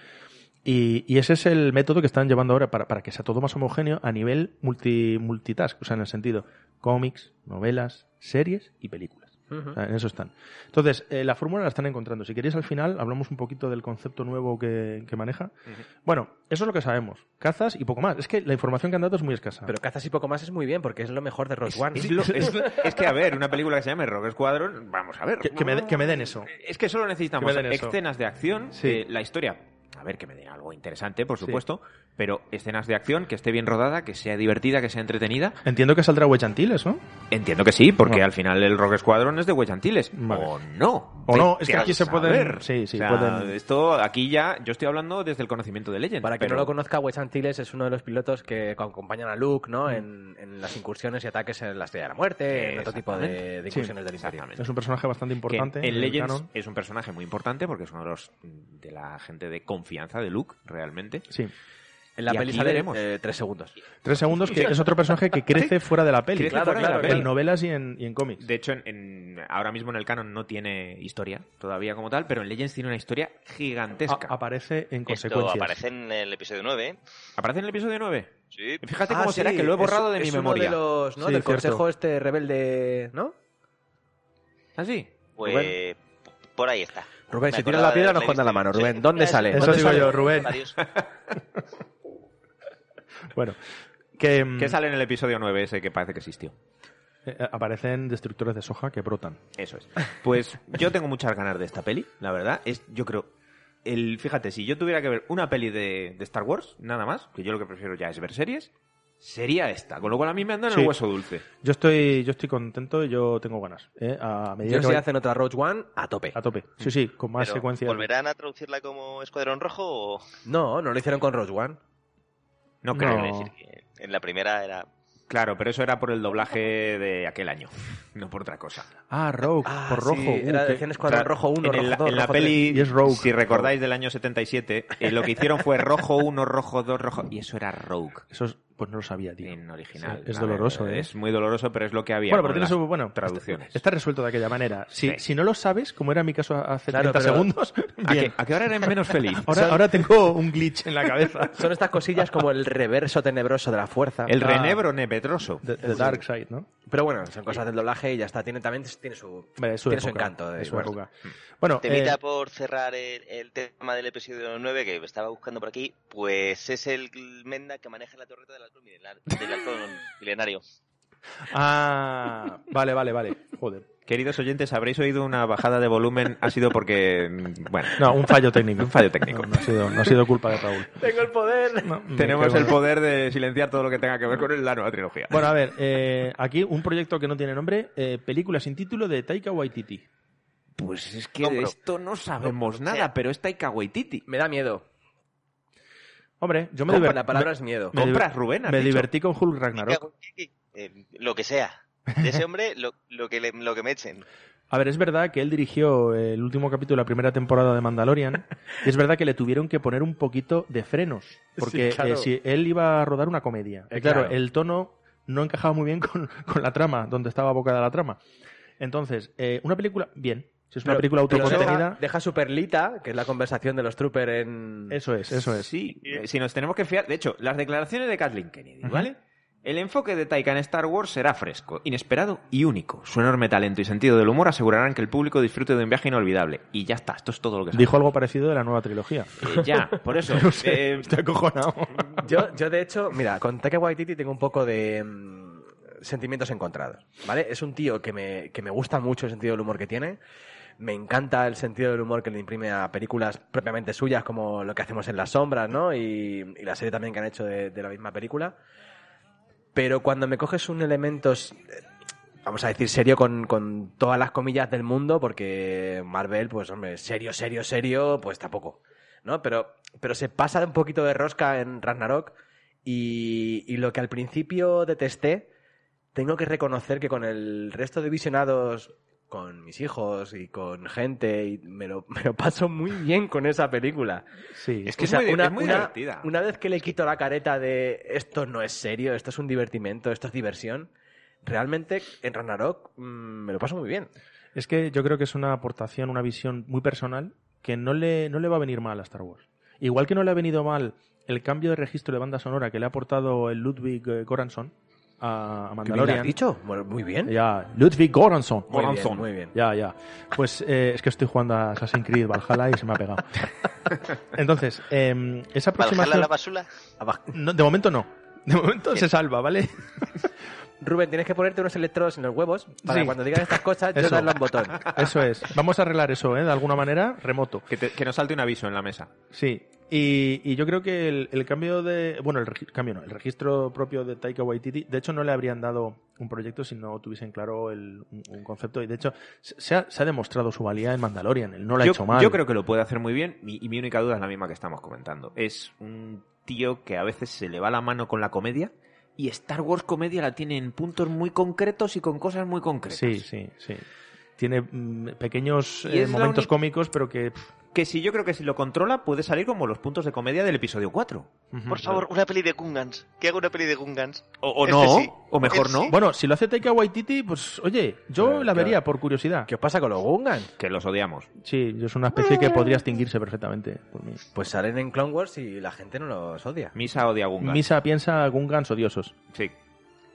S3: Y, y ese es el método que están llevando ahora para, para que sea todo más homogéneo a nivel multi, multitask, o sea, en el sentido cómics, novelas, series y películas.
S1: Ujú.
S3: O sea, en eso están. Entonces, eh, la fórmula la están encontrando. Si queréis, al final hablamos un poquito del concepto nuevo que, que maneja. Bueno, eso es lo que sabemos. Cazas y poco más. Es que la información que han dado es muy escasa.
S1: Pero Cazas y poco más es muy bien porque es lo mejor de Rogue One.
S4: Es, lo- es- es que, a ver, una película que se llame Rogue Squadron, vamos a ver.
S3: que, que me de- que me den eso.
S4: Es que solo necesitamos
S3: que me den eso.
S4: escenas de acción,
S3: Sí.
S4: eh, la historia. A ver, que me den algo interesante, por
S3: Sí.
S4: supuesto, pero escenas de acción, que esté bien rodada, que sea divertida, que sea entretenida.
S3: Entiendo que saldrá Huechantiles, ¿no?
S4: Entiendo que sí, porque
S3: Bueno.
S4: al final el Rogue Squadron es de Huellantiles.
S3: Vale.
S4: O no.
S3: O no,
S4: Vete
S3: es que
S4: a
S3: aquí se
S4: saber.
S3: pueden- sí, sí,
S4: O sea,
S3: pueden-
S4: Esto, aquí ya, yo estoy hablando desde el conocimiento de Legend.
S1: Para quien
S4: pero-
S1: no lo conozca, Wes Antilles es uno de los pilotos que acompañan a Luke ¿no? en, en las incursiones y ataques en la Estrella de la Muerte, en otro tipo de, de incursiones del Imperio.
S4: Exactamente.
S3: Es un personaje bastante
S4: que
S3: importante.
S4: en
S3: el
S4: Legends
S3: canon.
S4: es un personaje muy importante porque es uno de los de la gente de confianza de Luke realmente
S3: Sí.
S1: En la
S4: Y
S1: peli
S4: aquí
S1: sale
S4: veremos.
S1: eh, tres segundos.
S3: Tres segundos, que es otro personaje que crece fuera de la peli.
S4: Pues Crece fuera de la
S3: En
S4: peli.
S3: novelas y en, y en cómics.
S4: de hecho en, en- ahora mismo en el canon no tiene historia todavía como tal pero en Legends tiene una historia
S3: A-
S4: gigantesca
S3: aparece en
S2: Esto
S3: consecuencias.
S2: aparece en el episodio 9. ¿eh?
S4: aparece en el episodio 9
S2: Sí.
S4: fíjate
S1: Ah,
S4: cómo
S1: sí,
S4: será que lo he
S1: es-
S4: borrado de
S1: es
S4: mi
S1: uno
S4: memoria
S1: de los, este ¿no?
S3: Sí,
S1: del
S3: cierto.
S1: consejo este rebelde, ¿no?
S4: ¿Ah, sí?
S2: Pues
S1: Rubén.
S2: por ahí está.
S1: Rubén,
S2: Me
S1: si tiras la
S2: acordaba
S1: piedra
S2: de
S1: nos cuentas la mano.
S2: Sí.
S1: Rubén, ¿dónde
S2: Eso-
S1: sale?
S3: eso
S1: ¿Dónde
S3: digo
S1: sale?
S3: yo, Rubén.
S2: Adiós.
S3: Bueno, que mm,
S4: ¿Qué sale en el episodio 9 ese que parece que existió?
S3: eh, aparecen destructores de soja que brotan.
S4: Eso es. Pues yo tengo muchas ganas de esta peli, la verdad. Es, yo creo. El, fíjate, si yo tuviera que ver una peli de, de Star Wars, nada más, que yo lo que prefiero ya es ver series, sería esta. Con lo cual a mí me andan en
S3: Sí.
S4: el hueso dulce.
S3: Yo estoy, yo estoy contento y yo tengo ganas. ¿eh? A medida
S1: Yo
S3: que
S1: si
S3: vaya-
S1: hacen otra Rogue One, a tope.
S3: a tope.
S4: Mm.
S3: Sí, sí, con más
S2: Pero,
S3: secuencias.
S2: ¿Volverán a traducirla como Escuadrón Rojo o.?
S1: No, no lo hicieron con Rogue One.
S4: No creo.
S3: No. Eh.
S2: Quiero decir que en la primera era.
S4: Claro, pero eso era por el doblaje de aquel año, no por otra cosa.
S3: Ah, Rogue, por rojo.
S1: Sí,
S3: Uh,
S1: era
S3: qué-
S1: decían Escuadrón
S4: O sea,
S1: Rojo 1,
S4: en, el-
S1: Rojo 2,
S4: en la
S1: Rojo
S4: peli,
S3: Y es Rogue.
S4: si recordáis del año 77, eh, lo que hicieron fue rojo 1, rojo 2, rojo... Y eso era Rogue
S3: Eso es- pues no lo sabía, tío.
S4: en original.
S3: Sí, es
S4: A ver,
S3: doloroso, ¿eh?
S4: Es muy doloroso, pero es lo que había
S3: Bueno,
S4: con
S3: pero tiene
S4: las
S3: su, bueno,
S4: traducciones.
S3: Está resuelto de aquella manera. Si,
S4: Sí.
S3: si no lo sabes, como era mi caso hace
S1: Claro,
S3: 30
S1: pero-
S3: segundos,
S4: ¿A
S3: bien.
S4: que, a que ahora eres menos feliz?
S3: Ahora, ahora tengo un glitch en la cabeza.
S1: Son estas cosillas como el reverso tenebroso de la fuerza.
S4: El
S3: Ah.
S4: renebro nepetroso.
S3: The, the Dark Side, ¿no?
S1: Pero bueno, son cosas del doblaje y ya está. Tiene, también tiene su,
S3: Vale, es su
S1: tiene su
S3: época,
S1: encanto. de
S3: es su
S1: acuerdo.
S3: época. Bueno,
S2: Temita
S3: eh,
S2: por cerrar el, el tema del episodio 9 que estaba buscando por aquí, pues es el Menda que maneja la torreta del alcohol milenar- del halcón milenario.
S3: ah, vale, vale, vale. Joder.
S4: Queridos oyentes, habréis oído una bajada de volumen. Ha sido porque, mm, bueno,
S3: No, un fallo técnico.
S4: Un fallo técnico.
S3: No, no ha, sido, no ha sido culpa de Raúl.
S1: Tengo el poder.
S3: No, mm, me
S4: tenemos
S3: cago en-
S4: el poder de silenciar todo lo que tenga que ver con el- la nueva trilogía.
S3: Bueno, a ver, eh, aquí un proyecto que no tiene nombre, eh, película sin título de Taika Waititi.
S4: pues es que
S2: Compro.
S4: esto no sabemos
S2: O sea-
S4: nada, pero es Taika Waititi.
S1: Me da miedo.
S3: Hombre, yo me
S1: Compra,
S3: divertí.
S1: la palabra es miedo.
S3: Me-
S4: Compras, Rubén, has
S3: Me
S4: dicho.
S3: divertí con Hulk Ragnarok.
S2: Eh, lo que sea. De ese hombre, lo, lo que le- lo que me echen.
S3: A ver, es verdad que él dirigió eh, el último capítulo de la primera temporada de Mandalorian. y es verdad que le tuvieron que poner un poquito de frenos. Porque
S1: Sí, claro.
S3: eh, si él iba a rodar una comedia.
S1: Eh,
S3: Y claro,
S1: claro.
S3: el tono no encajaba muy bien con, con la trama, donde estaba abocada la trama. Entonces, eh, una película, bien. Si es una
S1: Pero-
S3: película
S1: pero
S3: autocontenida,
S1: Deja, deja su perlita, que es la conversación de los troopers en...
S3: eso es, eso es.
S4: Sí, eh, si nos tenemos que fiar. De hecho, las declaraciones de Kathleen Kennedy, ¿vale? El enfoque de Taika en Star Wars será fresco, inesperado y único. Su enorme talento y sentido del humor asegurarán que el público disfrute de un viaje inolvidable. Y ya está, esto es todo lo que
S3: Dijo algo parecido de la nueva trilogía.
S4: sabemos. Eh, ya, por eso. eh,
S3: Estoy acojonado.
S1: Yo, yo, de hecho, mira, con Taika Waititi tengo un poco de mm, sentimientos encontrados, ¿vale? Es un tío que me, que me gusta mucho el sentido del humor que tiene. Me encanta el sentido del humor que le imprime a películas propiamente suyas, como lo que hacemos en Las Sombras, ¿no? Y, y la serie también que han hecho de, de la misma película. Pero cuando me coges un elemento, s- eh, vamos a decir, serio con, con todas las comillas del mundo, porque Marvel, pues hombre, serio, serio, serio, pues tampoco. ¿no? Pero, pero se pasa un poquito de rosca en Ragnarok y, y lo que al principio detesté, tengo que reconocer que con el resto de visionados, con mis hijos y con gente, y me, lo, me lo paso muy bien con esa película.
S3: Sí.
S4: Es que es muy- es muy divertida.
S1: Una vez que le quito la careta de esto no es serio, esto es un divertimento, esto es diversión, realmente en Ragnarok mm, me lo paso muy bien.
S3: Es que yo creo que es una aportación, una visión muy personal que no le, no le va a venir mal a Star Wars. Igual que no le ha venido mal el cambio de registro de banda sonora que le ha aportado el Ludwig eh, Göransson
S1: ¿Qué
S3: a, a
S1: bien
S3: Mandalorian.
S1: has dicho? Bueno, Muy bien.
S3: Ya, Ludwig Göransson.
S1: Muy bien,
S4: Göransson.
S1: muy bien.
S3: Ya, ya. Pues eh, es que estoy jugando a Assassin's Creed Valhalla y se me ha pegado. Entonces, eh, esa
S2: Valhalla
S3: aproximación...
S2: la basura.
S1: Abajo.
S3: No, de momento no. De momento se salva, ¿vale?
S1: Rubén, tienes que ponerte unos electrodos en los huevos para
S3: Sí.
S1: cuando digan estas cosas yo
S3: Eso.
S1: darle a un botón.
S3: Eso es. Vamos a arreglar eso, ¿eh? De alguna manera, remoto.
S4: que, te- que nos salte un aviso en la mesa.
S3: Sí, y, y yo creo que el, el cambio de. Bueno, el regi- cambio no, el registro propio de Taika Waititi, de hecho, no le habrían dado un proyecto si no tuviesen claro el, un, un concepto. Y de hecho, se se ha, se ha demostrado su valía en Mandalorian, él no lo ha
S4: yo,
S3: hecho mal.
S4: yo creo que lo puede hacer muy bien y, y mi única duda es la misma que estamos comentando. Es un tío que a veces se le va la mano con la comedia y Star Wars comedia la tiene en puntos muy concretos y con cosas muy concretas.
S3: Sí, sí, sí. Tiene mm, pequeños
S4: Y
S3: eh,
S4: es la
S3: momentos
S4: única-
S3: cómicos, pero que. pff,
S4: Que si yo creo que si lo controla puede salir como los puntos de comedia del episodio 4.
S3: ujú.
S2: Por favor, una peli de Gungans. Que haga una peli de Gungans.
S4: O, o
S2: Este
S4: no,
S2: sí.
S4: o mejor
S2: Este
S4: no.
S2: sí.
S3: Bueno, si lo hace Taika Waititi, pues oye, yo
S1: Eh,
S3: la
S1: claro.
S3: vería por curiosidad.
S1: ¿Qué os pasa con los Gungan?
S4: Que los odiamos.
S3: Sí, es una especie que podría extinguirse perfectamente por mí.
S1: Pues salen en Clone Wars y la gente no los odia.
S4: Misa odia a Gungan.
S3: Misa piensa Gungans odiosos.
S4: Sí.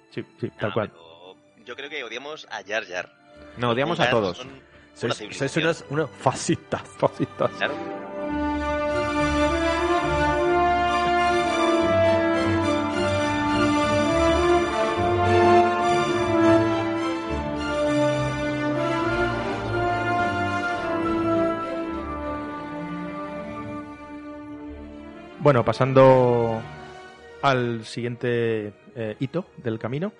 S3: Sí, sí, tal
S2: No,
S4: Ah,
S3: cual.
S2: pero Yo creo que odiamos a Jar Jar.
S4: No, digamos a
S2: Juntas
S4: todos.
S2: son una
S1: Sois,
S2: civilización.
S1: sois unos, unos fascistas.
S3: Fascistas.
S2: Claro.
S3: Bueno, pasando al siguiente eh, hito del camino.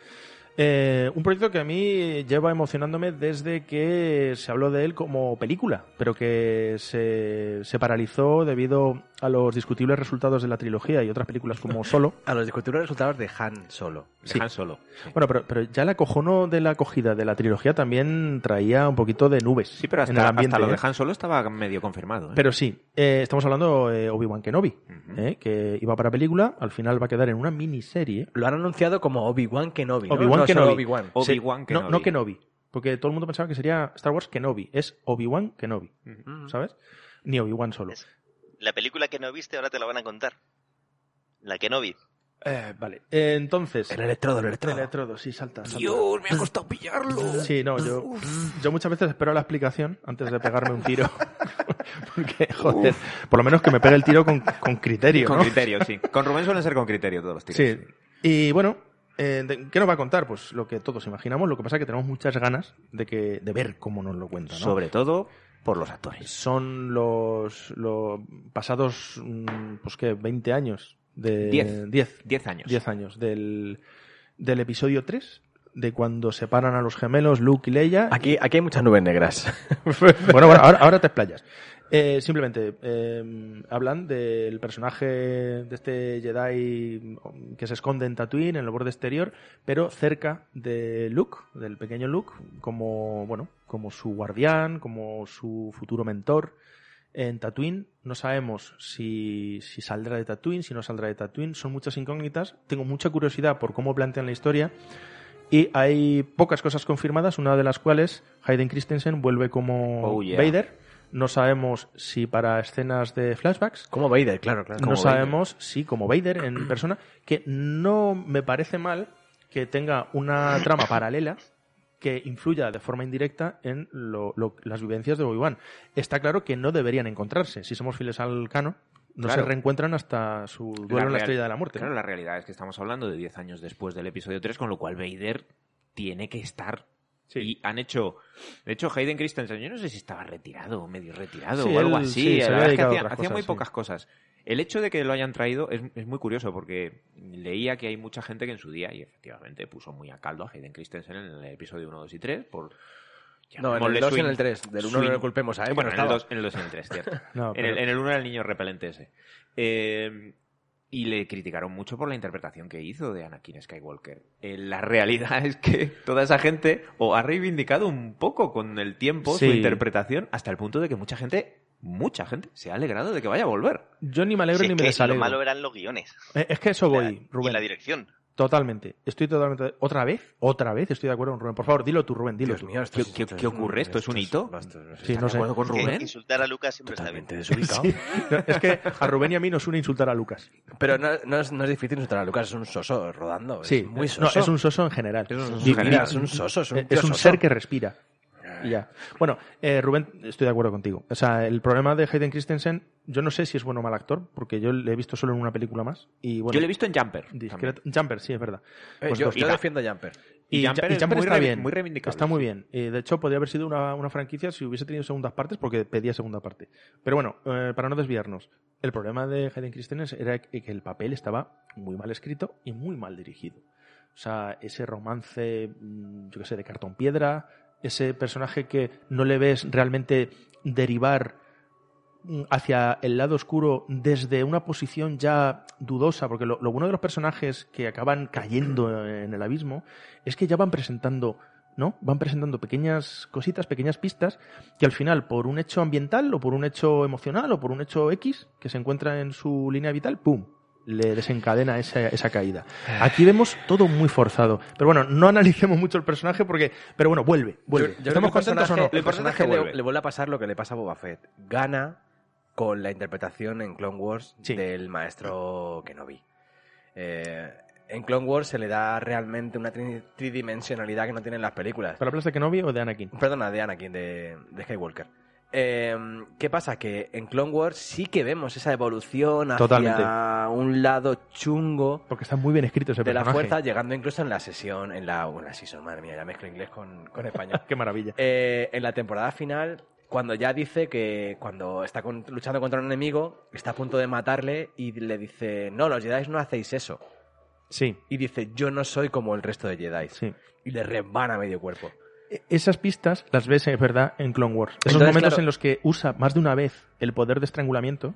S3: Eh, un proyecto que a mí lleva emocionándome desde que se habló de él como película, pero que se, se paralizó debido a los discutibles resultados de la trilogía y otras películas como Solo.
S1: A los discutimos los resultados de Han solo.
S3: Sí.
S4: Han Solo.
S3: Bueno, pero, pero ya el acojono de la acogida de la trilogía también traía un poquito de nubes
S4: Sí, pero
S3: en el
S4: hasta,
S3: ambiente.
S4: hasta lo
S3: ¿eh?
S4: de Han Solo estaba medio confirmado. ¿eh?
S3: Pero sí, eh, estamos hablando de Obi-Wan Kenobi,
S4: Ujú.
S3: ¿eh? que iba para película, al final va a quedar en una miniserie.
S1: Lo han anunciado como Obi-Wan Kenobi. ¿no?
S3: Obi-Wan
S1: No, solo
S3: Kenobi.
S1: Obi-Wan.
S4: O- Obi-Wan
S3: Sí, no-
S4: Kenobi.
S3: No, Kenobi, porque todo el mundo pensaba que sería Star Wars Kenobi, es Obi-Wan Kenobi,
S1: Mm.
S3: ¿sabes? Ni Obi-Wan solo.
S2: Es- La película que no viste ahora te la van a contar. La que no vi.
S3: Eh, vale, Eh, entonces...
S1: El electrodo, el
S3: El
S1: electrodo.
S3: electrodo, sí, salta, salta.
S4: Dios, me ha costado pillarlo.
S3: Sí, no, yo, yo muchas veces espero la explicación antes de pegarme un tiro. Porque, joder, por lo menos que me pegue el tiro con, con criterio.
S4: Con
S3: ¿no?
S4: criterio, sí. Con Rubén suelen ser con criterio todos los tiros.
S3: Sí. Y bueno, eh, de- ¿qué nos va a contar? Pues lo que todos imaginamos. Lo que pasa es que tenemos muchas ganas de que de ver cómo nos lo cuentan. ¿no?
S4: Sobre todo por los actores.
S3: Son los, los pasados, mm, pues que 20 años. De,
S4: Diez.
S3: 10.
S4: Diez años.
S3: 10 años. Del, del episodio 3, de cuando separan a los gemelos Luke y Leia.
S1: Aquí, aquí hay muchas nubes negras.
S3: Bueno, bueno, ahora, ahora te explayas. Eh, simplemente, eh, hablan del personaje de este Jedi que se esconde en Tatooine, en el borde exterior, pero cerca de Luke, del pequeño Luke, como, bueno, como su guardián, como su futuro mentor. En Tatooine no sabemos si, si saldrá de Tatooine, si no saldrá de Tatooine. Son muchas incógnitas. Tengo mucha curiosidad por cómo plantean la historia. Y hay pocas cosas confirmadas, una de las cuales Hayden Christensen vuelve como
S4: Oh, yeah.
S3: Vader. No sabemos si para escenas de flashbacks.
S1: Como Vader, claro, claro.
S3: No
S4: Como Vader.
S3: sabemos si como Vader en persona. Que no me parece mal que tenga una trama paralela que influya de forma indirecta en lo- lo- las vivencias de Obi-Wan. Está claro que no deberían encontrarse. Si somos fieles al cano, no
S4: Claro.
S3: se reencuentran hasta su duelo en la
S4: real-
S3: Estrella de la Muerte.
S4: Claro, la realidad es que estamos hablando de 10 años después del episodio 3, con lo cual Vader tiene que estar.
S3: Sí.
S4: Y han hecho. De hecho, Hayden Christensen, yo no sé si estaba retirado o medio retirado
S3: Sí,
S4: o algo
S3: él-
S4: así.
S3: sí, se había
S4: La verdad es que
S3: dedicado a
S4: hacía,
S3: otras
S4: hacía muy
S3: cosas, sí.
S4: pocas cosas. El hecho de que lo hayan traído es, es muy curioso porque leía que hay mucha gente que en su día, y efectivamente puso muy a caldo a Hayden Christensen en el episodio 1, 2 y 3, por.
S1: No, en el
S4: llamémosle
S1: 2 y
S4: su
S1: en
S4: in-
S1: el 3. Del 1
S4: su
S1: no
S4: in-
S1: le culpemos a él.
S4: bueno,
S1: Bueno,
S4: en el
S1: estaba.
S4: 2 en el dos y en el 3, cierto.
S3: No,
S4: En
S3: pero-
S4: el, en el uno era el niño repelente ese. Eh, y le criticaron mucho por la interpretación que hizo de Anakin Skywalker. Eh, la realidad es que toda esa gente o ha reivindicado un poco con el tiempo
S3: Sí.
S4: su interpretación hasta el punto de que mucha gente, mucha gente, se ha alegrado de que vaya a volver.
S3: Yo ni me alegro
S2: Si es
S3: ni me
S2: que
S3: desalegro.
S2: lo malo eran los guiones
S3: Eh, Es que eso
S2: La-
S3: voy, Rubén.
S2: y la dirección.
S3: Totalmente. Estoy totalmente. ¿Otra vez? ¿Otra vez? Estoy de acuerdo con Rubén. Por favor, dilo tú, Rubén, dilo
S1: Dios
S3: tú.
S1: mío, esto
S4: ¿Qué-
S1: es-
S4: qué-
S1: esto
S4: qué
S1: es un-
S4: ocurre? ¿Esto es un hito?
S1: esto- esto-
S3: Sí,
S1: ¿estás
S3: no
S1: de
S3: sé.
S1: acuerdo con
S2: Que
S1: Rubén?
S2: Insultar a Lucas siempre
S1: Totalmente
S2: está
S1: desubicado.
S3: Es que a Rubén y a mí nos une insultar a Lucas.
S1: Pero no, no es, no es difícil insultar a Lucas, es un soso rodando. Es
S3: Sí.
S1: muy soso.
S3: Eh, No, es un soso en general.
S1: Es un
S3: Y-
S1: soso en
S3: y-
S1: general, es un soso, es un
S3: eh,
S1: tío
S3: es un
S1: soso.
S3: ser que respira. Y ya. Bueno, eh, Rubén, estoy de acuerdo contigo. O sea, el problema de Hayden Christensen, yo no sé si es bueno o mal actor, porque yo le he visto solo en una película más. Y bueno,
S4: Yo le he visto en Jumper.
S3: discreto- Jumper, sí, es verdad.
S1: Eh,
S3: Pues
S1: yo,
S3: dos-
S1: yo defiendo a Jumper.
S4: Y Jumper es muy
S3: está
S4: revi-
S3: bien.
S4: muy reivindicable.
S3: Está muy bien. Eh, de hecho, podría haber sido una, una franquicia si hubiese tenido segundas partes, porque pedía segunda parte. Pero bueno, eh, para no desviarnos, el problema de Hayden Christensen era que que el papel estaba muy mal escrito y muy mal dirigido. O sea, ese romance, mm, yo qué sé, de cartón piedra, ese personaje que no le ves realmente derivar mm, hacia el lado oscuro desde una posición ya dudosa, porque lo, lo bueno de los personajes que acaban cayendo en el abismo es que ya van presentando, ¿no? Van presentando pequeñas cositas, pequeñas pistas, que al final, por un hecho ambiental, o por un hecho emocional, o por un hecho X que se encuentra en su línea vital, ¡pum! le desencadena esa, esa caída. Aquí vemos todo muy forzado. Pero bueno, no analicemos mucho el personaje porque... Pero bueno, vuelve, vuelve.
S1: Yo- yo
S3: ¿Estamos
S1: creo que el
S3: contentos o no?
S1: personaje- El
S4: personaje
S1: personaje le,
S4: vuelve.
S1: le vuelve a pasar lo que le pasa a Boba Fett. Gana con la interpretación en Clone Wars
S3: Sí.
S1: del maestro Kenobi. Eh, en Clone Wars se le da realmente una tri- tridimensionalidad que no tienen las películas.
S3: ¿Pero hablas de Kenobi o de Anakin?
S1: Perdona, de Anakin, de, de Skywalker. Eh, ¿Qué pasa? Que en Clone Wars sí que vemos esa evolución hacia
S3: Totalmente.
S1: un lado chungo
S3: Porque está muy bien escrito ese
S1: de la
S3: personaje.
S1: fuerza, llegando incluso en la sesión, en la, en la season, madre mía, ya mezclo inglés con, con español.
S3: Qué maravilla.
S1: Eh, en la temporada final, cuando ya dice que cuando está con- luchando contra un enemigo, está a punto de matarle y le dice, no, los Jedi no hacéis eso.
S3: Sí,
S1: Y dice, yo no soy como el resto de Jedi.
S3: sí.
S1: Y le rebana medio cuerpo.
S3: E- Esas pistas las ves, es verdad, en Clone Wars. Esos
S1: Entonces,
S3: momentos
S1: claro.
S3: en los que usa más de una vez el poder de estrangulamiento,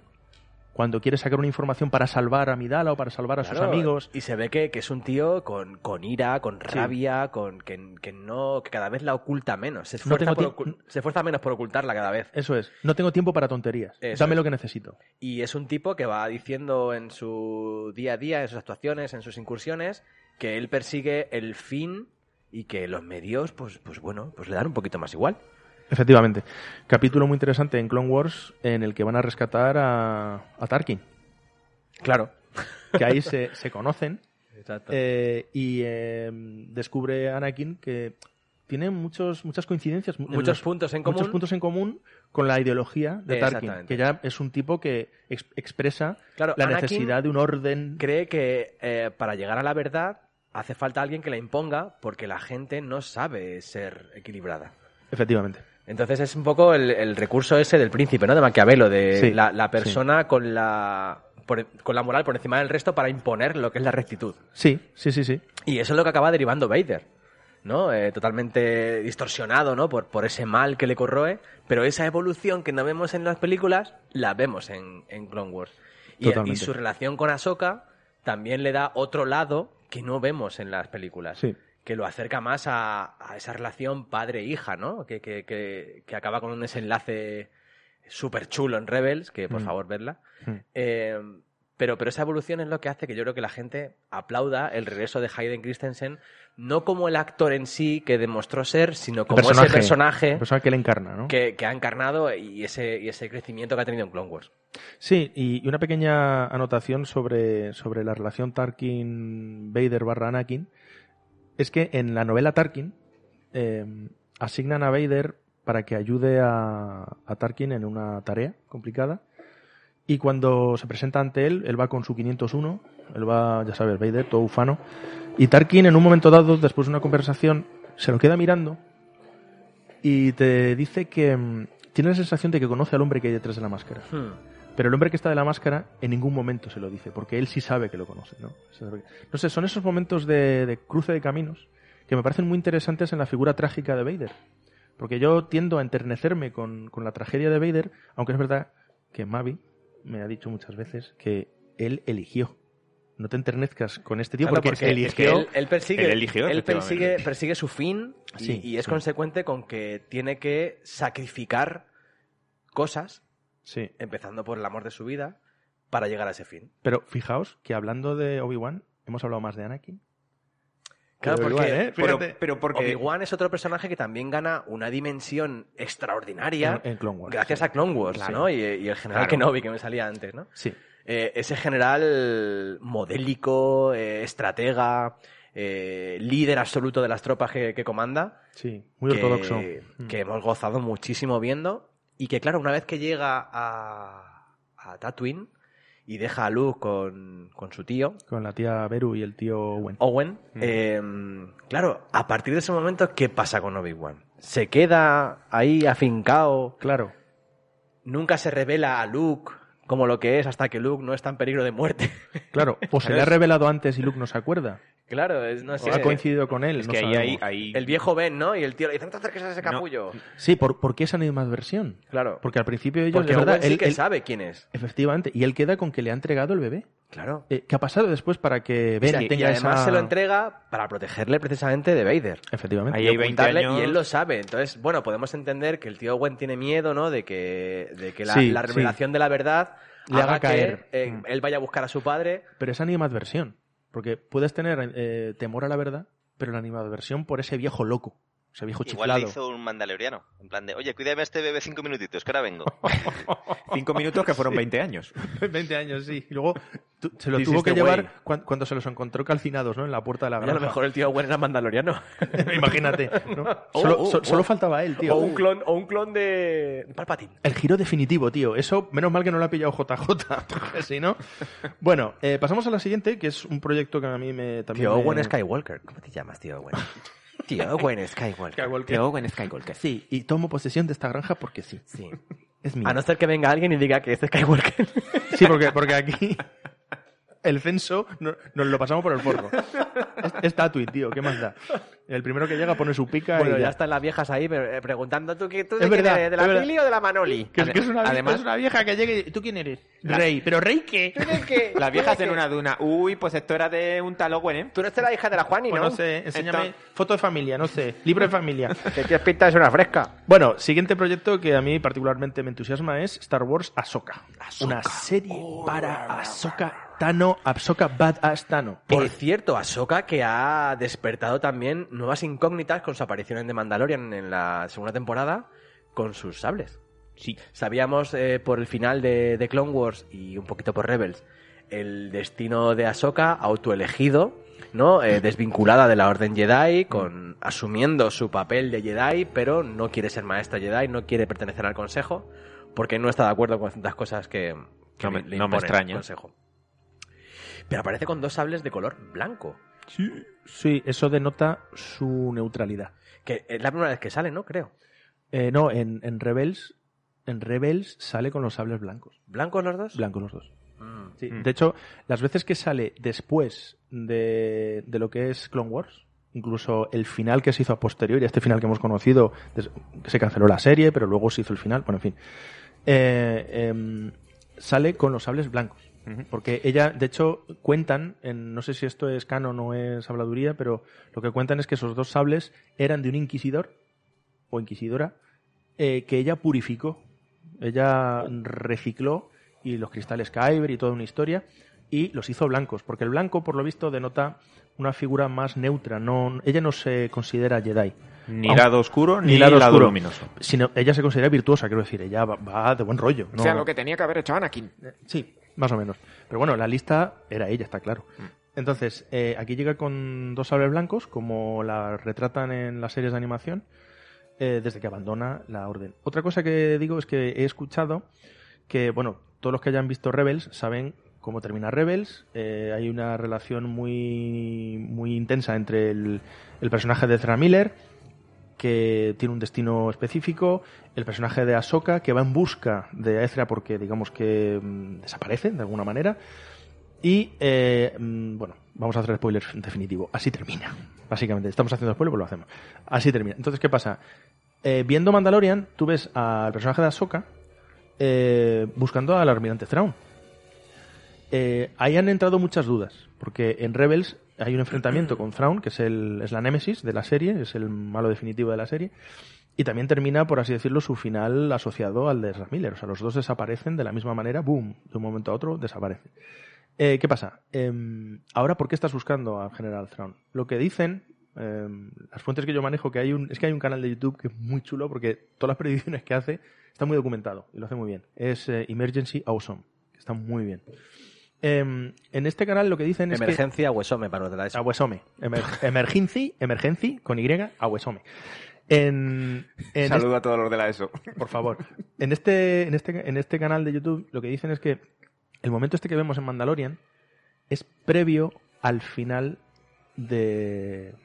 S3: cuando quiere sacar una información para salvar a Midala o para salvar a sus
S1: Claro,
S3: amigos.
S1: Y se ve que, que es un tío con, con ira, con
S3: Sí.
S1: rabia, con que, que no que cada vez la oculta menos. Se
S3: No
S1: esfuerza,
S3: tengo
S1: por
S3: tiemp-
S1: ocul- se esfuerza menos por ocultarla cada vez.
S3: Eso es. No tengo tiempo para tonterías.
S1: Eso
S3: Dame
S1: es.
S3: lo que necesito.
S1: Y es un tipo que va diciendo en su día a día, en sus actuaciones, en sus incursiones, que él persigue el fin y que los medios, pues, pues bueno, pues le dan un poquito más igual.
S3: Efectivamente. Capítulo muy interesante en Clone Wars en el que van a rescatar a, a Tarkin.
S1: Claro.
S3: Que ahí se, se conocen
S1: Exacto.
S3: eh, y eh, descubre Anakin que tiene muchos, muchas coincidencias. en
S1: muchos
S3: los-
S1: puntos en común.
S3: muchos puntos en común con la ideología de Tarkin.
S1: Exactamente.
S3: Que ya es un tipo que ex- expresa
S1: Claro,
S3: la
S1: Anakin
S3: necesidad de un orden.
S1: cree que eh, para llegar a la verdad hace falta alguien que la imponga porque la gente no sabe ser equilibrada.
S3: Efectivamente.
S1: Entonces es un poco el, el recurso ese del príncipe, ¿no? De Maquiavelo, de
S3: Sí,
S1: la, la persona con la por- con la moral por encima del resto para imponer lo que es la rectitud.
S3: Sí, sí, sí, sí.
S1: Y eso es lo que acaba derivando Vader, ¿no? Eh, totalmente distorsionado, ¿no? Por, por ese mal que le corroe, pero esa evolución que no vemos en las películas, la vemos en, en Clone Wars. Y, y
S3: Totalmente.
S1: su relación con Ahsoka también le da otro lado que no vemos en las películas.
S3: Sí.
S1: Que lo acerca más a, a esa relación padre-hija, ¿no? Que, que, que, que acaba con un desenlace súper chulo en Rebels, que por
S3: Mm.
S1: favor, verla.
S3: Mm.
S1: Eh, pero, pero esa evolución es lo que hace que yo creo que la gente aplauda el regreso de Hayden Christensen, no como el actor en sí que demostró ser, sino como ese personaje
S3: La persona Pues que le encarna, ¿no?
S1: que, que ha encarnado y ese, y ese crecimiento que ha tenido en Clone Wars.
S3: Sí, y y una pequeña anotación sobre, sobre la relación Tarkin-Vader barra Anakin. Es que en la novela Tarkin eh, asignan a Vader para que ayude a, a Tarkin en una tarea complicada. Y cuando se presenta ante él, él va con su 501, él va, ya sabes, Vader, todo ufano. Y Tarkin en un momento dado, después de una conversación, se lo queda mirando y te dice que mm, tiene la sensación de que conoce al hombre que hay detrás de la máscara.
S1: Hmm.
S3: Pero el hombre que está de la máscara en ningún momento se lo dice, porque él sí sabe que lo conoce, ¿no? Se sabe que- No sé, son esos momentos de, de cruce de caminos que me parecen muy interesantes en la figura trágica de Vader. Porque yo tiendo a enternecerme con, con la tragedia de Vader, aunque es verdad que Mavi me ha dicho muchas veces que él eligió. No te enternezcas con este tío
S4: Claro,
S3: porque,
S4: porque
S3: él
S4: es que
S3: eligió.
S1: él, él persigue,
S4: él eligió,
S1: él
S4: efectivamente.
S1: persigue, persigue su fin y,
S3: Ah, Sí,
S1: y es
S3: sí.
S1: consecuente con que tiene que sacrificar cosas,
S3: Sí.
S1: empezando por el amor de su vida, para llegar a ese fin.
S3: Pero fijaos que hablando de Obi-Wan, hemos hablado más de Anakin.
S1: Claro,
S3: Pero
S1: porque,
S3: Obi-Wan, ¿eh?
S4: Pero,
S3: Fíjate.
S4: pero porque...
S1: Obi-Wan es otro personaje que también gana una dimensión extraordinaria
S3: En, en Clone Wars.
S1: gracias
S3: sí.
S1: a Clone Wars,
S3: Claro.
S1: ¿no? Y, y el general
S4: Claro.
S1: Kenobi que me salía antes, ¿no?
S3: Sí.
S1: Eh, ese general modélico, eh, estratega, eh, líder absoluto de las tropas que, que comanda.
S3: Sí, muy
S1: que-
S3: ortodoxo. Mm.
S1: Que hemos gozado muchísimo viendo. Y que, claro, una vez que llega a, a Tatooine y deja a Luke con, con su tío,
S3: Con la tía Beru y el tío Owen.
S1: Owen,
S4: Mm.
S1: eh, claro, a partir de ese momento, ¿qué pasa con Obi-Wan? ¿Se queda ahí afincado?
S3: Claro.
S1: ¿Nunca se revela a Luke como lo que es hasta que Luke no está en peligro de muerte?
S3: Claro, o se le ha revelado antes y Luke no se acuerda.
S1: claro, es, no sé.
S3: o ha coincidido con él.
S4: Es
S3: no
S4: que ahí, ahí,
S3: sabemos.
S4: ahí-
S1: El viejo Ben, ¿no? Y el tío le dice, no te acerques a ese
S4: No.
S1: capullo.
S3: Sí, ¿por, ¿por qué esa animadversión?
S1: Claro.
S3: Porque al principio ellos,
S1: Porque
S3: es verdad,
S1: Owen sí
S3: él-
S1: que
S3: él-
S1: sabe quién es.
S3: efectivamente, y él queda con que le ha entregado el bebé.
S1: Claro.
S3: Eh, ¿Qué ha pasado después para que
S1: Y-
S3: Ben
S1: este- y,
S3: tenga
S1: además
S3: esa-
S1: se lo entrega para protegerle precisamente de Vader.
S3: Efectivamente.
S4: Ahí
S1: Y
S4: hay 20
S1: ocultarle,
S4: años.
S1: y él lo sabe. Entonces, bueno, podemos entender que el tío Owen tiene miedo, ¿no? De que, de que la,
S3: Sí,
S1: la
S3: sí.
S1: revelación de la verdad
S3: Le
S1: que,
S3: haga caer.
S1: eh,
S3: Mm.
S1: él vaya a buscar a su padre.
S3: Pero es animadversión. Porque puedes tener eh, temor a la verdad, pero la animadversión por ese viejo loco. O Ese viejo
S2: Igual le
S3: chiflado.
S2: hizo un mandaloriano. En plan de, oye, cuídame a este bebé cinco minutitos, que ahora vengo.
S4: Cinco minutos que fueron 20 años.
S3: 20 años, sí. Y luego tu- se lo
S4: This
S3: tuvo
S4: is
S3: que
S4: the way.
S3: llevar cuan- cuando se los encontró calcinados, ¿no? En la puerta de la
S1: Y este a
S3: granja.
S1: lo mejor el tío Owen era mandaloriano.
S3: Imagínate. ¿no?
S1: Oh,
S3: solo,
S1: oh,
S3: so-
S1: oh.
S3: solo faltaba él, tío. uh.
S1: o, un clon, o un clon de de Palpatine.
S3: El giro definitivo, tío. Eso, menos mal que no lo ha pillado JJ. si no. Bueno, eh, pasamos a la siguiente, que es un proyecto que a mí me también.
S1: Tío
S3: me-
S1: Owen Skywalker. ¿Cómo te llamas, tío Owen? tío Owen Skywalker.
S3: Skywalker.
S4: Te hago en Skywalker.
S3: Sí, y tomo posesión de esta granja porque sí.
S1: Sí.
S3: Es mío.
S1: A Ah, no ser que venga alguien y diga que es Skywalker.
S3: Sí, porque, porque aquí el censo no- nos lo pasamos por el forro. Es, es Tatooine, tío, ¿qué más da? El primero que llega pone su pica
S1: bueno,
S3: y
S1: ya están las viejas ahí pre- eh, preguntando tú, qué- tú
S3: Es
S1: de, quién
S3: verdad,
S1: eres? ¿De
S3: es
S1: la
S3: verdad.
S1: Pili o de la Manoli.
S3: Que es, que es una,
S4: Además-
S3: es una vieja que llega y dice, ¿tú quién eres? Rey. ¿Pero rey qué?
S4: Las viejas en una duna. Uy, pues esto era de un tal Owen, ¿eh?
S1: Tú no eres la hija de la Juani,
S3: Pues
S1: ¿no?
S3: no sé, enséñame foto de familia, no sé, libro de familia.
S1: Que tienes pinta de ser una fresca.
S3: Bueno, siguiente proyecto que a mí particularmente me entusiasma es Star Wars Ahsoka. Una serie
S1: Oh,
S3: para Ahsoka Tano, Ahsoka Badass Tano.
S1: Por cierto, Ahsoka que ha despertado también nuevas incógnitas con su aparición en The Mandalorian en la segunda temporada con sus sables.
S4: Sí.
S1: Sabíamos eh, por el final de, de Clone Wars y un poquito por Rebels el destino de Ahsoka autoelegido, ¿no? Eh, desvinculada de la Orden Jedi, con asumiendo su papel de Jedi, pero no quiere ser maestra Jedi, no quiere pertenecer al Consejo, porque no está de acuerdo con ciertas cosas que, que
S4: No me-
S1: le
S4: no
S1: impone
S4: me
S1: el
S4: extraña.
S1: Consejo. Pero aparece con dos sables de color blanco,
S3: Sí, eso denota su neutralidad.
S1: que es la primera vez que sale, ¿no? Creo.
S3: Eh, no, en, en Rebels, en Rebels sale con los sables blancos.
S1: ¿Blancos los dos?
S3: Blancos los dos.
S1: Mm.
S3: Sí,
S4: Mm.
S3: De hecho, las veces que sale después de, de lo que es Clone Wars, incluso el final que se hizo a posteriori, este final que hemos conocido, des- que se canceló la serie, pero luego se hizo el final, bueno, en fin, eh, em, sale con los sables blancos.
S4: Ujú.
S3: Porque ella, de hecho, cuentan, en- no sé si esto es canon o es habladuría, pero lo que cuentan es que esos dos sables eran de un inquisidor o inquisidora eh, que ella purificó. Ella recicló y los cristales Kyber y toda una historia y los hizo blancos, porque el blanco, por lo visto, denota una figura más neutra. No, ella no se considera Jedi,
S4: Ni
S3: Aunque-
S4: lado oscuro, ni,
S3: ni lado
S4: lado,
S3: oscuro.
S4: luminoso.
S3: sino ella se considera virtuosa, quiero decir, ella va, va de buen rollo.
S6: O sea,
S3: no-
S6: lo que tenía que haber hecho Anakin.
S3: Sí, más o menos. Pero bueno, la lista era ella, está claro. Entonces, eh, aquí llega con dos sables blancos, como la retratan en las series de animación, eh, desde que abandona la orden. Otra cosa que digo es que he escuchado que, bueno, todos los que hayan visto Rebels saben cómo termina Rebels. Eh, hay una relación muy, muy intensa entre el, el personaje de Ezra Miller, que tiene un destino específico, el personaje de Ahsoka, que va en busca de Ezra porque, digamos que mm, desaparece de alguna manera. Y, eh, mm, bueno, vamos a hacer spoiler definitivo. Así termina. Básicamente, estamos haciendo spoiler, pero lo hacemos. Así termina. Entonces, ¿qué pasa? Eh, viendo Mandalorian, tú ves al personaje de Ahsoka eh, buscando al almirante Thrawn. Eh, ahí han entrado muchas dudas, porque en Rebels hay un enfrentamiento con Thrawn, que es, el, es la némesis de la serie, es el malo definitivo de la serie, y también termina, por así decirlo, su final asociado al de Ezra Miller. O sea, los dos desaparecen de la misma manera, boom, de un momento a otro desaparecen. Eh, ¿Qué pasa? Em, Ahora, ¿por qué estás buscando al general Thrawn? Lo que dicen em, las fuentes que yo manejo que hay un, es que hay un canal de YouTube que es muy chulo porque todas las predicciones que hace está muy documentado y lo hace muy bien. Es eh, Emergency Awesome, que está muy bien. Em, en este canal lo que dicen es que
S1: Emergencia huesome para la
S3: a Huesome. Emer- emergency, emergency con Y a Huesome. En, este en
S4: Saludo a todos los de la ESO.
S3: este- por favor. En este, en este, en este canal de YouTube lo que dicen es que el momento este que vemos en Mandalorian es previo al final de.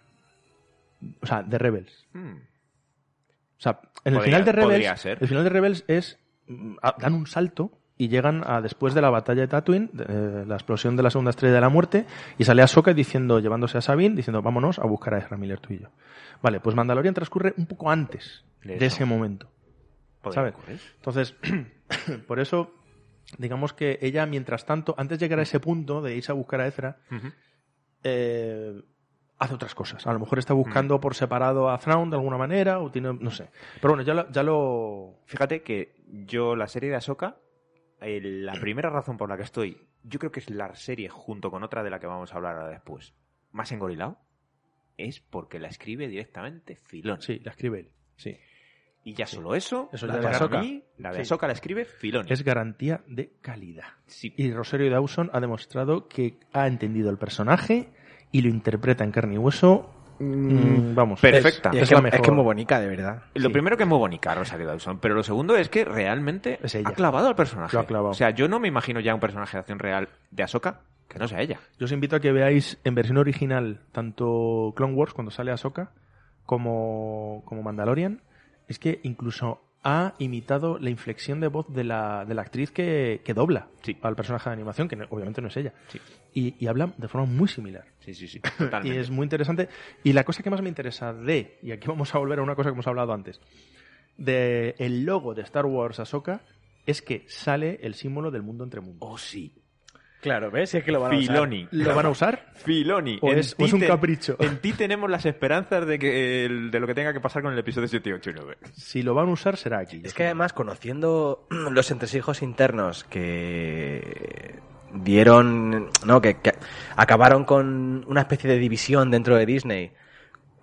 S3: O sea, de Rebels.
S4: Hmm,
S3: O sea, en el
S4: Podría-
S3: final de
S4: podría
S3: Rebels.
S4: ser.
S3: El final de Rebels es. mm, a- dan un salto y llegan a después de la batalla de Tatooine, de- eh, la explosión de la segunda estrella de la muerte, y sale Ahsoka diciendo, llevándose a Sabine, diciendo, vámonos a buscar a Ezra Miller tú y yo. Vale, pues Mandalorian transcurre un poco antes
S4: De
S3: de
S4: eso.
S3: ese momento. ¿Sabes? Entonces, por eso, digamos que ella, mientras tanto, antes de llegar a ese punto de irse a buscar a Ezra, eh, hace otras cosas. A lo mejor está
S1: Mm.
S3: buscando por separado a Thrawn de alguna manera, o tiene, no sé. Pero bueno, ya lo... Ya lo...
S4: Fíjate que yo la serie de Ahsoka, eh, la primera razón por la que estoy, yo creo que es la serie junto con otra de la que vamos a hablar ahora después. Más engorilado. es porque la escribe directamente Filón.
S3: Sí, la escribe él. Sí.
S4: Y ya solo eso,
S3: Eso
S4: la
S3: ya
S4: de
S3: de Ahsoka.
S4: Ahsoka, la, de
S3: Sí.
S4: Ahsoka la escribe Filón.
S3: Es garantía de calidad.
S4: Sí.
S3: Y Rosario Dawson ha demostrado que ha entendido el personaje y lo interpreta en carne y hueso. mm, vamos.
S4: Perfecta.
S3: Es,
S1: Y
S3: es
S1: es, que,
S3: la
S1: es
S3: mejor.
S1: que es muy bonita, de verdad.
S4: Lo
S3: Sí.
S4: primero que es muy bonita Rosario Dawson, pero lo segundo es que realmente
S3: Es ella.
S4: ha clavado al personaje.
S3: Lo ha clavado.
S4: O sea, yo no me imagino ya un personaje de acción real de Ahsoka que no sea ella.
S3: Yo os invito a que veáis en versión original tanto Clone Wars cuando sale Ahsoka como, como Mandalorian. Es que incluso ha imitado la inflexión de voz de la, de la actriz que, que dobla
S4: Sí.
S3: al personaje de animación, que no- obviamente no es ella.
S4: Sí.
S3: Y, y habla de forma muy similar.
S4: Sí, sí, sí. Totalmente.
S3: Y es muy interesante. Y la cosa que más me interesa de, y aquí vamos a volver a una cosa que hemos hablado antes, de el logo de Star Wars Ahsoka, es que sale el símbolo del mundo entre mundos.
S4: Oh, sí.
S1: Claro, ¿ves? Si es que lo van a usar.
S4: Filoni.
S3: ¿Lo van a usar?
S4: Filoni.
S3: O
S4: en
S3: es-
S4: ti
S3: o es un
S4: te-
S3: capricho.
S4: En ti tenemos las esperanzas de, que, el- de lo que tenga que pasar con el episodio 78 y 9.
S3: Si lo van a usar, será aquí.
S1: Es que además, conociendo los entresijos internos que dieron, no, que, que acabaron con una especie de división dentro de Disney,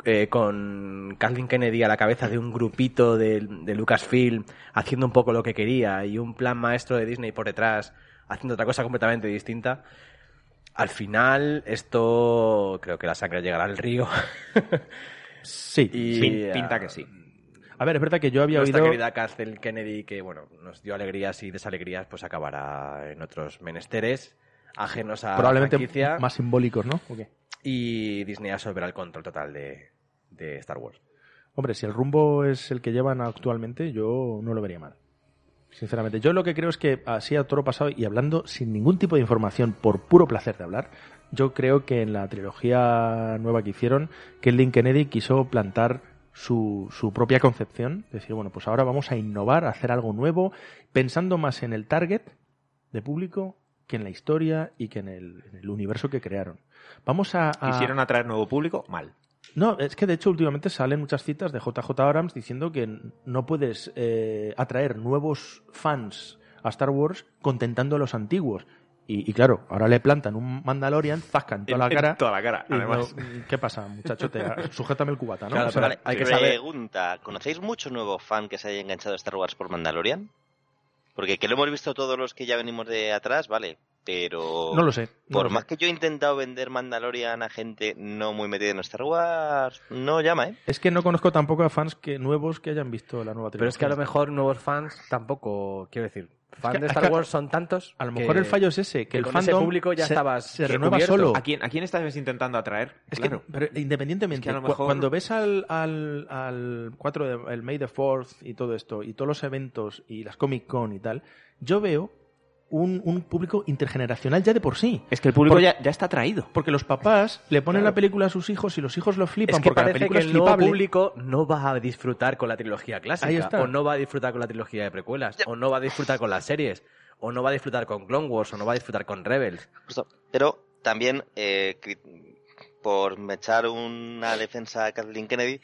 S1: eh, con Kathleen Kennedy a la cabeza de un grupito de, de Lucasfilm haciendo un poco lo que quería y un plan maestro de Disney por detrás haciendo otra cosa completamente distinta. Al final, esto creo que la sangre llegará al río.
S3: Sí.
S1: y, eh,
S4: Pin- pinta que sí.
S3: A ver, es verdad que yo había
S1: Nuestra
S3: oído...
S1: querida Cárcel Kennedy, que bueno, nos dio alegrías y desalegrías, pues acabará en otros menesteres ajenos a
S3: Probablemente
S1: la franquicia
S3: más simbólicos, ¿no? ¿O qué?
S1: y Disney absorberá el control total de, de Star Wars.
S3: Hombre, si el rumbo es el que llevan actualmente, yo no lo vería mal. Sinceramente, yo lo que creo es que así a toro pasado y hablando sin ningún tipo de información por puro placer de hablar, yo creo que en la trilogía nueva que hicieron, Kathleen Kennedy quiso plantar su, su propia concepción, decir, bueno, pues ahora vamos a innovar, a hacer algo nuevo, pensando más en el target de público que en la historia y que en el, en el universo que crearon. Vamos a... a-
S4: Quisieron atraer nuevo público, mal.
S3: no, es que de hecho últimamente salen muchas citas de JJ Abrams diciendo que n- no puedes eh, atraer nuevos fans a Star Wars contentando a los antiguos. Y, y claro, ahora le plantan un Mandalorian, zascan toda la
S4: En- en
S3: cara.
S4: Toda la cara,
S3: y
S4: además.
S3: no, ¿Qué pasa, muchachote? Sujétame el cubata, ¿no?
S1: Claro,
S3: O sea,
S1: pero- hay que saber-
S2: Pregunta, ¿conocéis mucho nuevo fan que se haya enganchado a Star Wars por Mandalorian? Porque que lo hemos visto todos los que ya venimos de atrás, vale, pero...
S3: No lo sé. no
S2: Por
S3: lo sé.
S2: más que yo he intentado vender Mandalorian a gente no muy metida en Star Wars, no llama, ¿eh?
S3: Es que no conozco tampoco a fans que, nuevos que hayan visto la nueva trilogía.
S1: Pero es que a lo mejor nuevos fans tampoco, quiero decir, fans
S3: que-
S1: de
S3: es
S1: Star
S3: que-
S1: Wars son tantos.
S3: A lo
S1: que-
S3: mejor el fallo es ese, que,
S1: que
S3: el
S1: con ese
S3: fandom
S1: público ya
S3: se,
S1: estabas
S3: se renueva
S1: cubierto.
S3: solo.
S4: ¿A quién, ¿A quién estás intentando atraer?
S3: Es
S4: Claro.
S3: que, pero independientemente,
S4: Es que a lo
S3: cu-
S4: mejor-
S3: cuando ves al, al, al 4 de, el May the 4th y todo esto, y todos los eventos y las Comic Con y tal, yo veo un, un público intergeneracional ya de por sí.
S4: Es que el público
S3: Por-
S4: ya, ya está atraído.
S3: Porque los papás le ponen
S1: Claro.
S3: la película a sus hijos y los hijos lo flipan
S1: Es que
S3: porque la
S1: parece que
S3: película es
S1: el nuevo
S3: flipable.
S1: público no va a disfrutar con la trilogía clásica,
S3: Ahí está.
S1: o no va a disfrutar con la trilogía de precuelas, o no va a disfrutar con las series, o no va a disfrutar con Clone Wars, o no va a disfrutar con Rebels.
S2: Justo. Pero también, eh, cri- por echar una defensa a Kathleen Kennedy,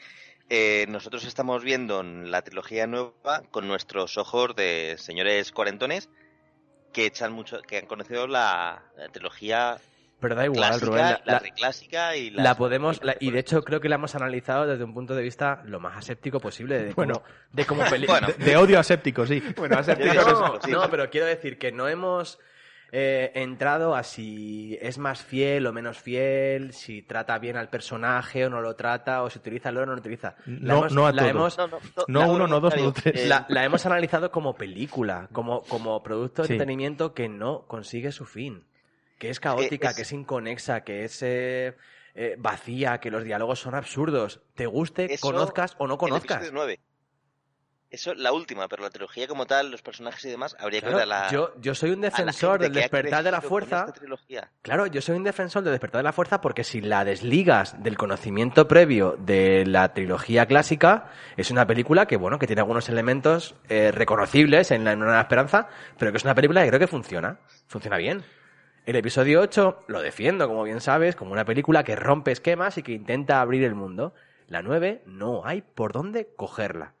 S2: eh, nosotros estamos viendo la trilogía nueva con nuestros ojos de señores cuarentones que echan mucho, que han conocido la, la trilogía
S1: Pero da igual,
S2: clásica,
S1: Rubén. la-
S2: la,
S1: la-
S2: reclásica y la
S1: La podemos, la- y de hecho creo que la hemos analizado desde un punto de vista lo más aséptico posible de
S3: Bueno.
S1: cómo, de cómo peli-
S2: Bueno.
S1: de-
S3: De odio aséptico, sí.
S4: Bueno,
S2: ser-
S1: no,
S2: sí.
S1: no, pero quiero decir que no hemos eh, entrado a si es más fiel o menos fiel, si trata bien al personaje o no lo trata, o si utiliza el oro o no lo utiliza. La
S3: No-
S1: hemos-
S3: no a
S1: la
S3: todo.
S1: hemos-
S2: No, no,
S3: No
S2: la-
S3: uno, no dos, no
S2: eh,
S3: tres.
S1: la, la hemos analizado como película, como, como producto de
S3: Sí.
S1: entretenimiento que no consigue su fin. Que es caótica,
S2: Eh, es-
S1: que es inconexa, que es eh, eh, vacía, que los diálogos son absurdos. Te guste,
S2: Eso-
S1: conozcas o no
S2: el
S1: conozcas.
S2: episodio nueve. Eso, la última, pero la trilogía como tal, los personajes y demás, habría
S1: Claro,
S2: que ver a la.
S1: yo, yo soy un
S2: a la
S1: defensor
S2: gente
S1: del
S2: que ha
S1: despertar de la
S2: crecido con este
S1: fuerza.
S2: esta trilogía.
S1: Claro, yo soy un defensor del despertar de la fuerza porque si la desligas del conocimiento previo de la trilogía clásica, es una película que, bueno, que tiene algunos elementos eh, reconocibles en, la, en Una Nueva Esperanza, pero que es una película que creo que funciona, funciona bien. El episodio 8 lo defiendo, como bien sabes, como una película que rompe esquemas y que intenta abrir el mundo. La 9 no hay por dónde cogerla.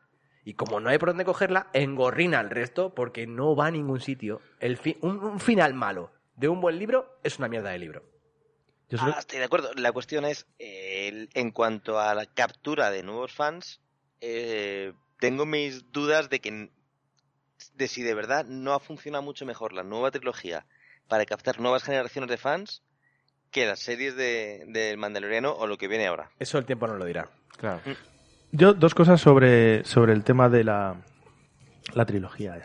S1: Y como no hay por dónde cogerla, engorrina al resto porque no va a ningún sitio. El fi- un, un final malo de un buen libro es una mierda de libro.
S3: Yo solo-
S2: Ah, estoy de acuerdo. La cuestión es, eh, el- en cuanto a la captura de nuevos fans, eh, tengo mis dudas de que n- de si de verdad no ha funcionado mucho mejor la nueva trilogía para captar nuevas generaciones de fans que las series de, del Mandaloriano o lo que viene ahora.
S1: Eso el tiempo nos lo dirá.
S4: Claro.
S3: Yo dos cosas sobre, sobre el tema de la, la trilogía. eh.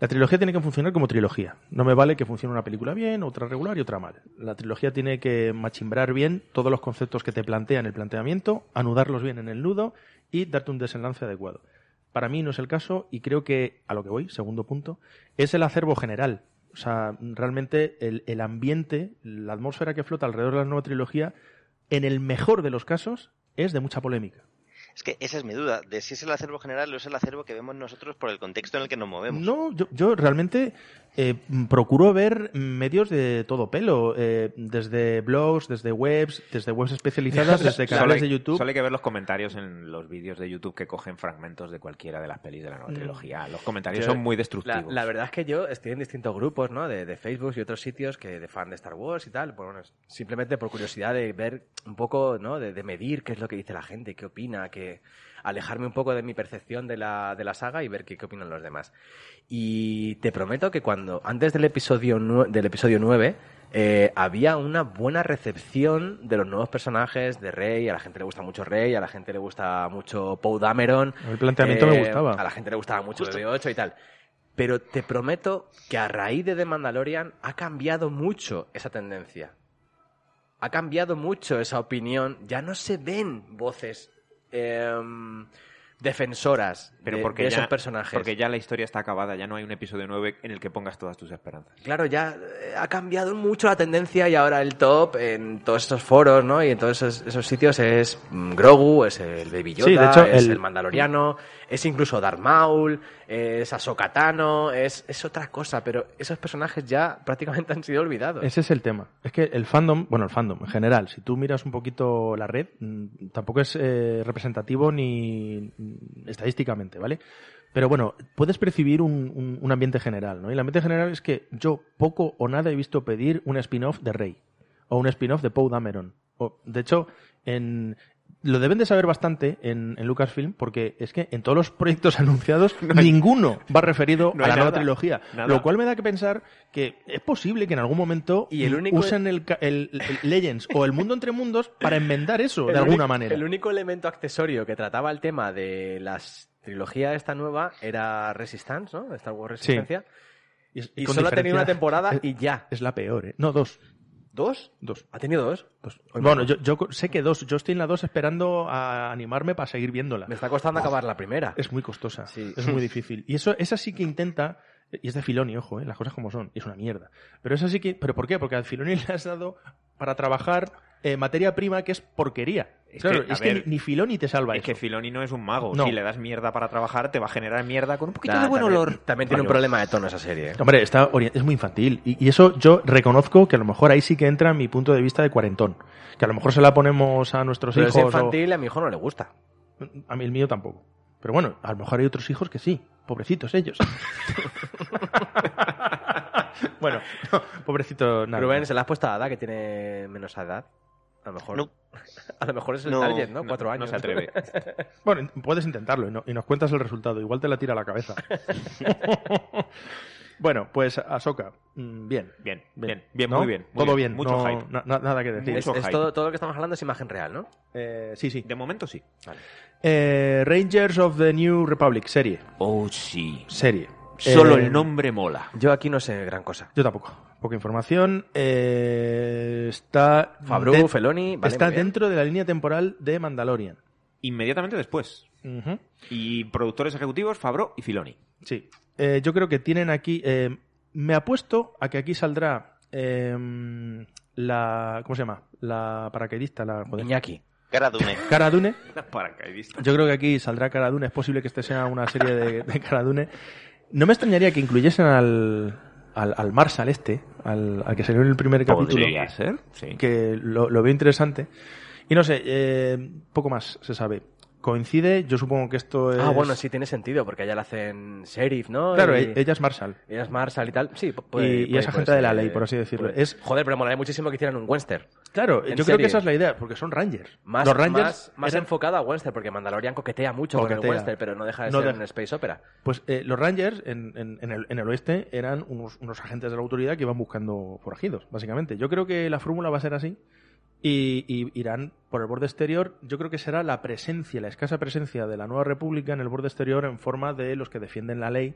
S3: La trilogía tiene que funcionar como trilogía. No me vale que funcione una película bien, otra regular y otra mal. La trilogía tiene que machimbrar bien todos los conceptos que te plantean el planteamiento, anudarlos bien en el nudo y darte un desenlace adecuado. Para mí no es el caso y creo que, a lo que voy, segundo punto, es el acervo general. O sea, realmente el, el ambiente, la atmósfera que flota alrededor de la nueva trilogía, en el mejor de los casos, es de mucha polémica.
S2: Es que esa es mi duda, de si es el acervo general o es el acervo que vemos nosotros por el contexto en el que nos movemos.
S3: No, yo, yo realmente eh, m- procuro ver medios de todo pelo, eh, desde blogs, desde webs, desde webs especializadas, desde
S4: Solo hay,
S3: canales de YouTube.
S4: solo hay que ver los comentarios en los vídeos de YouTube que cogen fragmentos de cualquiera de las pelis de la nueva trilogía. Los comentarios
S1: Yo-
S4: son muy
S1: La,
S4: destructivos.
S1: la verdad es que yo estoy en distintos grupos, ¿no? De, de Facebook y otros sitios que de fan de Star Wars y tal. por- bueno, simplemente por curiosidad de ver un poco, ¿no? De, de medir qué es lo que dice la gente, qué opina, que alejarme un poco de mi percepción de la, de la saga y ver qué, qué opinan los demás. Y te prometo que cuando, antes del episodio, nue- del episodio 9, eh, había una buena recepción de los nuevos personajes de Rey. A la gente le gusta mucho Rey, a la gente le gusta mucho Poe Dameron.
S3: El planteamiento
S4: Eh,
S3: me gustaba.
S1: Eh, A la gente le gustaba mucho BB8 y tal. Pero te prometo que a raíz de The Mandalorian ha cambiado mucho esa tendencia. Ha cambiado mucho esa opinión. Ya no se ven voces em, defensoras
S4: pero
S1: de,
S4: porque
S1: de
S4: ya,
S1: esos personajes.
S4: Porque ya la historia está acabada, ya no hay un episodio 9 en el que pongas todas tus esperanzas.
S1: Claro, ya eh, ha cambiado mucho la tendencia y ahora el top en todos esos foros, ¿no? Y en todos esos, esos sitios es mm, Grogu, es el Baby Yoda,
S3: Sí, de hecho,
S1: es el...
S3: el-
S1: Mandaloriano, es incluso Darth Maul, es Ahsoka Tano, es, es otra cosa, pero esos personajes ya prácticamente han sido
S4: ¿eh?
S1: olvidados.
S3: Ese es el tema. Es que el fandom, bueno, el fandom en general, si tú miras un poquito la red, mm, tampoco es eh, representativo ni mm, estadísticamente, ¿vale? Pero bueno, puedes percibir un, un- un ambiente general, ¿no? Y el ambiente general es que yo poco o nada he visto pedir un spin-off de Rey o un spin-off de Poe Dameron. O, de hecho, en, lo deben de saber bastante en, en Lucasfilm porque es que en todos los proyectos anunciados ninguno va referido
S4: no
S3: a
S4: hay
S3: la nueva
S4: nada,
S3: trilogía.
S4: nada.
S3: Lo cual me da que pensar que es posible que en algún momento
S1: Y el único-
S3: usen el, ca- el- el Legends o el Mundo Entre Mundos para enmendar eso de alguna manera.
S1: El único elemento accesorio que trataba el tema de la trilogía esta nueva era Resistance, ¿no? Star Wars
S3: Sí.
S1: Resistencia. Y,
S3: con
S1: solo ha tenido una
S3: diferencia-
S1: temporada
S3: es,
S1: y ya.
S3: es la peor, ¿eh? No, dos.
S1: ¿Dos?
S3: Dos.
S1: ¿Ha tenido dos? Pues Hoy
S3: Bueno,
S1: me-
S3: yo, yo sé que dos. Yo estoy en la dos esperando a animarme para seguir viéndola.
S1: Me está costando acabar la primera.
S3: Es muy costosa.
S1: Sí.
S3: Es muy difícil. Y eso, esa sí que intenta. Y es de Filoni, ojo, ¿eh? las cosas como son. y es una mierda. Pero esa sí que. ¿Pero por qué? Porque a Filoni le has dado para trabajar eh, materia prima que es porquería.
S4: Es
S3: claro,
S4: que, a
S3: es que
S4: ver,
S3: ni, ni Filoni te salva
S4: Es
S3: eso.
S4: que Filoni no es un mago.
S3: No.
S4: Si le das mierda para trabajar, te va a generar mierda con un poquito
S1: Nah,
S4: de buen
S1: también-
S4: olor.
S1: También tiene un
S4: Vale.
S1: problema de tono esa serie. ¿eh?
S3: Hombre, está ori- es muy infantil. Y, y eso yo reconozco que a lo mejor ahí sí que entra mi punto de vista de cuarentón. Que a lo mejor se la ponemos a nuestros
S1: Pero es
S3: hijos. o-
S1: infantil y a mi hijo no le gusta.
S3: A mí el mío tampoco. Pero bueno, a lo mejor hay otros hijos que sí. Pobrecitos ellos. bueno, no, pobrecito nada.
S1: Rubén, se la has puesto a Ada, que tiene menos edad. A lo mejor,
S2: No.
S1: a lo mejor es el
S2: No,
S1: target, ¿no? Cuatro
S4: No,
S1: años.
S4: No se atreve.
S3: Bueno, in- puedes intentarlo y, no- y nos cuentas el resultado. Igual te la tira a la cabeza. bueno, pues Ahsoka. mm, Bien.
S4: Bien, bien, bien, muy
S3: ¿No?
S4: bien. muy
S3: Todo bien.
S4: Mucho
S3: no-
S4: hype.
S3: na- na- nada que decir.
S1: Es,
S4: Mucho
S1: es
S4: hype.
S1: todo, todo lo que estamos hablando es imagen real, ¿no?
S3: Eh, sí, sí.
S4: De momento sí.
S3: Eh, Rangers of the New Republic, serie.
S4: Oh, sí.
S3: Serie.
S4: Solo
S3: Eh,
S4: el nombre mola.
S1: Yo aquí no sé gran cosa.
S3: Yo tampoco. Poca información. Eh, está.
S1: Fabru,
S3: de-
S1: Feloni, vale,
S3: está
S1: muy bien.
S3: dentro de la línea temporal de Mandalorian.
S4: Inmediatamente después.
S3: Ujú.
S4: Y productores ejecutivos, Fabro y Filoni.
S3: Sí. Eh, yo creo que tienen aquí. eh, me apuesto a que aquí saldrá. em, la. ¿Cómo se llama? La paracaidista, la. joder.
S1: Iñaki.
S2: Cara Dune.
S3: Cara Dune.
S4: Paracaidista.
S3: Yo creo que aquí saldrá Cara Dune. Es posible que este sea una serie de, de Cara Dune. No me extrañaría que incluyesen al. Al, al Marshall este, al, al que salió en el primer capítulo.
S4: Podría ser. Sí.
S3: que lo, lo veo interesante. Y no sé, eh, poco más se sabe. coincide. Yo supongo que esto es.
S1: Ah, bueno, sí tiene sentido, porque allá la hacen sheriff, ¿no?
S3: Pues-
S1: eh,
S3: Claro,
S1: Y-
S3: e- ella es Marshall.
S1: ella es Marshall y tal. Sí, pu-
S3: Y-
S1: puede-
S3: y
S1: puede-
S3: es
S1: puede
S3: agente
S1: ser,
S3: de la
S1: eh,
S3: ley, por así decirlo.
S1: puede-
S3: Es-
S1: Joder, pero molaría muchísimo que hicieran un western.
S3: Claro, yo
S1: ¿En
S3: creo
S1: serio?
S3: que esa es la idea, porque son Rangers.
S1: Más,
S3: Los Rangers.
S1: más, más
S3: eran-
S1: enfocada a western, porque Mandalorian coquetea mucho con
S3: Coquetea.
S1: el western, pero no deja de
S3: No
S1: ser
S3: deja-
S1: un space opera.
S3: Pues eh, los Rangers en, en- en el, en el oeste eran unos, unos agentes de la autoridad que iban buscando forajidos, básicamente. Yo creo que la fórmula va a ser así y, y irán por el borde exterior. Yo creo que será la presencia, la escasa presencia de la nueva república en el borde exterior en forma de los que defienden la ley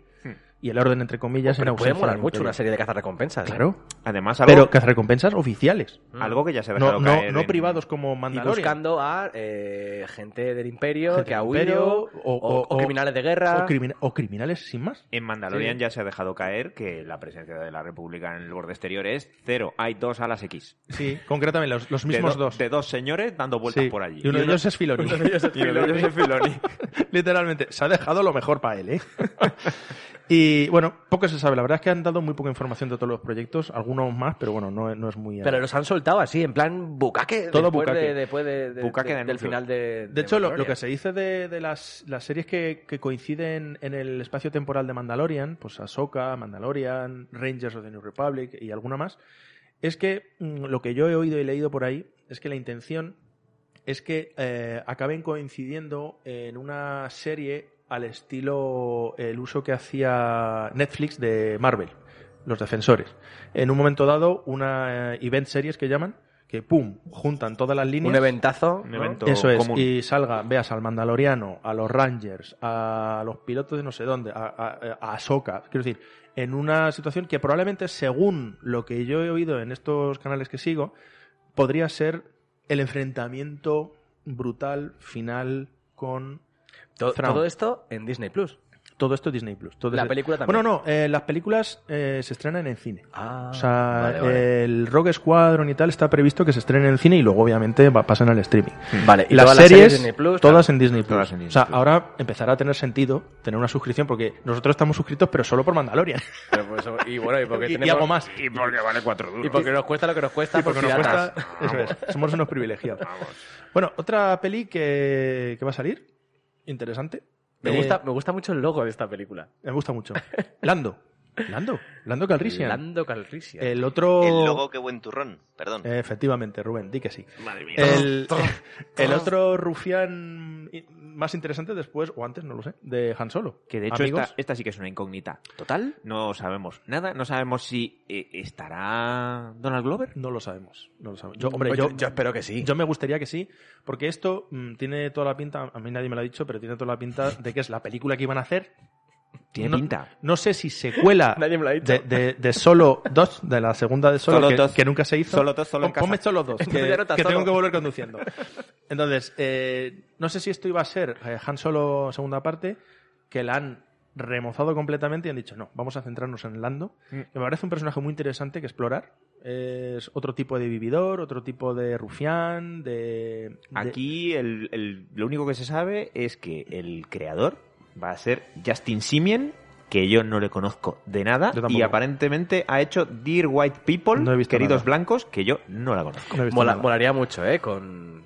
S3: y el orden, entre comillas, en
S1: Pero puede
S3: ausencia.
S1: molar
S3: del
S1: mucho
S3: imperio.
S1: una serie de cazarrecompensas. ¿eh?
S3: Claro,
S4: Además, algo,
S3: pero cazarrecompensas oficiales.
S4: algo que ya se ha
S3: No,
S4: dejado
S3: no-
S4: caer
S3: no
S4: en-
S3: privados como
S1: Y
S3: Mandalorian.
S1: buscando a eh, gente del imperio
S3: Gente
S1: que ha
S3: del
S1: huido,
S3: imperio,
S1: o, o criminales de guerra.
S3: O, crimina- o criminales sin más.
S4: En Mandalorian
S3: Sí.
S4: ya se ha dejado caer que la presencia de la República en el borde exterior es cero. Hay dos alas X.
S3: Sí, concretamente, los, los mismos
S4: de do-
S3: dos.
S4: De dos señores dando vueltas
S3: Sí,
S4: por allí.
S3: Y uno de ellos es Filoni.
S1: Uno de ellos es
S4: Y uno de ellos es Filoni.
S3: Literalmente, se ha dejado lo mejor para él, ¿eh? y bueno, poco se sabe. La verdad es que han dado muy poca información de todos los proyectos, algunos más, pero bueno, no, no es muy.
S1: Pero los han soltado así, en plan bucaque.
S3: Todo
S1: después
S3: bucaque.
S1: de- después de- de-
S4: Bucaque
S1: de-
S4: de
S1: del
S4: anuncio.
S1: final de.
S3: de hecho, lo, lo
S1: Mandalorian.
S3: que se dice de, de las, las series que, que coinciden en el espacio temporal de Mandalorian, pues Ahsoka, Mandalorian, Rangers of the New Republic y alguna más, es que mm, lo que yo he oído y leído por ahí es que la intención es que eh, acaben coincidiendo en una serie al estilo el uso que hacía Netflix de Marvel, los defensores. En un momento dado, una eh, event series que llaman, que pum, juntan todas las líneas.
S1: Un eventazo.
S4: Un
S1: ¿no?
S4: evento.
S3: Eso es,
S4: común.
S3: y salga, veas al Mandaloriano, a los Rangers, a los pilotos de no sé dónde, a, a, a Ahsoka, quiero decir, en una situación que probablemente, según lo que yo he oído en estos canales que sigo, podría ser el enfrentamiento brutal final con
S1: To-
S3: Thrawn.
S1: Todo esto en Disney Plus.
S3: todo esto Disney Plus. Todo
S1: La
S3: ese-
S1: película también.
S3: Bueno, no, eh, las películas eh, se estrenan en cine.
S1: Ah,
S3: O sea, eh,
S1: vale, vale.
S3: el Rogue Squadron y tal está previsto que se estrene en cine y luego obviamente va- pasan al streaming.
S1: Vale, y
S3: las
S1: todas
S3: series,
S1: Disney Plus,
S3: todas en Disney Plus.
S4: Todas en Disney
S3: o sea,
S4: Plus.
S3: ahora empezará a tener sentido tener una suscripción porque nosotros estamos suscritos pero solo por Mandalorian
S1: Pero por eso- y bueno, y porque
S3: y, y
S1: tenemos.
S3: algo más.
S4: Y porque vale cuatro duros.
S1: Y porque nos cuesta lo que nos cuesta,
S3: Porque
S1: por
S3: nos
S1: piratas.
S3: cuesta- eso es, somos unos privilegiados. Bueno, otra peli que, que va a salir, interesante.
S1: Me,
S3: Eh,
S1: gusta, me gusta mucho el logo de esta película.
S3: me gusta mucho. Lando, Lando, Lando Calrissian.
S1: Lando Calrissian.
S3: El otro.
S2: El logo que buen turrón, perdón.
S3: Eh. Efectivamente, Rubén, di que sí.
S4: Madre mía.
S3: El, el otro rufián i- más interesante después, o antes, no lo sé, de Han Solo.
S4: Que de hecho
S3: Amigos,
S4: esta, esta sí que es una incógnita. Total, no sabemos nada. No sabemos si eh, estará Donald Glover.
S3: no lo sabemos. No lo sabemos. Yo, hombre,
S1: Pues
S3: yo,
S1: yo espero que sí.
S3: yo me gustaría que sí, porque esto mm, tiene toda la pinta, a mí nadie me lo ha dicho, pero tiene toda la pinta de que es la película que iban a hacer.
S4: Tiene
S3: No-
S4: pinta.
S3: No sé si secuela
S1: Nadie me lo ha dicho.
S3: de, de- de Solo 2, de la segunda de Solo,
S4: Solo
S3: que,
S4: dos.
S3: que nunca se hizo.
S4: Solo dos, solo en
S3: Pon- Ponme
S4: casa.
S3: Solo 2, que,
S1: Entonces ya no estás
S3: que tengo
S1: solo.
S3: que volver conduciendo. Entonces, eh, no sé si esto iba a ser eh, Han Solo segunda parte, que la han remozado completamente y han dicho, no, vamos a centrarnos en Lando,
S4: Mm.
S3: que me parece un personaje muy interesante que explorar. Es otro tipo de vividor, otro tipo de rufián, de... de-
S4: Aquí el- el- lo único que se sabe es que el creador va a ser Justin Simien, que yo no le conozco de nada,
S3: Yo tampoco.
S4: y aparentemente ha hecho Dear White People,
S3: No he visto
S4: queridos
S3: nada.
S4: blancos, que yo no la conozco.
S3: no he visto
S1: Mola-
S3: nada.
S1: molaría mucho, ¿eh? Con,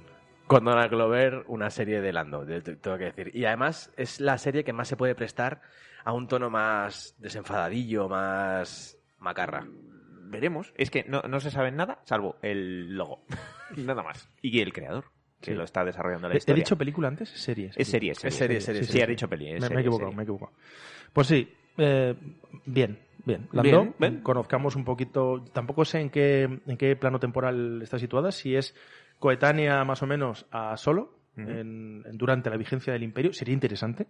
S1: con Donald Glover una serie de Lando, de- te- tengo que decir. Y además es la serie que más se puede prestar a un tono más desenfadadillo, más macarra.
S4: Veremos, es que no, no se sabe nada, salvo el logo, nada más. Y el creador, que
S3: Sí.
S4: lo está desarrollando la
S3: ¿He- ¿He
S4: historia.
S3: dicho película antes? Series.
S4: es serie, es
S1: Es serie,
S4: serie.
S1: serie,
S4: Sí,
S1: serie.
S4: ha dicho peli. es
S3: me, me he
S4: serie,
S3: equivocado,
S4: serie.
S3: me he equivocado. Pues sí, eh, bien, bien. Lando,
S4: Bien, bien.
S3: conozcamos un poquito, tampoco sé en qué, en qué plano temporal está situada, si es coetánea más o menos a Solo,
S4: Ujú.
S3: en- en- durante la vigencia del Imperio, sería interesante.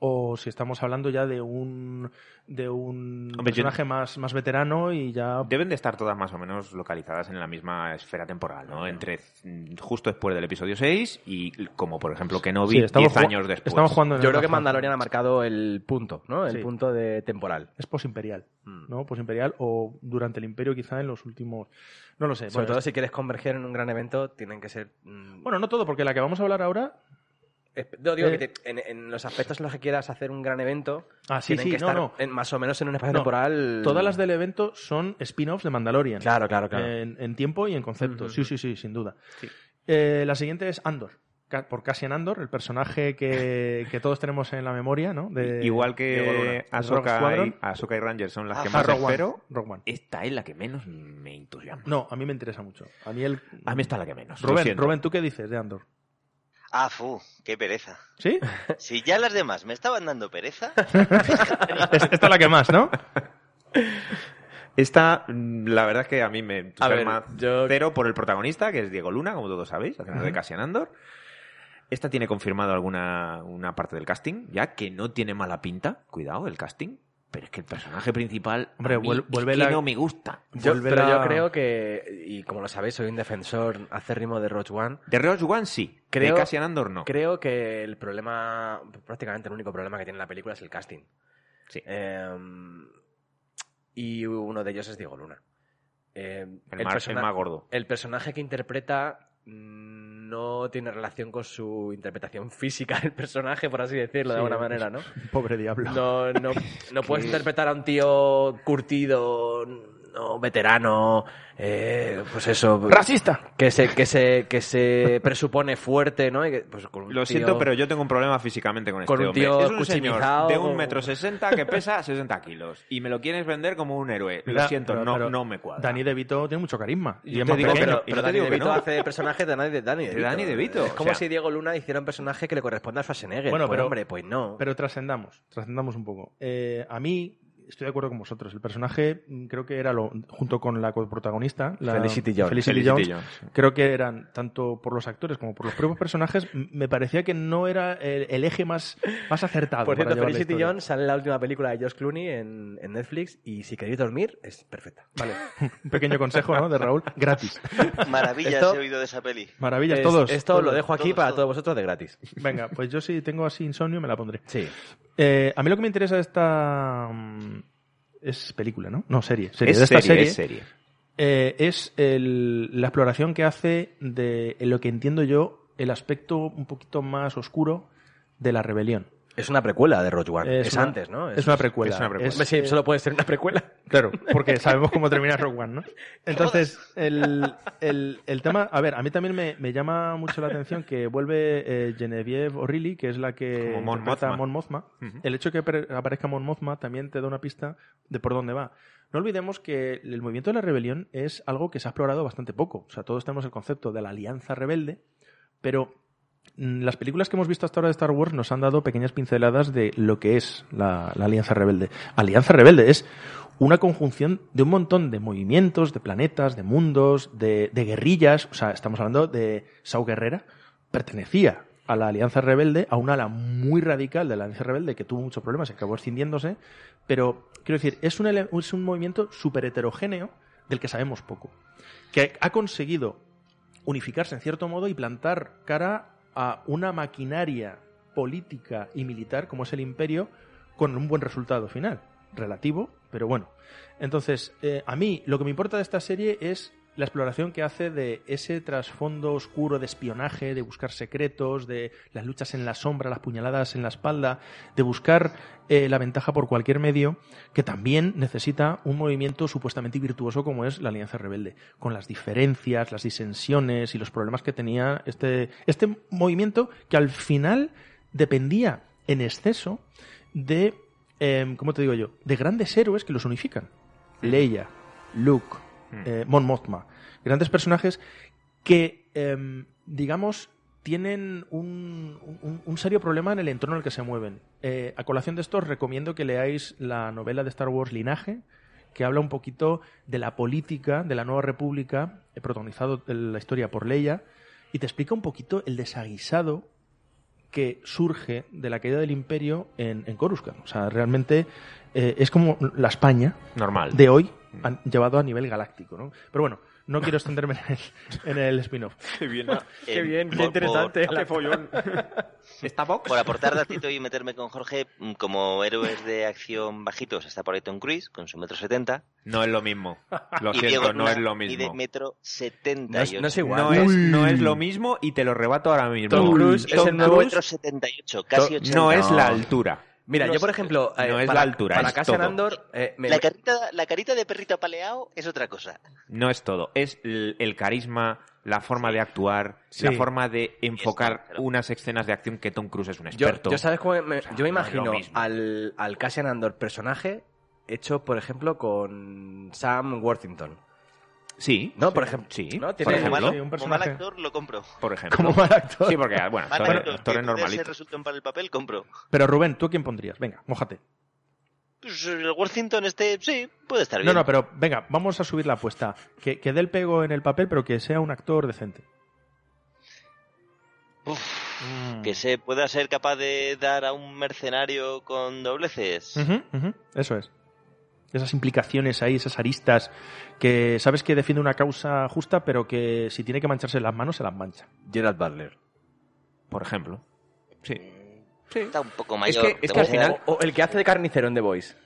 S3: O si estamos hablando ya de un, de un
S4: Hombre, yo-
S3: personaje más, más veterano y ya...
S4: Deben de estar todas más o menos localizadas en la misma esfera temporal, ¿no? Entre mm, justo después del episodio 6 y como por ejemplo
S3: Sí,
S4: Kenobi 10
S3: estamos ju-
S4: años después.
S3: Estamos jugando en
S1: Yo
S3: el
S1: creo que
S3: Rafa.
S1: Mandalorian ha marcado el punto, ¿no? El
S3: Sí.
S1: punto de temporal.
S3: Es posimperial,
S1: Mm.
S3: ¿no? Posimperial o durante el Imperio quizá en los últimos... No lo sé.
S1: Sobre
S3: bueno,
S1: todo si quieres converger en un gran evento, tienen que ser... mm,
S3: Bueno, no todo, porque la que vamos a hablar ahora.
S1: esp- no, digo
S3: eh,
S1: que te- en, en los aspectos en los que quieras hacer un gran evento,
S3: Ah, sí,
S1: tienen
S3: sí,
S1: que
S3: no,
S1: estar
S3: no.
S1: en- más o menos en un espacio
S3: No,
S1: temporal...
S3: Todas las Eh, del evento son spin-offs de Mandalorian.
S1: Claro, claro, claro.
S3: En, en tiempo y en concepto.
S1: Ujú.
S3: Sí, sí, sí, sin duda. Eh, la siguiente es Andor. ca- por Cassian Andor, el personaje que, que todos tenemos en la memoria, ¿no? De-
S4: Igual
S3: de Gorona, de
S4: que
S3: Rogue
S4: Ahsoka
S3: Squadron.
S4: y, Ahsoka y Ranger son las
S2: Ah,
S4: que
S3: Ah,
S4: más
S3: Rogue One,
S4: espero,
S3: Rogue One.
S4: esta es la que menos me entusiasma.
S3: No, a mí me interesa mucho. A mí el...
S4: A mí esta es la que menos. lo
S3: Rubén,
S4: siento.
S3: Rubén, ¿tú qué dices de Andor?
S2: Ah, fu, qué pereza.
S3: ¿Sí?
S2: Si ya las demás me estaban dando pereza,
S3: Es- Esta es la que más, ¿no?
S4: Esta, mm, la verdad es que a mí me entusiasma
S1: ver, yo-
S4: cero por el protagonista, que es Diego Luna, como todos sabéis, haciendo de Cassian Andor. Esta tiene confirmado alguna una parte del casting, ya que no tiene mala pinta, cuidado, el casting, pero es que el personaje principal
S3: Hombre,
S4: a mí
S3: vuel-
S4: es
S3: vuelve
S4: que
S3: la-
S4: no me gusta.
S1: Yo-
S3: Volver
S1: pero yo
S3: a-
S1: creo que, y como lo sabéis, soy un defensor acérrimo de Rogue One.
S4: De Rogue One sí,
S1: Creo-
S4: de Cassian Andor no.
S1: Creo que el problema, prácticamente el único problema que tiene la película es el casting.
S4: Sí.
S1: Eh, y uno de ellos es Diego Luna. Eh,
S4: el, más, el
S1: persona-
S4: más gordo.
S1: el personaje que interpreta mm, no tiene relación con su interpretación física del personaje, por así decirlo, de
S3: Sí,
S1: alguna
S3: es-
S1: manera, ¿no?
S3: Pobre diablo.
S1: No, no, no puedes interpretar a un tío curtido, no, veterano, eh, pues eso.
S3: ¡Racista!
S1: Que se, que se, que se presupone fuerte, ¿no? Y que, pues con un
S4: Lo
S1: tío-
S4: siento, pero yo tengo un problema físicamente con este
S1: Con un
S4: hombre.
S1: tío
S4: es un señor
S1: cuchimizado,
S4: de
S1: con-
S4: un metro sesenta que pesa 60 kilos y me lo quieres vender como un héroe. Lo
S3: Mira,
S4: siento,
S3: pero-
S4: no,
S3: pero
S4: no me cuadra.
S3: Dani DeVito tiene mucho carisma.
S4: Yo
S3: Y es
S4: te
S3: más
S4: digo,
S1: Pero,
S3: pequeño.
S1: pero,
S4: y no te
S1: Dani
S4: digo que
S1: DeVito
S4: no.
S1: hace el personaje de Dani, de Dani DeVito.
S4: Dani DeVito,
S1: Es como
S4: o sea.
S1: si Diego Luna hiciera un personaje que le corresponda a Schwarzenegger.
S3: Bueno,
S1: Pues,
S3: pero-
S1: hombre, pues no.
S3: Pero trascendamos, trascendamos un poco. Eh, a mí, estoy de acuerdo con vosotros. El personaje mm, creo que era lo, junto con la coprotagonista, la
S1: Felicity Jones.
S3: Felicity
S4: Felicity
S3: Jones,
S4: Jones.
S3: creo que eran tanto por los actores como por los propios personajes, m- me parecía que no era el, el eje más, más acertado.
S1: Por
S3: para
S1: cierto,
S3: llevar la
S1: Felicity
S3: historia.
S1: Jones sale en la última película de Josh Clooney en, en Netflix y si queréis dormir, es perfecta.
S3: Vale, un pequeño consejo ¿no? de Raúl, gratis.
S2: maravillas
S1: Esto-
S2: he oído de esa peli.
S3: Maravilla,
S1: Es-
S3: todos.
S1: Esto lo
S3: todos.
S1: dejo aquí
S2: todos,
S1: para
S2: todos.
S1: todos vosotros de gratis.
S3: Venga, pues yo si tengo así insomnio me la pondré.
S1: Sí.
S3: Eh, a mí lo que me interesa de esta... mm, Es película, ¿no? No, serie. serie.
S4: Es
S3: de esta
S4: serie,
S3: serie,
S4: es serie.
S3: eh, es el- la exploración que hace de lo que entiendo yo el aspecto un poquito más oscuro de la rebelión.
S1: Es una precuela de Rogue One. Es,
S3: una-
S1: antes, ¿no?
S3: Es, una precuela.
S4: es una precuela.
S1: Hombre, sí, solo puede ser una precuela.
S3: Claro, porque sabemos cómo termina Rogue One, ¿no? Entonces, el, el- el tema... A ver, a mí también me, me llama mucho la atención que vuelve eh, Genevieve O'Reilly, que es la que
S4: Como Mon
S3: interpreta a
S4: Mothma.
S3: Mon Mothma.
S4: Ujú.
S3: El hecho de que apare- aparezca Mon Mothma también te da una pista de por dónde va. No olvidemos que el movimiento de la rebelión es algo que se ha explorado bastante poco. O sea, todos tenemos el concepto de la alianza rebelde, pero mm, las películas que hemos visto hasta ahora de Star Wars nos han dado pequeñas pinceladas de lo que es la, la alianza rebelde. Alianza rebelde es una conjunción de un montón de movimientos, de planetas, de mundos, de, de guerrillas. O sea, estamos hablando de Sau Guerrera, pertenecía a la Alianza Rebelde, a una ala muy radical de la Alianza Rebelde que tuvo muchos problemas, acabó escindiéndose, pero quiero decir, es un, ele- es un movimiento súper heterogéneo del que sabemos poco, que ha conseguido unificarse en cierto modo y plantar cara a una maquinaria política y militar como es el imperio con un buen resultado final, relativo, pero bueno. Entonces, eh, a mí lo que me importa de esta serie es la exploración que hace de ese trasfondo oscuro de espionaje, de buscar secretos, de las luchas en la sombra, las puñaladas en la espalda, de buscar eh, la ventaja por cualquier medio, que también necesita un movimiento supuestamente virtuoso como es la Alianza Rebelde, con las diferencias, las disensiones y los problemas que tenía este, este movimiento que al final dependía en exceso de, em, ¿cómo te digo yo?, de grandes héroes que los unifican. Leia, Luke, eh, Mon Mothma, grandes personajes que, em, digamos, tienen un, un- un serio problema en el entorno en el que se mueven. Eh, a colación de esto, os recomiendo que leáis la novela de Star Wars Linaje, que habla un poquito de la política de la Nueva República, eh, protagonizado el- la historia por Leia, y te explica un poquito el desaguisado que surge de la caída del imperio en, en Coruscant. O sea, realmente eh, es como la España
S4: Normal.
S3: de hoy han llevado a nivel galáctico, ¿no? Pero bueno, no quiero extenderme en el, en el spin-off.
S1: Qué
S2: Eh,
S1: bien, qué
S2: por-
S1: interesante.
S2: por- Por aportar datito y meterme con Jorge, mm, como héroes de acción bajitos, está por ahí Tom Cruise con su metro setenta.
S4: No es lo mismo. Lo
S2: y Diego
S4: siento, no
S2: Luna
S4: es lo
S2: Mide
S4: mismo.
S2: metro
S1: No
S2: setenta
S1: es,
S2: y
S1: no es
S2: ocho.
S1: igual.
S4: No
S1: ¿eh?
S4: es, no es lo mismo y te lo rebato ahora mismo.
S1: Tom Cruise es
S2: Tom
S1: el nuevo...
S2: Cruise metro setenta y ocho, casi
S4: No
S2: ochenta.
S4: es la altura.
S1: Mira, yo por ejemplo, eh,
S4: no es
S1: para,
S4: la altura,
S1: para
S4: es
S1: Cassian
S4: todo.
S1: Andor, eh, me-
S2: La carita, la carita de perrito apaleado es otra cosa.
S4: No es todo, es l- el, carisma, la forma de actuar,
S3: Sí.
S4: la forma de enfocar
S2: pero-
S4: unas escenas de acción que Tom Cruise es
S1: yo,
S4: un experto.
S1: yo sabes cómo me, yo me
S4: sea, no es lo
S1: imagino
S4: mismo.
S1: al, al Cassian Andor personaje hecho, por ejemplo, con Sam Worthington.
S4: Sí.
S1: No, por ejemplo.
S4: Sí.
S1: ¿no?
S4: Por
S1: Tiene-
S2: Como
S4: ejemplo.
S2: mal-
S3: Este, Sí, un
S2: como mal
S3: personaje.
S2: actor lo compro.
S4: Por ejemplo.
S3: Como mal actor.
S4: Sí, porque, ah, bueno,
S2: Mal
S4: actor,
S2: actor,
S4: actor
S2: que
S4: es
S2: pudiera ser
S4: normalito.
S2: resultón para el papel, compro.
S3: Pero Rubén, ¿tú a quién pondrías? Venga, mojate.
S2: Pues el Worthington este, sí, puede estar
S3: No,
S2: bien.
S3: no, pero venga, vamos a subir la apuesta. Que, que dé el pego en el papel, pero que sea un actor decente.
S2: Uf,
S3: Mm.
S2: que se pueda ser capaz de dar a un mercenario con dobleces.
S3: Ujú, ujú, Eso es. Esas implicaciones ahí, esas aristas, que sabes que defiende una causa justa, pero que si tiene que mancharse las manos, se las mancha.
S1: Gerard Butler.
S4: Por ejemplo. Sí.
S2: Está un poco
S4: Es
S2: mayor.
S4: que- es
S2: te
S4: que al
S2: voy a dar-
S4: final-
S1: O, o el que hace de carnicero en The Voice.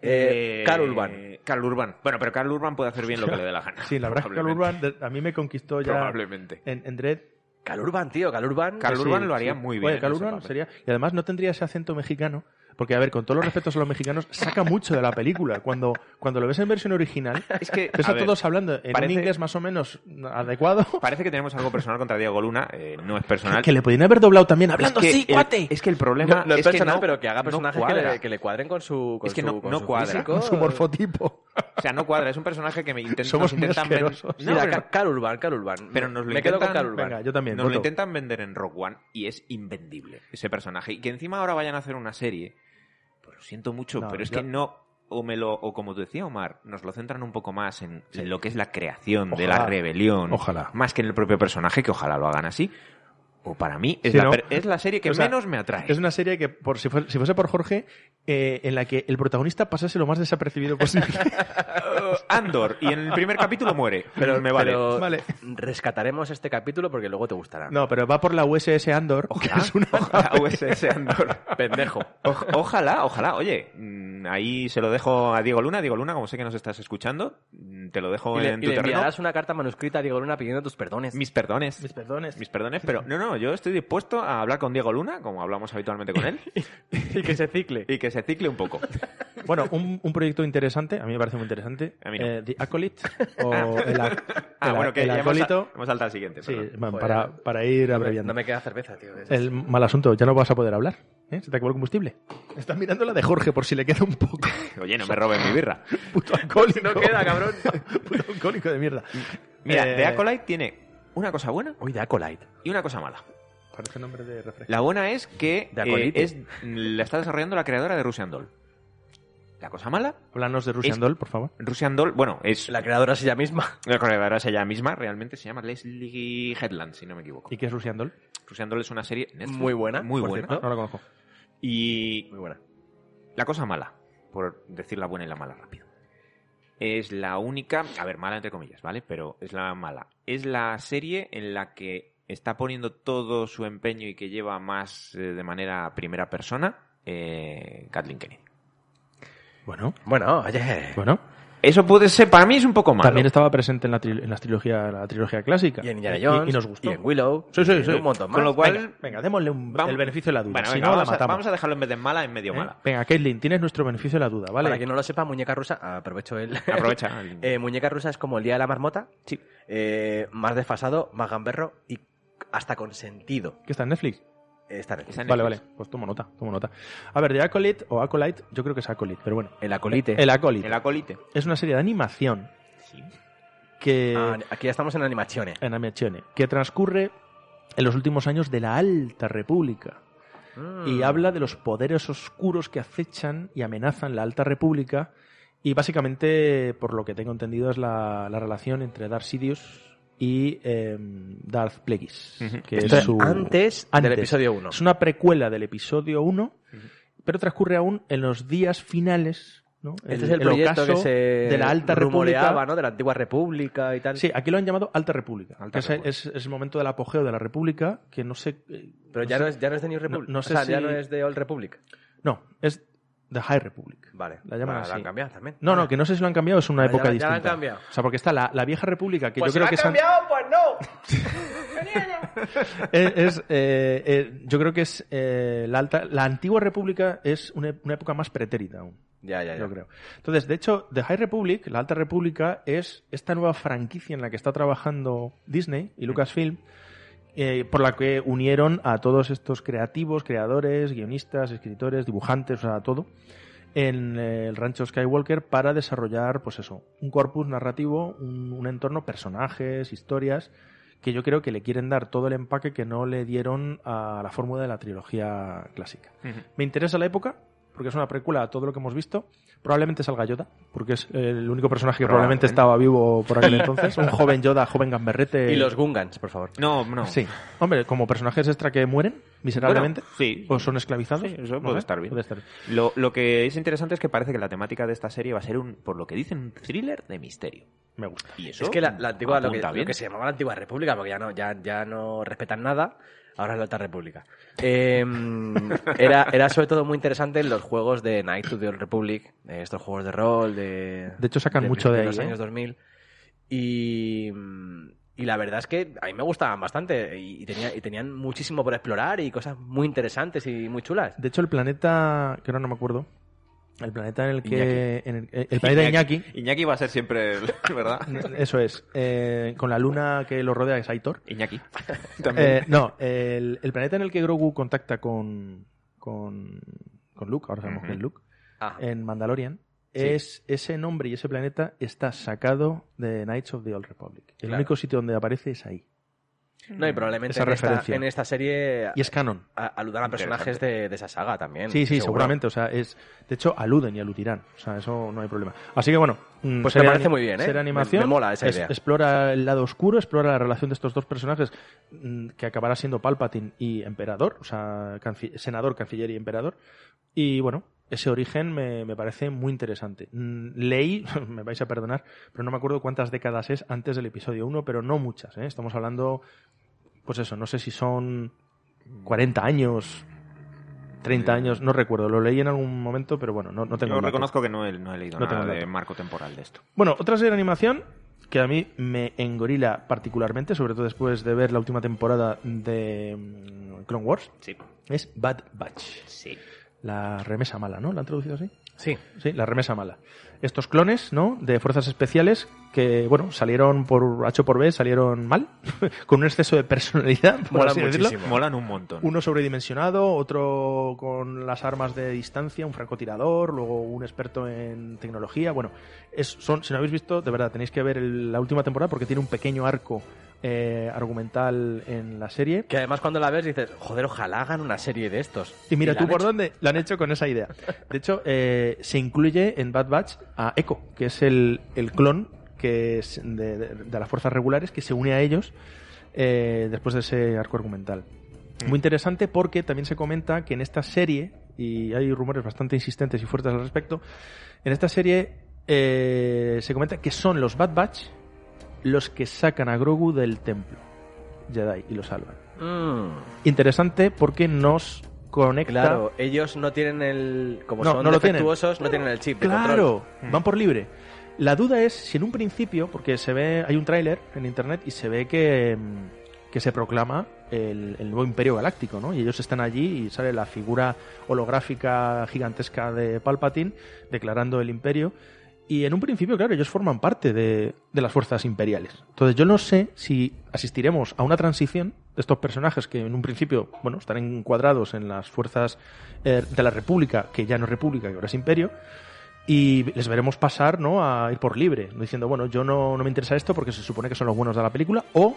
S1: Eh, Carl Urban.
S4: Carl Urban. Bueno, pero Carl Urban puede hacer bien lo que le dé la gana.
S3: Sí, la verdad es que Carl Urban de- a mí me conquistó ya
S4: Probablemente.
S3: en, en Dread.
S1: Carl Urban, tío, Carl Urban.
S4: Carl
S3: Pues Sí,
S4: Urban lo haría
S3: sí.
S4: muy bien.
S3: Oye,
S4: en
S3: Carl
S4: ese
S3: Urban
S4: papel.
S3: sería... Y además no tendría ese acento mexicano, porque, a ver, con todos los respetos a los mexicanos, saca mucho de la película. Cuando, cuando lo ves en versión original,
S4: Es que.
S3: ves
S4: a
S3: a
S4: ver,
S3: todos hablando en
S4: parece-
S3: un inglés más o menos adecuado,
S4: Parece que tenemos algo personal contra Diego Luna. eh, no es personal.
S3: que le podrían haber doblado también hablando
S4: es que
S3: así,
S4: el-
S3: cuate.
S4: Es que el problema
S1: No, no es
S4: es que
S1: personal,
S4: no-
S1: pero que haga
S4: no
S1: personajes que,
S4: cuadra.
S1: le, que le cuadren con su. Con
S4: Es que
S1: su-
S4: no-
S1: con
S4: no
S1: su
S4: cuadra.
S1: físico.
S3: Con su morfotipo.
S4: O sea, no cuadra. Es un personaje que me intenta,
S3: Somos
S4: nos intentan
S3: muy
S4: ven-
S3: asquerosos.
S4: No,
S1: Mira,
S4: pero-
S1: Ca- Karl Urban, Karl Urban.
S4: Pero nos lo
S1: Me quedo con
S4: intentan-
S1: Karl Urban.
S3: Venga, yo también.
S4: Nos lo
S3: voto.
S4: intentan vender en Rock One y es invendible ese personaje. Y que encima ahora vayan a hacer una serie. Pues lo siento mucho,
S3: No,
S4: pero es
S3: yo-
S4: que no. O, me lo, o como decía Omar, nos lo centran un poco más en, en lo que es la creación de la
S3: Ojalá.
S4: rebelión.
S3: Ojalá.
S4: Más que en el propio personaje, que ojalá lo hagan así. O para mí, es,
S3: Sí,
S4: la,
S3: ¿no?
S4: per- es la serie que
S3: O sea,
S4: menos me atrae.
S3: Es una serie que, por, si, fuese, si fuese por Jorge, eh, en la que el protagonista pasase lo más desapercibido posible.
S4: Eh, Andor, y en el primer capítulo muere. Pero me vale.
S1: Pero
S3: Vale.
S1: rescataremos este capítulo porque luego te gustará.
S3: No, pero va por la USS Andor, que
S4: Ojalá,
S3: es una
S4: ojalá USS Andor.
S1: Pendejo.
S4: O- ojalá, ojalá. Oye, mm, ahí se lo dejo a Diego Luna. Diego Luna, como sé que nos estás escuchando, mm, te lo dejo
S1: Y le,
S4: en
S1: y
S4: tu
S1: le
S4: terreno.
S1: enviarás una carta manuscrita a Diego Luna pidiendo tus perdones.
S4: Mis perdones.
S3: Mis perdones.
S4: Mis perdones, pero no, no, yo estoy dispuesto a hablar con Diego Luna, como hablamos habitualmente con él,
S1: Y que se cicle.
S4: y que se cicle un poco.
S3: Bueno, un, un proyecto interesante, a mí me parece muy interesante.
S4: A mí no.
S3: eh, The Acolyte o el, ac-
S4: Ah,
S3: el,
S4: bueno, que
S3: el
S4: ya hemos,
S3: acólito.
S4: hemos saltado al siguiente.
S3: Sí,
S4: perdón.
S3: man,
S1: Joder.
S3: para, para ir abreviando.
S1: No me queda cerveza, tío. Es-
S3: El mal asunto, ya no vas a poder hablar. ¿eh? Se te acabó el combustible. Estás mirando la de Jorge por si le queda un poco.
S4: Oye, no me robes mi birra.
S3: Puto alcohólico.
S1: No queda, cabrón.
S3: Puto alcohólico de mierda.
S4: Mira,
S3: Eh,
S4: The Acolyte tiene una cosa buena
S1: Uy, de Acolyte.
S4: y una cosa mala.
S3: Parece nombre de refresco.
S4: La buena es que
S1: De
S4: eh,
S1: Acolite.
S4: es, la está desarrollando la creadora de Russian Doll. La cosa mala,
S3: Háblanos de Russian
S4: Es-
S3: Doll, por favor.
S4: Russian Doll, bueno, es
S1: La creadora es ella misma.
S4: La creadora es ella misma, realmente se llama Leslie Headland, si no me equivoco.
S3: ¿Y qué es Russian Doll?
S4: Russian Doll es una serie Netflix,
S1: Muy buena,
S4: Muy
S1: por
S4: buena.
S1: cierto.
S3: No la conozco.
S4: Y
S1: Muy buena.
S4: la cosa mala, por decir la buena y la mala rápido. Es la única, a ver, mala entre comillas, ¿vale? Pero es la mala. Es la serie en la que está poniendo todo su empeño y que lleva más eh, de manera primera persona eh, Kathleen Kennedy.
S3: Bueno,
S1: Bueno, oye.
S3: bueno.
S4: Eso puede ser, para mí es un poco malo.
S3: También estaba presente en la, tril- en las trilogía, la trilogía clásica. Eh,
S1: Y en Indiana
S3: Y-
S1: Jones.
S3: Y, nos gustó.
S1: Y en Willow.
S3: Sí, sí,
S1: y en
S3: sí.
S1: Un montón más.
S4: Con lo cual-
S3: Venga, venga, démosle un-
S4: Vamos-
S3: el beneficio de la duda.
S4: Bueno,
S3: si
S4: venga,
S3: no,
S4: vamos,
S3: la
S4: a,
S3: matamos.
S4: vamos a dejarlo en vez de mala, en medio
S3: ¿Eh?
S4: mala.
S3: Venga, Caitlin, tienes nuestro beneficio de la duda, ¿vale?
S1: Para quien no lo sepa, Muñeca Rusa, ah, aprovecho el...
S4: Aprovecha.
S1: Eh, muñeca Rusa es como el Día de la Marmota.
S4: Sí.
S1: Eh, más desfasado, más gamberro y hasta consentido.
S3: Que está en Netflix.
S1: Eh, Está en-
S4: Está en
S3: Vale,
S4: Netflix.
S3: vale. Pues tomo nota, tomo nota. A ver, de Acolyte o Acolyte, yo creo que es Acolyte, pero bueno.
S1: El acolite.
S3: El Acolyte
S4: El acolite.
S3: es una serie de animación que
S1: Ah, aquí ya estamos en animaciones.
S3: en animazione, que transcurre en los últimos años de la Alta República y
S1: Mm.
S3: habla de los poderes oscuros que acechan y amenazan la Alta República y básicamente, por lo que tengo entendido, es la, la relación entre Darth Sidious y eh, Darth Plagueis,
S4: Ujú.
S3: que
S1: Esto
S3: es
S1: es
S3: su
S1: antes, del
S3: antes.
S1: episodio 1.
S3: Es una precuela del episodio 1, pero transcurre aún en los días finales. ¿no?
S1: Este es el, proyecto
S3: ocaso
S1: que se
S3: de la Alta
S1: rumoreaba,
S3: República.
S1: ¿no? De la antigua República y tal.
S3: Sí, aquí lo han llamado Alta República.
S4: Alta
S3: que es,
S4: República.
S3: es- es el momento del apogeo de la República, que no sé. eh,
S1: Pero
S3: no
S1: ya,
S3: sé-
S1: no es, ya no es de New Republic.
S3: no sé
S1: o sea, ya
S3: si-
S1: no es de Old Republic.
S3: No, es The High Republic.
S1: Vale.
S3: La llaman
S1: Ah,
S3: así.
S1: han cambiado también.
S3: No, no, que no sé si lo han cambiado, es una
S1: Ah, ya
S3: época
S1: la- ya la
S3: distinta.
S1: han cambiado.
S3: O sea, porque está la, la vieja república, que
S1: Pues
S3: yo creo
S1: si
S3: que
S1: lo
S3: es.
S1: han
S3: an-
S1: cambiado, pues no.
S3: Es- es, eh, eh, yo creo que es eh, la, alta- la antigua república es una, una época más pretérita aún.
S1: Ya, ya, ya.
S3: Yo creo. Entonces, de hecho, The High Republic, la Alta República, es esta nueva franquicia en la que está trabajando Disney y Lucasfilm, eh, por la que unieron a todos estos creativos, creadores, guionistas, escritores, dibujantes, o sea, todo, en eh, el rancho Skywalker para desarrollar, pues eso, un corpus narrativo, un, un entorno, personajes, historias, que yo creo que le quieren dar todo el empaque que no le dieron a la fórmula de la trilogía clásica. Me interesa la época, porque es una precuela a todo lo que hemos visto. Probablemente salga Yoda, porque es el único personaje que probablemente estaba vivo por aquel entonces. Un joven Yoda, joven gamberrete.
S1: Y los Gungans, por favor.
S4: No, no.
S3: Sí. Hombre, como personajes extra que mueren miserablemente.
S4: Bueno, sí.
S3: O son esclavizados.
S4: Sí, eso
S3: no
S4: puede
S3: sé,
S4: estar bien.
S3: puede estar
S4: Lo, lo que es interesante es que parece que la temática de esta serie va a ser, un, por lo que dicen, un thriller de misterio.
S3: Me gusta.
S4: Y eso
S1: Es que la, la antigua, lo que,
S4: apunta
S1: lo
S4: bien.
S1: que se llamaba la antigua república, porque ya no, ya, ya no respetan nada, ahora es la alta república. Eh, era, era sobre todo muy interesante en los juegos de Night to the Old Republic, eh, estos juegos de rol, de...
S3: De hecho, sacan mucho de
S1: los
S3: ahí, ¿eh?
S1: años 2000. Y, mm, y la verdad es que a mí me gustaban bastante y, y tenía, y tenían muchísimo por explorar y cosas muy interesantes y muy chulas.
S3: De hecho, el planeta, que ahora no me acuerdo, el planeta en el que... en el, eh, el planeta Iñaki,
S4: Iñaki va a ser siempre, el- ¿verdad?
S3: eso es, eh, con la luna que lo rodea es Aitor.
S4: Iñaki.
S3: Eh, no, el, el planeta en el que Grogu contacta con, con, con Luke, ahora sabemos que es Luke,
S1: Ah,
S3: en Mandalorian,
S1: Sí.
S3: es ese nombre y ese planeta está sacado de Knights of the Old Republic. El
S1: Claro.
S3: único sitio donde aparece es ahí.
S1: no, y probablemente
S3: esa
S1: en esta,
S3: referencia.
S1: en esta serie
S3: Y es canon.
S1: a- aludan a personajes de, de esa saga también.
S3: Sí, sí,
S1: seguro.
S3: seguramente. O sea, es, de hecho, aluden y aludirán. O sea, eso no hay problema. Así que bueno. mm,
S1: Pues me
S3: serie
S1: parece
S3: ani-
S1: muy bien, ¿eh?
S3: serie
S1: Me-
S3: animación.
S1: me mola esa idea.
S3: Explora el lado oscuro, explora la relación de estos dos personajes mm, que acabará siendo Palpatine y Emperador. O sea, canci- senador, canciller y emperador. Y bueno. Ese origen me, me parece muy interesante. Mm, Leí, me vais a perdonar, pero no me acuerdo cuántas décadas es antes del episodio 1, pero no muchas. ¿eh? Estamos hablando, pues eso, no sé si son 40 años, 30 años, no recuerdo, lo leí en algún momento, pero bueno, no, no tengo
S4: Yo
S3: el dato.
S4: reconozco que no he, no he leído
S3: No
S4: nada
S3: tengo el
S4: de
S3: dato.
S4: marco temporal de esto.
S3: Bueno, otra serie de animación que a mí me engorila particularmente, sobre todo después de ver la última temporada de mm, Clone Wars,
S4: Sí.
S3: es Bad Batch.
S4: Sí.
S3: La remesa mala, ¿no? ¿La han traducido así?
S1: Sí.
S3: Sí, la remesa mala. Estos clones, ¿no? De fuerzas especiales que, bueno, salieron por H o por B, salieron mal, con un exceso de personalidad, por
S1: Mola
S3: así decirlo.
S1: muchísimo.
S4: Molan un montón.
S3: Uno sobredimensionado, otro con las armas de distancia, un francotirador, luego un experto en tecnología. Bueno, es, son, si no habéis visto, de verdad, tenéis que ver el- la última temporada porque tiene un pequeño arco eh, argumental en la serie.
S1: Que además cuando la ves dices, joder, ojalá hagan una serie de estos.
S3: Y mira
S1: la
S3: tú
S1: han
S3: por
S1: hecho.
S3: dónde la han hecho con esa idea. De hecho, eh, se incluye en Bad Batch a Echo, que es el, el clon que es de, de- de las fuerzas regulares que se une a ellos eh, después de ese arco argumental.
S1: Mm.
S3: Muy interesante porque también se comenta que en esta serie, y hay rumores bastante insistentes y fuertes al respecto, en esta serie eh, se comenta que son los Bad Batch los que sacan a Grogu del templo Jedi y lo salvan.
S1: Mm,
S3: Interesante porque nos conecta
S1: claro, ellos no tienen el... Como
S3: No,
S1: son
S3: no lo tienen.
S1: defectuosos, no tienen el chip de control. Mm.
S3: Claro, van por libre. La duda es si en un principio, porque se ve, hay un tráiler en internet y se ve que, mm, que se proclama el, el nuevo imperio galáctico, ¿no? Y ellos están allí y sale la figura holográfica gigantesca de Palpatine declarando el imperio. Y en un principio, claro, ellos forman parte de, de las fuerzas imperiales. Entonces yo no sé si asistiremos a una transición de estos personajes que en un principio, bueno, están encuadrados en las fuerzas eh, de la República, que ya no es República, que ahora es imperio, y les veremos pasar ¿no? a ir por libre, ¿no? diciendo, bueno, yo no, no me interesa esto porque se supone que son los buenos de la película, o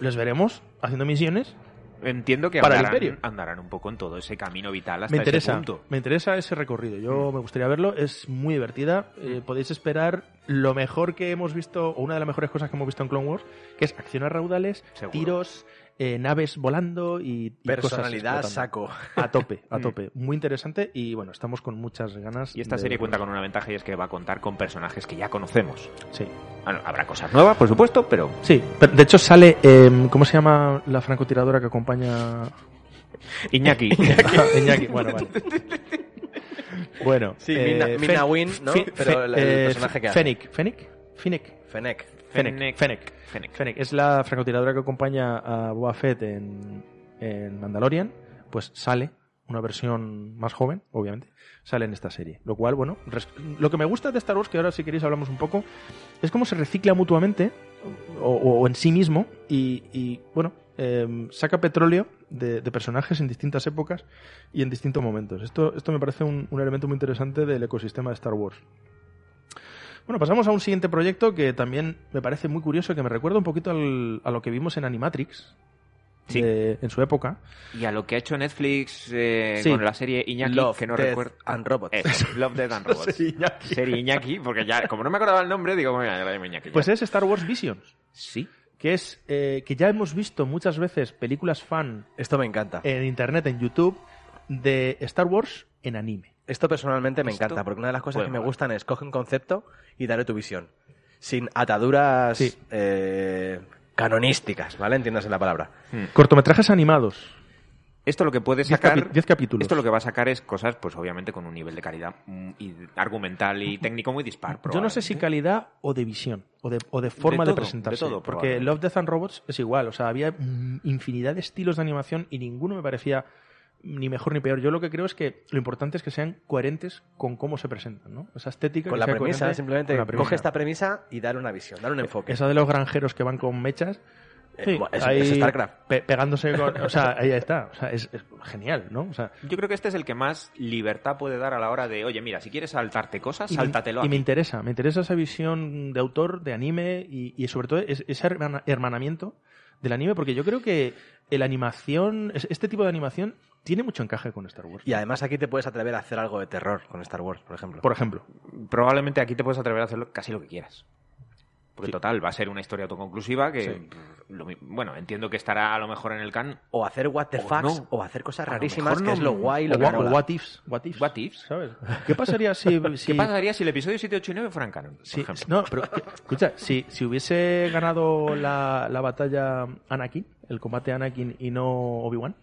S3: les veremos haciendo misiones.
S4: Entiendo que
S3: Para el
S4: andarán,
S3: Imperio.
S4: andarán un poco en todo ese camino vital hasta
S3: Me interesa,
S4: ese punto. Mm.
S3: me interesa ese recorrido, yo me gustaría verlo, es muy divertida, eh, podéis esperar lo mejor que hemos visto, o una de las mejores cosas que hemos visto en Clone Wars, que es acciones raudales,
S4: Seguro.
S3: tiros, eh, naves volando y, y cosas
S1: Personalidad
S3: explotando.
S1: saco.
S3: A tope, a tope, muy interesante y bueno, estamos con muchas ganas.
S4: Mm. Y esta
S3: de-
S4: serie cuenta con una ventaja y es que va a contar con personajes que ya conocemos.
S3: Sí.
S4: Ah, no, habrá cosas nuevas, por supuesto, pero
S3: Sí, pero de hecho sale, em, ¿cómo se llama la francotiradora que acompaña a
S4: Iñaki.
S3: Iñaki? Bueno, vale. eh, Bueno, eh,
S1: Sí, Mina- Mina Wynn, ¿no? Pero la- el personaje que hace.
S3: Fennec, Fennec, Fennec,
S1: Fennec.
S3: Fennec. Fennec.
S4: Fennec.
S3: Fennec es la francotiradora que acompaña a Boba Fett en, en Mandalorian, pues sale una versión más joven, obviamente, sale en esta serie. Lo cual, bueno, res- lo que me gusta de Star Wars, que ahora si queréis hablamos un poco, es cómo se recicla mutuamente o, o- o en sí mismo y, y, bueno, em, saca petróleo de, de personajes en distintas épocas y en distintos momentos. Esto, esto me parece un, un elemento muy interesante del ecosistema de Star Wars. Bueno, pasamos a un siguiente proyecto que también me parece muy curioso, que me recuerda un poquito al- a lo que vimos en Animatrix
S4: Sí.
S3: de- en su época.
S4: Y a lo que ha hecho Netflix eh,
S3: Sí.
S4: con la serie Iñaki,
S1: Love,
S4: que no
S1: Death
S4: recuerdo.
S1: and Robots.
S4: Eso, Love, Death and Robots.
S3: Sí, Iñaki.
S4: Serie Iñaki, porque ya, como no me acordaba el nombre, digo, bueno, ya la llamo Iñaki. ya.
S3: Pues es Star Wars Visions,
S4: Sí.
S3: que es eh, que ya hemos visto muchas veces películas fan
S1: Esto me encanta.
S3: en internet, en YouTube, de Star Wars en anime.
S1: Esto personalmente me
S3: Esto-
S1: encanta, porque una de las cosas
S4: Bueno,
S1: que me
S4: vale.
S1: gustan es coge un concepto y darle tu visión. Sin ataduras
S3: Sí.
S1: eh, canonísticas, ¿vale? Entiéndase la palabra.
S3: Cortometrajes animados.
S4: Esto lo que puede
S3: 10
S4: sacar.
S3: capítulos.
S4: Esto lo que va a sacar es cosas, pues obviamente con un nivel de calidad mm, y argumental y técnico muy dispar.
S3: Yo no sé si
S4: probablemente.
S3: calidad o de visión, o de, o de forma de,
S4: todo, de
S3: presentarse.
S4: todo,
S3: porque
S4: probablemente.
S3: Love, Death and Robots es igual. O sea, había mm, infinidad de estilos de animación y ninguno me parecía ni mejor ni peor. Yo lo que creo es que lo importante es que sean coherentes con cómo se presentan, ¿no? Esa estética
S1: Con
S3: que
S1: la
S3: sea
S1: premisa,
S3: coherente
S1: simplemente
S3: con la premisa.
S1: coge esta premisa Eh, y dale una visión, dale un enfoque.
S3: Esa de los granjeros que van con mechas.
S1: Eh,
S3: Sí,
S1: bueno, es,
S3: ahí
S1: es StarCraft.
S3: pe- pegándose con. O sea, ahí está. O sea, es, es genial, ¿no? O sea,
S4: Yo creo que este es el que más libertad puede dar a la hora de, oye, mira, si quieres saltarte cosas,
S3: Y me-
S4: sáltatelo.
S3: Y me
S4: aquí.
S3: interesa, me interesa esa visión de autor, de anime y, y sobre todo es- ese hermana- hermanamiento del anime, porque yo creo que la animación, es- este tipo de animación tiene mucho encaje con Star Wars.
S1: Y además aquí te puedes atrever a hacer algo de terror con Star Wars, por ejemplo.
S3: Por ejemplo,
S4: Probablemente aquí te puedes atrever a hacer lo- casi lo que quieras. Porque
S3: Sí.
S4: total, va a ser una historia autoconclusiva que,
S3: Sí.
S4: pff, lo mi- bueno, entiendo que estará a lo mejor en el can.
S1: O hacer what the
S4: O
S1: fucks,
S4: no.
S1: o hacer cosas
S4: A lo
S1: rarísimas,
S4: mejor
S1: que es
S4: no-
S1: lo guay,
S3: o
S1: lo que
S3: what,
S1: mola.
S3: what ifs, what ifs,
S4: What ifs.
S3: ¿sabes? ¿Qué pasaría si... si-
S4: ¿Qué pasaría si el episodio 7, 8 y 9 fueran canon? por
S3: si-
S4: ejemplo?
S3: no, pero que- escucha, si, si hubiese ganado la, la batalla Anakin, el combate Anakin y no Obi-Wan,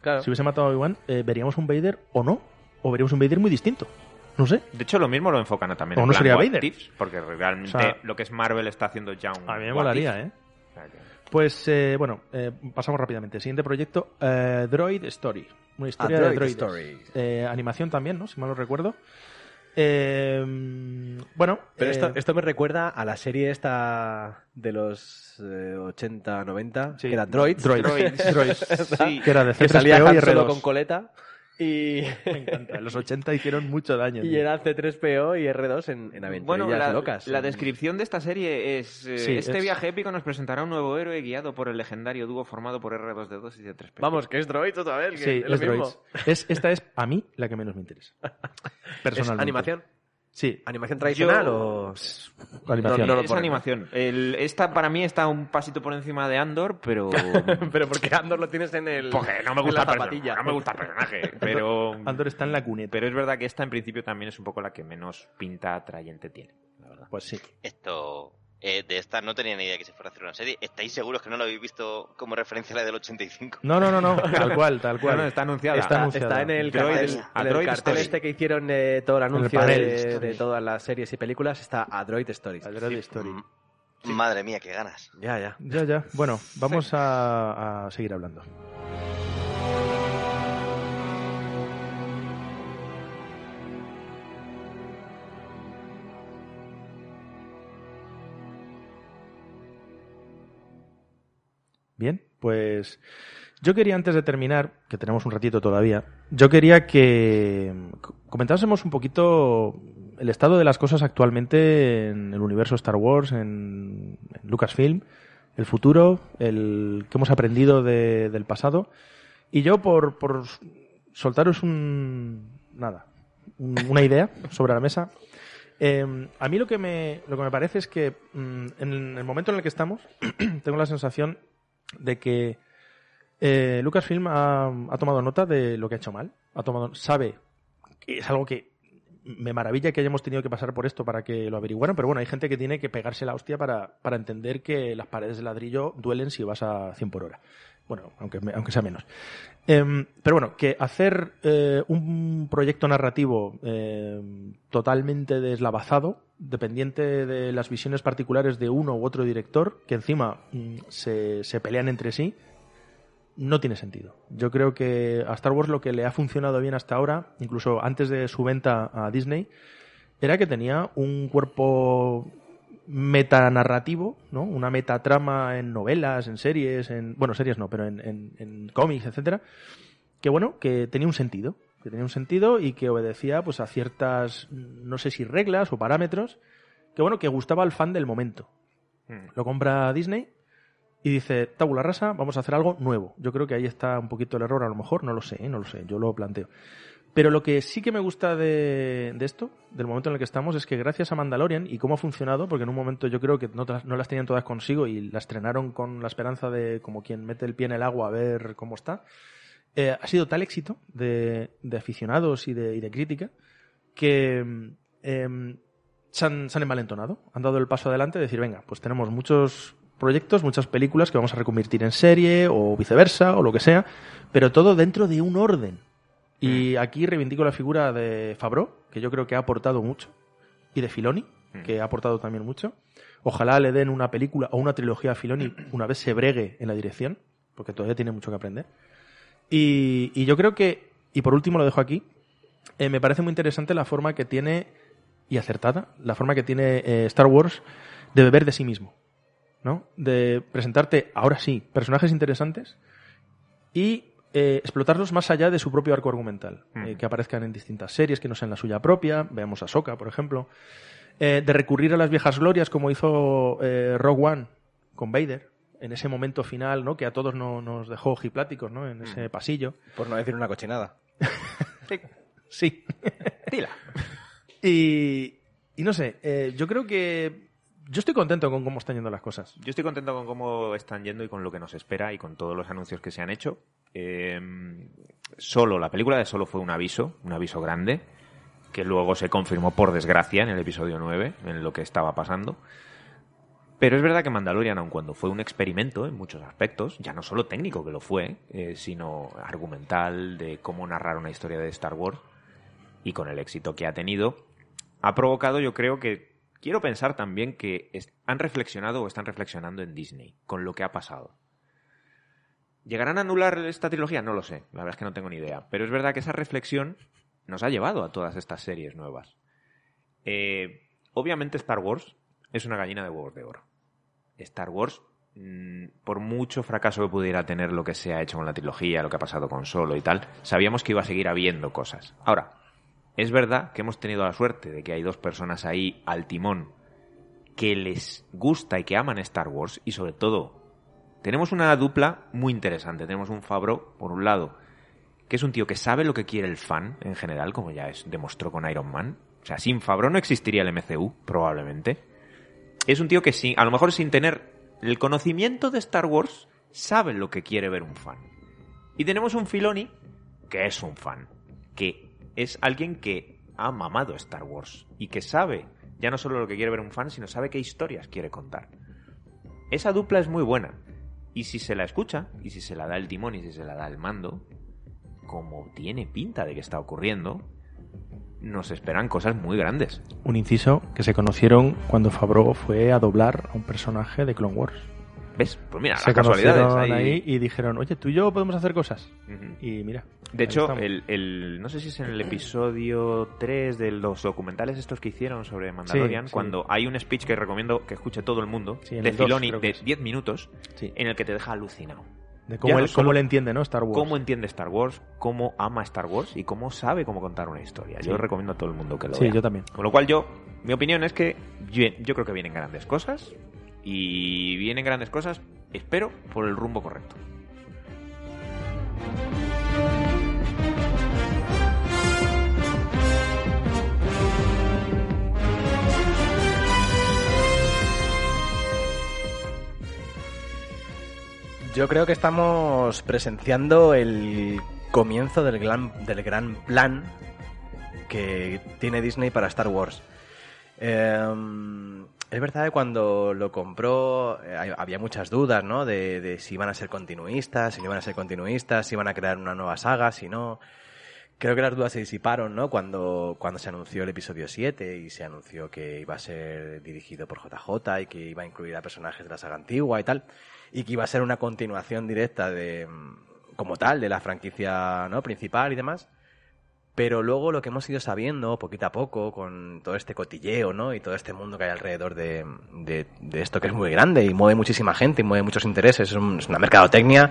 S1: Claro.
S3: si hubiese matado a Obi-Wan, eh, ¿veríamos un Vader o no? ¿O veríamos un Vader muy distinto? No sé.
S4: De hecho, lo mismo lo enfocan a también
S3: O
S4: en
S3: no
S4: plan
S3: sería
S4: what
S3: Vader.
S4: ifs, porque realmente
S3: O sea,
S4: lo que es Marvel está haciendo ya un
S3: A mí me
S4: what
S3: molaría,
S4: if.
S3: ¿eh?
S4: O sea que-
S3: Pues eh, bueno, eh, pasamos rápidamente. Siguiente proyecto, eh, Droid Story. Una historia
S1: A
S3: de
S1: Ah, Droid
S3: droides.
S1: Story.
S3: Eh, animación también, ¿no? Si mal no recuerdo. Eh, bueno,
S1: Pero
S3: eh,
S1: esto, esto me recuerda a la serie esta de los eh, 80, 90,
S3: Sí.
S1: que era Droids.
S4: Droids. Sí.
S3: que era de
S1: que
S3: C3PO
S1: salía
S3: y
S1: Han
S3: R2.
S1: Solo con coleta. Y,
S3: Me encanta. En los 80 hicieron mucho daño.
S1: y
S3: tío.
S1: era C3PO y R2 en, en aventurillas
S4: Bueno, la,
S1: locas.
S4: la descripción de esta serie es... eh,
S3: ¿eh? Sí,
S4: este
S3: es-
S4: viaje épico nos presentará un nuevo héroe guiado por el legendario dúo formado por R2-D2 y C3PO.
S1: Vamos, que es Droids otra vez, que
S3: Sí,
S1: es lo
S3: es
S1: mismo.
S3: Droids. Es- esta es a mí la que menos me interesa.
S1: ¿Es
S3: Personalmente.
S1: animación?
S3: Sí,
S1: ¿Animación tradicional
S4: Yo-
S1: o...?
S3: animación.
S1: No, no,
S4: es
S1: ponen.
S4: animación. El- esta para mí está un pasito por encima de Andor, pero...
S1: Pero porque Andor lo tienes en el...
S4: Porque no me
S1: en
S4: gusta
S1: la
S4: el
S1: zapatilla.
S4: personaje. No me gusta el personaje, pero...
S3: Andor está en la cuneta.
S4: Pero es verdad que esta en principio también es un poco la que menos pinta atrayente tiene, la verdad.
S3: Pues sí.
S2: Esto. eh, de esta no tenía ni idea que se fuera a hacer una serie. ¿Estáis seguros que no lo habéis visto como referencia a la del 85?
S3: No, no, no, no. Tal cual, tal cual.
S4: No, no, está anunciada.
S3: Está
S4: Ah,
S3: anunciada.
S1: Está en el
S4: Droid-
S1: cartel,
S4: a
S1: en el
S4: Droid
S1: cartel
S4: Story.
S1: este que hicieron de todo el
S3: el
S1: anuncio
S3: panel.
S1: de, de todas las series y películas, está A Droid Stories.
S3: A Droid Story.
S2: Mm, Madre mía, qué ganas.
S1: Ya, ya.
S3: Ya, ya. Bueno, vamos a, a seguir hablando. Bien, pues yo quería antes de terminar, que tenemos un ratito todavía, yo quería que mm, comentásemos un poquito el estado de las cosas actualmente en el universo Star Wars, en, en Lucasfilm, el futuro, el que hemos aprendido de- del pasado. Y yo por, por soltaros un nada, un- una idea sobre la mesa. Eh, a mí lo que me lo que me parece es que mm, en el momento en el que estamos tengo la sensación de que eh, Lucasfilm ha, ha tomado nota de lo que ha hecho mal. Ha tomado, sabe que es algo que me maravilla que hayamos tenido que pasar por esto para que lo averiguaran, pero bueno, hay gente que tiene que pegarse la hostia para, para entender que las paredes de ladrillo duelen si vas a 100 por hora. Bueno, aunque, me- aunque sea menos. Em, pero bueno, que hacer eh, un proyecto narrativo em, totalmente deslavazado, dependiente de las visiones particulares de uno u otro director, que encima mm, se, se pelean entre sí, no tiene sentido. Yo creo que a Star Wars lo que le ha funcionado bien hasta ahora, incluso antes de su venta a Disney, era que tenía un cuerpo metanarrativo, ¿no? Una metatrama en novelas, en series, en. Bueno, series no, pero en, en- en cómics, etcétera. Que bueno, que tenía un sentido. Que tenía un sentido y que obedecía pues a ciertas. no sé si reglas o parámetros. Que bueno, que gustaba al fan del momento. Lo compra Disney y dice, tabula rasa, vamos a hacer algo nuevo. Yo creo que ahí está un poquito el error, a lo mejor, no lo sé, ¿eh? no lo sé, yo lo planteo. Pero lo que sí que me gusta de, de esto, del momento en el que estamos, es que gracias a Mandalorian y cómo ha funcionado, porque en un momento yo creo que no, todas- no las tenían todas consigo y las estrenaron con la esperanza de como quien mete el pie en el agua a ver cómo está, eh, ha sido tal éxito de, de aficionados y de, y de crítica que em, se, han, se han envalentonado, han dado el paso adelante de decir, venga, pues tenemos muchos proyectos, muchas películas que vamos a reconvertir en serie o viceversa o lo que sea, pero todo dentro de un orden. Y aquí reivindico la figura de Fabro, que yo creo que ha aportado mucho, y de Filoni, que ha aportado también mucho. Ojalá le den una película o una trilogía a Filoni una vez se bregue en la dirección, porque todavía tiene mucho que aprender. Y, y yo creo que, y por último lo dejo aquí, eh, me parece muy interesante la forma que tiene, y acertada, la forma que tiene eh, Star Wars de beber de sí mismo. ¿no? De presentarte, ahora sí, personajes interesantes y eh, explotarlos más allá de su propio arco argumental. eh,
S4: Ujú.
S3: que aparezcan en distintas series que no sean la suya propia. Veamos a Soka, por ejemplo. Eh, de recurrir a las viejas glorias como hizo eh, Rogue One con Vader en ese momento final, ¿no? Que a todos no- nos dejó ojipláticos, ¿no? En ese pasillo.
S1: Por no decir una cochinada.
S3: Sí. Y, y no sé, eh, yo creo que yo estoy contento con cómo están yendo las cosas.
S4: Yo estoy contento con cómo están yendo y con lo que nos espera y con todos los anuncios que se han hecho. Eh, solo, la película de Solo fue un aviso, un aviso grande, que luego se confirmó por desgracia en el episodio 9, en lo que estaba pasando. Pero es verdad que Mandalorian, aun cuando fue un experimento en muchos aspectos, ya no solo técnico que lo fue, eh, sino argumental de cómo narrar una historia de Star Wars y con el éxito que ha tenido, ha provocado, yo creo que. Quiero pensar también que es- han reflexionado o están reflexionando en Disney con lo que ha pasado. ¿Llegarán a anular esta trilogía? No lo sé, la verdad es que no tengo ni idea. Pero es verdad que esa reflexión nos ha llevado a todas estas series nuevas. Eh, obviamente Star Wars es una gallina de huevos de oro. Star Wars, mm, por mucho fracaso que pudiera tener lo que se ha hecho con la trilogía, lo que ha pasado con Solo y tal, sabíamos que iba a seguir habiendo cosas. Ahora, es verdad que hemos tenido la suerte de que hay dos personas ahí al timón que les gusta y que aman Star Wars y sobre todo tenemos una dupla muy interesante. Tenemos un Fabro, por un lado, que es un tío que sabe lo que quiere el fan en general, como ya es, demostró con Iron Man. O sea, sin Fabro no existiría el MCU, probablemente. Es un tío que sí, a lo mejor sin tener el conocimiento de Star Wars, sabe lo que quiere ver un fan. Y tenemos un Filoni que es un fan, que es alguien que ha mamado Star Wars y que sabe ya no solo lo que quiere ver un fan, sino sabe qué historias quiere contar. Esa dupla es muy buena. Y si se la escucha, y si se la da el timón, y si se la da el mando, como tiene pinta de que está ocurriendo, nos esperan cosas muy grandes.
S3: Un inciso que se conocieron cuando Fabro fue a doblar a un personaje de Clone Wars.
S4: ¿Ves? Pues mira,
S3: se
S4: las casualidades.
S3: conocieron ahí.
S4: ahí.
S3: y dijeron, oye, tú y yo podemos hacer cosas.
S4: Ujú.
S3: Y mira. ahí
S4: De hecho,
S3: estamos.
S4: el, el- no sé si es en el episodio 3 de los documentales estos que hicieron sobre Mandalorian,
S3: sí.
S4: cuando hay un speech que recomiendo que escuche todo el mundo,
S3: Sí, en
S4: de
S3: el dos,
S4: Filoni,
S3: creo que
S4: de
S3: es.
S4: 10 minutos,
S3: Sí.
S4: en el que te deja alucinado.
S3: de cómo,
S4: ya
S3: él,
S4: no solo-
S3: cómo le entiende, ¿no? Star Wars.
S4: Cómo entiende Star Wars, cómo ama Star Wars y cómo sabe cómo contar una historia. Yo
S3: Sí.
S4: recomiendo a todo el mundo que lo
S3: sí,
S4: vea.
S3: yo también.
S4: Con lo cual yo, mi opinión es que yo, yo creo que vienen grandes cosas y vienen grandes cosas, espero, por el rumbo correcto.
S1: Yo creo que estamos presenciando el comienzo del gran, del gran plan que tiene Disney para Star Wars. Eh, es verdad que cuando lo compró eh, hay- había muchas dudas, ¿no? De, de si iban a ser continuistas, si no iban a ser continuistas, si iban a crear una nueva saga, si no. Creo que las dudas se disiparon, ¿no? Cuando, cuando se anunció el episodio 7 y se anunció que iba a ser dirigido por JJ y que iba a incluir a personajes de la saga antigua y tal. Y que iba a ser una continuación directa de, mm, como tal, de la franquicia, ¿no? Principal y demás. Pero luego lo que hemos ido sabiendo poquito a poco con todo este cotilleo, ¿no? Y todo este mundo que hay alrededor de, de- de esto que es muy grande y mueve muchísima gente y mueve muchos intereses. Es, un- es una mercadotecnia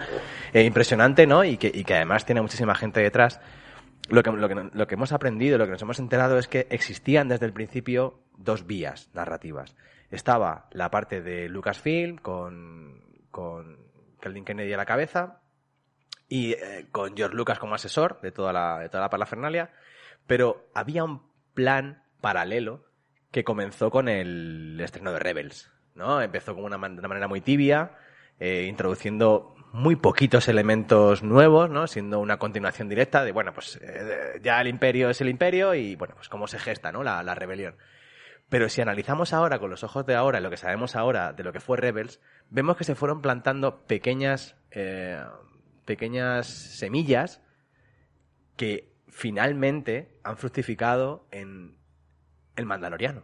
S1: eh, impresionante, ¿no? Y que, y que además tiene muchísima gente detrás. Lo que, lo, que, lo que hemos aprendido, lo que nos hemos enterado es que existían desde el principio dos vías narrativas. Estaba la parte de Lucasfilm con, con Kelvin Kennedy a la cabeza, y eh, con George Lucas como asesor de toda la, de toda la parafernalia, pero había un plan paralelo que comenzó con el estreno de Rebels, ¿no? Empezó con una, man- de una manera muy tibia, eh, introduciendo muy poquitos elementos nuevos, ¿no? Siendo una continuación directa de, bueno, pues eh, ya el imperio es el imperio y, bueno, pues cómo se gesta, ¿no? La, la rebelión. Pero si analizamos ahora con los ojos de ahora, lo que sabemos ahora de lo que fue Rebels, vemos que se fueron plantando pequeñas, eh, pequeñas semillas que finalmente han fructificado en el Mandaloriano.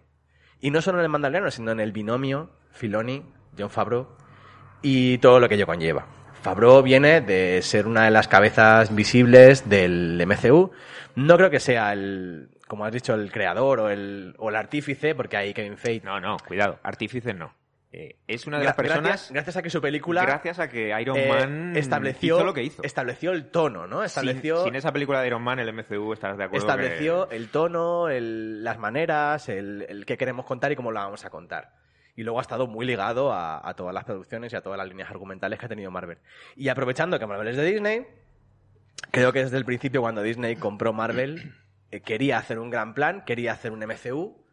S1: Y no solo en el Mandaloriano, sino en el binomio Filoni, John Favreau y todo lo que ello conlleva. Favreau viene de ser una de las cabezas visibles del MCU. No creo que sea el, como has dicho, el creador o el, o el artífice, porque ahí Kevin Feige.
S4: No, no, cuidado, artífices no. Eh, es una de
S1: Gra-
S4: las personas
S1: gracias, gracias a que su película
S4: gracias a que Iron
S1: eh,
S4: Man
S1: estableció
S4: hizo lo que hizo.
S1: estableció el tono, ¿no? Estableció
S4: sin, sin esa película de Iron Man, el MCU, estarás de acuerdo.
S1: estableció
S4: que-
S1: el tono, el- las maneras, el, el qué queremos contar y cómo la vamos a contar. Y luego ha estado muy ligado a, a todas las producciones y a todas las líneas argumentales que ha tenido Marvel. Y aprovechando que Marvel es de Disney, creo que desde el principio cuando Disney compró Marvel, eh, quería hacer un gran plan, quería hacer un MCU,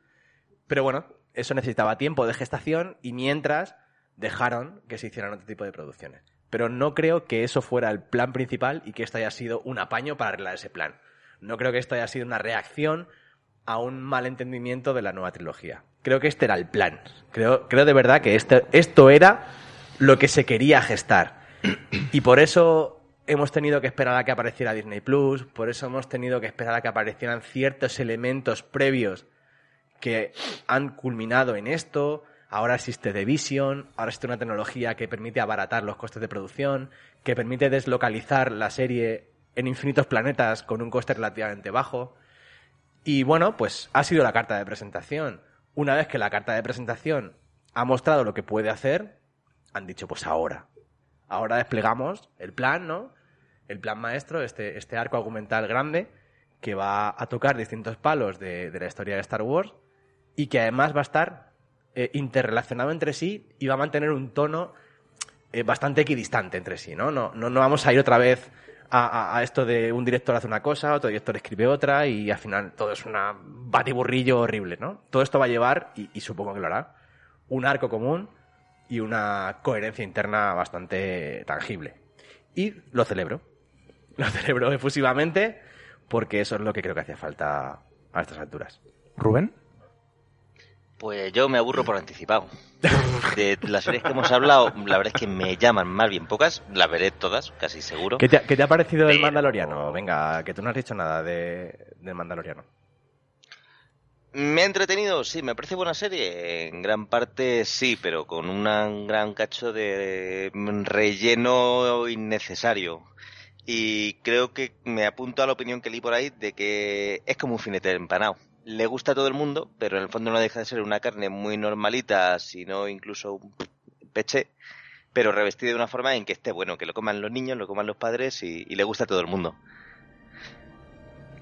S1: pero bueno, eso necesitaba tiempo de gestación y mientras dejaron que se hicieran otro tipo de producciones. Pero no creo que eso fuera el plan principal y que esto haya sido un apaño para arreglar ese plan. No creo que esto haya sido una reacción a un malentendimiento de la nueva trilogía. Creo que este era el plan. Creo, creo de verdad que este- esto era lo que se quería gestar. Y por eso hemos tenido que esperar a que apareciera Disney Plus, por eso hemos tenido que esperar a que aparecieran ciertos elementos previos que han culminado en esto. Ahora existe The Vision, ahora existe una tecnología que permite abaratar los costes de producción, que permite deslocalizar la serie en infinitos planetas con un coste relativamente bajo. Y bueno, pues ha sido la carta de presentación. Una vez que la carta de presentación ha mostrado lo que puede hacer, han dicho pues ahora. Ahora desplegamos el plan, ¿no? El plan maestro, este, este arco argumental grande que va a tocar distintos palos de, de la historia de Star Wars y que además va a estar eh, interrelacionado entre sí y va a mantener un tono eh, bastante equidistante entre sí, ¿no? No, no, no vamos a ir otra vez a, a- a esto de un director hace una cosa, otro director escribe otra y al final todo es una batiburrillo horrible, ¿no? Todo esto va a llevar, y, y supongo que lo hará, un arco común y una coherencia interna bastante tangible. Y lo celebro. Lo celebro efusivamente porque eso es lo que creo que hacía falta a estas alturas.
S3: Rubén.
S2: Pues yo me aburro por anticipado. De las series que hemos hablado, la verdad es que me llaman más bien pocas. Las veré todas, casi seguro.
S1: ¿Qué te, qué te ha parecido el
S2: Pero-
S1: Mandaloriano? Venga, que tú no has dicho nada de, del Mandaloriano.
S2: ¿Me ha entretenido? Sí, me parece buena serie. En gran parte sí, pero con una- un gran cacho de mm, relleno innecesario. Y creo que me apunto a la opinión que leí por ahí de que es como un finete empanado. Le gusta a todo el mundo, pero en el fondo no deja de ser una carne muy normalita, sino incluso un peche, pero revestida de una forma en que esté bueno, que lo coman los niños, lo coman los padres y- y le gusta a todo el mundo.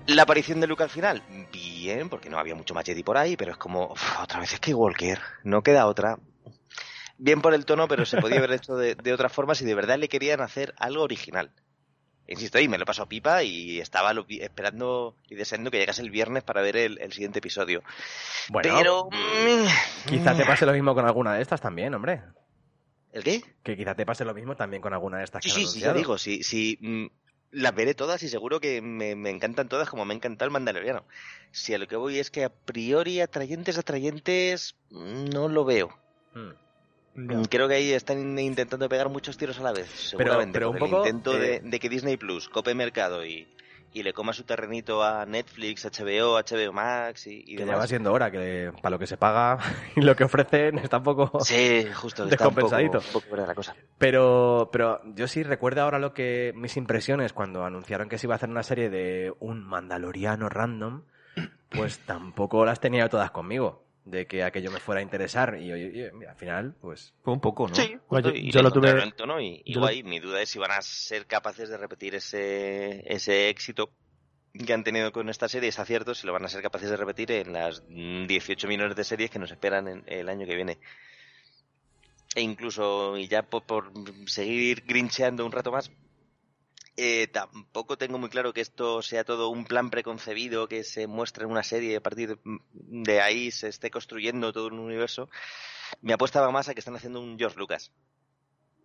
S2: La aparición de Luke al final, bien, porque no había mucho más Jedi por ahí, pero es como, uf, otra vez es que Walker, no queda otra. Bien por el tono, pero se podía haber hecho de, de otra forma si de verdad le querían hacer algo original. Insisto, y me lo pasó a pipa y estaba lo- esperando y deseando que llegase el viernes para ver el, el siguiente episodio.
S1: Bueno,
S2: pero... mm,
S1: quizá te
S2: mm,
S1: pase lo mismo con alguna de estas también, hombre.
S2: ¿El qué?
S1: Que quizá te pase lo mismo también con alguna de estas
S2: Sí,
S1: que han
S2: sí, sí, ya
S1: anunciado.
S2: digo, sí, sí, mm, las veré todas y seguro que me, me encantan todas como me ha encantado el Mandaloriano. Si a lo que voy es que a priori atrayentes, atrayentes, no lo veo.
S1: Mm.
S2: Creo que ahí están intentando pegar muchos tiros a la vez, seguramente.
S1: pero
S2: con
S1: un poco,
S2: el intento
S1: eh,
S2: de, de que Disney Plus cope mercado y, y le coma su terrenito a Netflix, HBO, HBO Max y, y
S1: Que ya va
S2: demás.
S1: siendo hora, que para lo que se paga y lo que ofrecen está un poco...
S2: Sí, justo, está un poco,
S1: Descompensadito.
S2: un poco fuera de la cosa.
S1: Pero, pero yo sí recuerdo ahora lo que mis impresiones cuando anunciaron que se iba a hacer una serie de un mandaloriano random, pues tampoco las tenía todas conmigo, de que aquello me fuera a interesar. Y oye, oye, mira, al final, pues...
S4: Fue un poco, ¿no?
S2: Sí,
S3: Pues yo-
S2: justo, y
S3: yo
S2: le
S3: lo tuve-
S2: encontraron el tono y, y
S3: yo lo-
S2: guay. mi duda es si van a ser capaces de repetir ese, ese éxito que han tenido con esta serie, es acierto, si lo van a ser capaces de repetir en las mm, 18 millones de series que nos esperan en- el año que viene. E incluso, y ya po- por, seguir grincheando un rato más, eh, tampoco tengo muy claro que esto sea todo un plan preconcebido, que se muestre en una serie y a partir de ahí se esté construyendo todo un universo. Me apostaba más a que están haciendo un George Lucas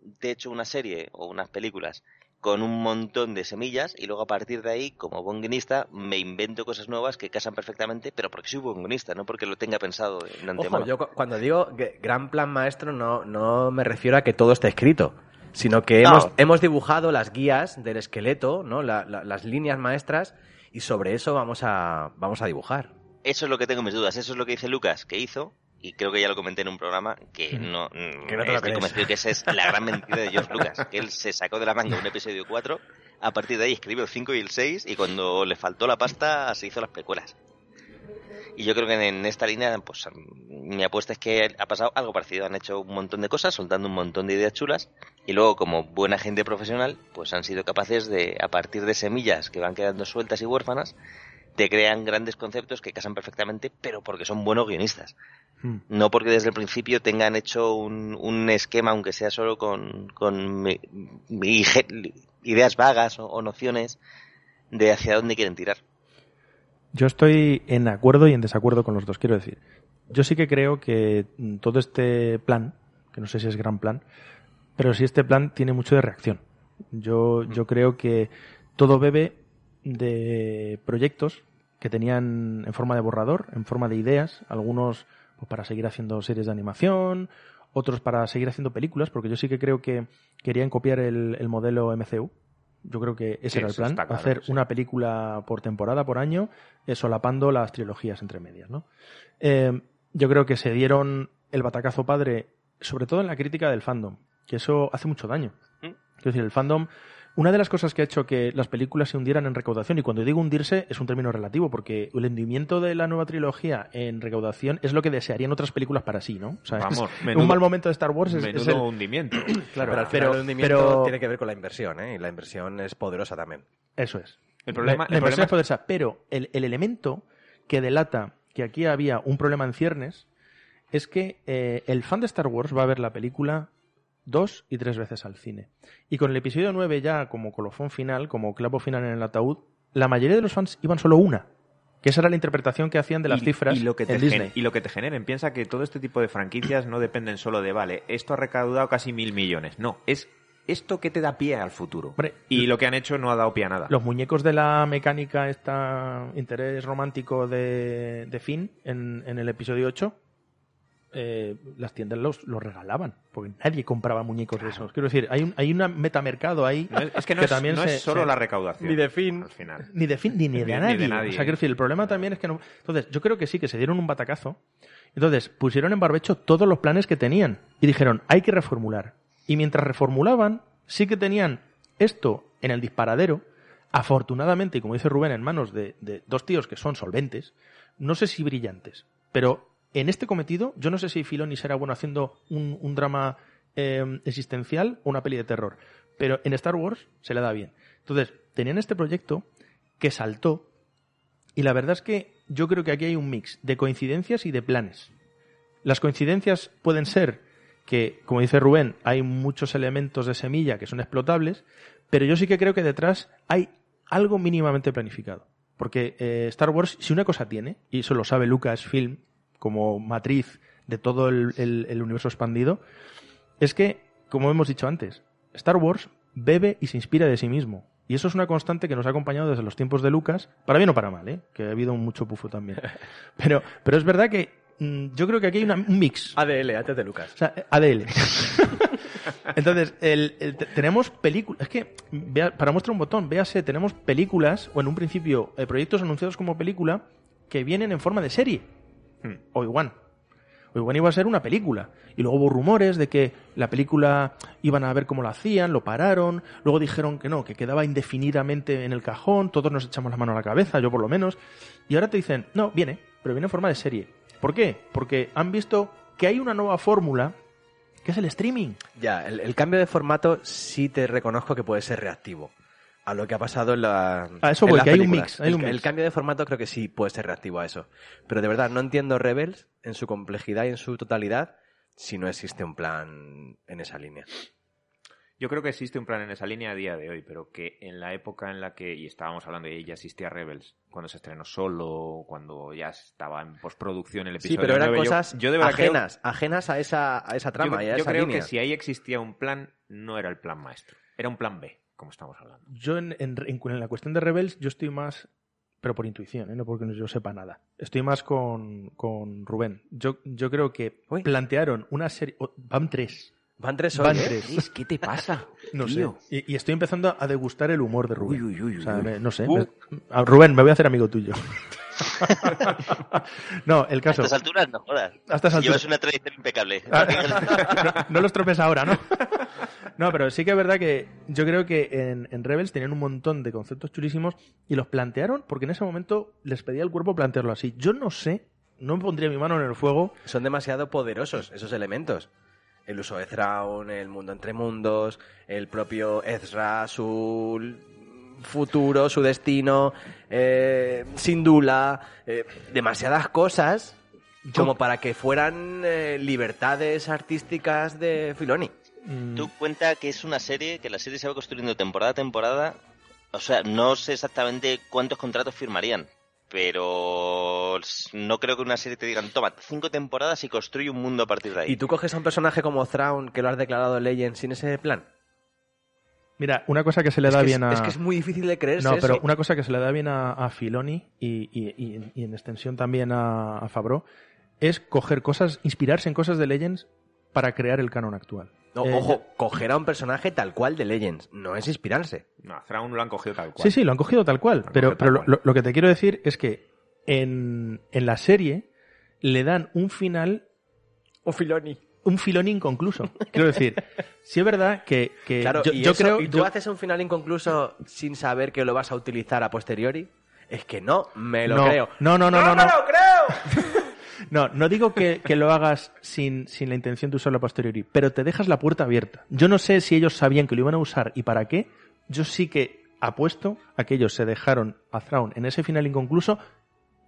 S2: de hecho una serie o unas películas con un montón de semillas y luego a partir de ahí, como buen guionista, me invento cosas nuevas que casan perfectamente, pero porque soy buen guionista, no porque lo tenga pensado en antemano.
S1: Ojo, yo cu- cuando digo que gran plan maestro no, no me refiero a que todo esté escrito, sino que
S2: No.
S1: hemos, hemos dibujado las guías del esqueleto, ¿no? La- la- las líneas maestras, y sobre eso vamos a, vamos a dibujar.
S2: Eso es lo que tengo mis dudas, eso es lo que dice Lucas, que hizo, y creo que ya lo comenté en un programa, que no,
S1: Que no te lo
S2: estoy
S1: crees.
S2: convencido que esa es la gran mentira de George Lucas, que él se sacó de la manga un episodio 4, a partir de ahí escribió el 5 y el 6, y cuando le faltó la pasta se hizo las precuelas. Y yo creo que en esta línea, pues mi apuesta es que ha pasado algo parecido. Han hecho un montón de cosas, soltando un montón de ideas chulas, y luego, como buena gente profesional, pues han sido capaces de, a partir de semillas que van quedando sueltas y huérfanas, te crean grandes conceptos que casan perfectamente, pero porque son buenos guionistas.
S3: Mm.
S2: No porque desde el principio tengan hecho un, un esquema, aunque sea solo con, con mi- mi- ideas vagas o, o nociones de hacia dónde quieren tirar.
S3: Yo estoy en acuerdo y en desacuerdo con los dos, quiero decir. Yo sí que creo que mm, todo este plan, que no sé si es gran plan, pero sí este plan tiene mucho de reacción. Yo,
S4: Mm.
S3: yo creo que todo bebe de proyectos que tenían en forma de borrador, en forma de ideas, algunos pues, para seguir haciendo series de animación, otros para seguir haciendo películas, porque yo sí que creo que querían copiar el, el modelo MCU. Yo creo que ese
S4: Sí,
S3: era el
S4: eso
S3: plan,
S4: está claro,
S3: hacer
S4: sí.
S3: una película por temporada, por año, eh, solapando las trilogías entre medias, ¿no? Eh, yo creo que se dieron el batacazo padre, sobre todo en la crítica del fandom, que eso hace mucho daño.
S2: ¿Mm?
S3: Quiero decir, el fandom, una de las cosas que ha hecho que las películas se hundieran en recaudación, y cuando digo hundirse es un término relativo, porque el hundimiento de la nueva trilogía en recaudación es lo que desearían otras películas para sí, ¿no? O sea, es-
S4: Vamos, menudo-
S3: un mal momento de Star Wars es, es
S4: Menudo
S3: el...
S4: hundimiento.
S3: Claro,
S1: Pero al final
S3: pero-
S1: el hundimiento
S3: pero-
S1: tiene que ver con la inversión, ¿eh? Y la inversión es poderosa también.
S3: Eso es.
S4: El problema-
S3: La-
S4: el
S3: la inversión
S4: problema
S3: es poderosa, pero el, el elemento que delata que aquí había un problema en ciernes es que eh, el fan de Star Wars va a ver la película dos y tres veces al cine. Y con el episodio 9 ya como colofón final, como clavo final en el ataúd, la mayoría de los fans iban solo una. Que esa era la interpretación que hacían de las
S4: y,
S3: cifras
S4: y lo que te
S3: en
S4: gen-
S3: Disney.
S4: y lo que te generen. Piensa que todo este tipo de franquicias no dependen solo de, vale, esto ha recaudado casi mil millones. No, es esto que te da pie al futuro.
S3: Hombre,
S4: y lo que han hecho no ha dado pie a nada.
S3: Los muñecos de la mecánica, esta interés romántico de, de Finn en, en el episodio 8, eh, las tiendas los, los regalaban, porque nadie compraba muñecos de esos. Quiero decir, hay un, hay una metamercado ahí.
S4: No es, es que no,
S3: que
S4: es,
S3: también
S4: no
S3: se-
S4: es solo
S3: se-
S4: la recaudación.
S1: Ni de fin.
S4: Al final.
S3: Ni de Finn ni, ni
S4: Ni-
S3: de
S4: ni de
S3: nadie.
S4: nadie.
S3: O sea, quiero decir, el problema también es que no. Entonces, yo creo que sí, que se dieron un batacazo. Entonces, pusieron en barbecho todos los planes que tenían y dijeron, hay que reformular. Y mientras reformulaban, sí que tenían esto en el disparadero. Afortunadamente, y como dice Rubén, en manos de, de dos tíos que son solventes, no sé si brillantes, pero en este cometido, yo no sé si Filoni será bueno haciendo un, un drama eh, existencial o una peli de terror, pero en Star Wars se le da bien. Entonces, tenían este proyecto que saltó. Y la verdad es que yo creo que aquí hay un mix de coincidencias y de planes. Las coincidencias pueden ser que, como dice Rubén, hay muchos elementos de semilla que son explotables, pero yo sí que creo que detrás hay algo mínimamente planificado. Porque eh, Star Wars, si una cosa tiene, y eso lo sabe Lucasfilm como matriz de todo el- el- el universo expandido, es que, como hemos dicho antes, Star Wars bebe y se inspira de sí mismo. Y eso es una constante que nos ha acompañado desde los tiempos de Lucas, para bien o para mal, ¿eh? que ha habido mucho pufo también. Pero, pero es verdad que mm, yo creo que aquí hay una- un mix.
S1: ADL, antes de Lucas.
S3: O sea, eh, ADL. Entonces, el- el- te- tenemos películas. Es que, vea- para muestra un botón, véase, tenemos películas, o en un principio, eh, proyectos anunciados como película, que vienen en forma de serie. Obi-Wan. Obi-Wan iba a ser una película. Y luego hubo rumores de que la película iban a ver cómo la hacían, lo pararon. Luego dijeron que no, que quedaba indefinidamente en el cajón. Todos nos echamos la mano a la cabeza, yo por lo menos. Y ahora te dicen, no, viene, pero viene en forma de serie. ¿Por qué? Porque han visto que hay una nueva fórmula que es el streaming.
S1: Ya, el, el cambio de formato sí te reconozco que puede ser reactivo a lo que ha pasado en la.
S3: A eso
S1: en
S3: voy,
S1: las
S3: que hay un
S1: películas.
S3: mix, hay
S1: el,
S3: un mix.
S1: el cambio de formato creo que sí puede ser reactivo a eso. Pero de verdad, no entiendo Rebels en su complejidad y en su totalidad si no existe un plan en esa línea.
S4: Yo creo que existe un plan en esa línea a día de hoy, pero que en la época en la que, y estábamos hablando de ella, existía Rebels, cuando se estrenó solo, cuando ya estaba en postproducción el episodio.
S1: sí, pero eran
S4: nueve, yo-
S1: cosas
S4: yo, de verdad creo-
S1: ajenas, ajenas a esa, a esa trama
S4: yo,
S1: y a
S4: yo
S1: esa
S4: creo
S1: línea.
S4: que si ahí existía un plan, no era el plan maestro, era un plan B, como estamos hablando.
S3: Yo en, en- en- en la cuestión de Rebels, yo estoy más, pero por intuición, ¿eh? no porque yo sepa nada. Estoy más con, con Rubén. Yo, yo creo que
S1: Uy.
S3: plantearon una serie, oh, van tres,
S1: Van tres hoy,
S3: van
S1: ¿eh?
S3: tres.
S4: ¿Qué te pasa?
S3: No
S4: tío?
S3: sé. Y, y estoy empezando a degustar el humor de Rubén.
S4: Uy, uy, uy,
S3: O sea,
S4: uy.
S3: me- no sé.
S4: Uh.
S3: me- a Rubén, me voy a hacer amigo tuyo. no, el
S2: A
S3: caso.
S2: estas alturas no jodas.
S3: A estas alturas. Ah,
S2: Llevas una trayectoria impecable.
S3: no, no los tropes ahora, ¿no? No, pero sí que es verdad que yo creo que en, en Rebels tenían un montón de conceptos chulísimos y los plantearon porque en ese momento les pedía al cuerpo plantearlo así. Yo no sé, no me pondría mi mano en el fuego.
S1: son demasiado poderosos esos elementos. El uso de Thrawn, el mundo entre mundos, el propio Ezra, su l- futuro, su destino, eh, Sindula, eh, demasiadas cosas como para que fueran eh, libertades artísticas de Filoni.
S3: Mm,
S2: Tú cuenta que es una serie, que la serie se va construyendo temporada a temporada. O sea, no sé exactamente cuántos contratos firmarían, pero s- no creo que una serie te digan, toma, cinco temporadas y construye un mundo a partir de ahí.
S1: ¿Y tú coges a un personaje como Thrawn, que lo has declarado Legend, sin ese plan?
S3: Mira, una cosa que se le
S1: Es
S3: da
S1: que, es,
S3: bien a.
S1: es que es muy difícil de creerse
S3: No,
S1: eso.
S3: pero
S1: ¿eh?
S3: una cosa que se le da bien a, a Filoni y, y- y en- y en extensión también a, a Favreau es coger cosas, inspirarse en cosas de Legends para crear el canon actual.
S1: No,
S3: Eh,
S1: ojo, coger a un personaje tal cual de Legends no es inspirarse.
S4: No, Thrawn lo han cogido tal cual.
S3: Sí, sí, lo han cogido tal cual.
S4: Lo han
S3: pero
S4: cogido
S3: pero
S4: tal
S3: lo-
S4: cual.
S3: Lo, lo que te quiero decir es que en, en la serie le dan un final,
S1: O Filoni.
S3: un filón inconcluso. Quiero decir, si es verdad que, que
S1: Claro,
S3: yo,
S1: y,
S3: yo
S1: eso-
S3: creo
S1: y tú
S3: yo-
S1: haces un final inconcluso sin saber que lo vas a utilizar a posteriori. Es que no, me lo
S3: no,
S1: creo.
S3: No, no, no, no.
S1: me
S3: no.
S1: lo creo!
S3: No, no digo que, que lo hagas sin, sin la intención de usarlo a posteriori, pero te dejas la puerta abierta. Yo no sé si ellos sabían que lo iban a usar y para qué. Yo sí que apuesto a que ellos se dejaron a Thrawn en ese final inconcluso.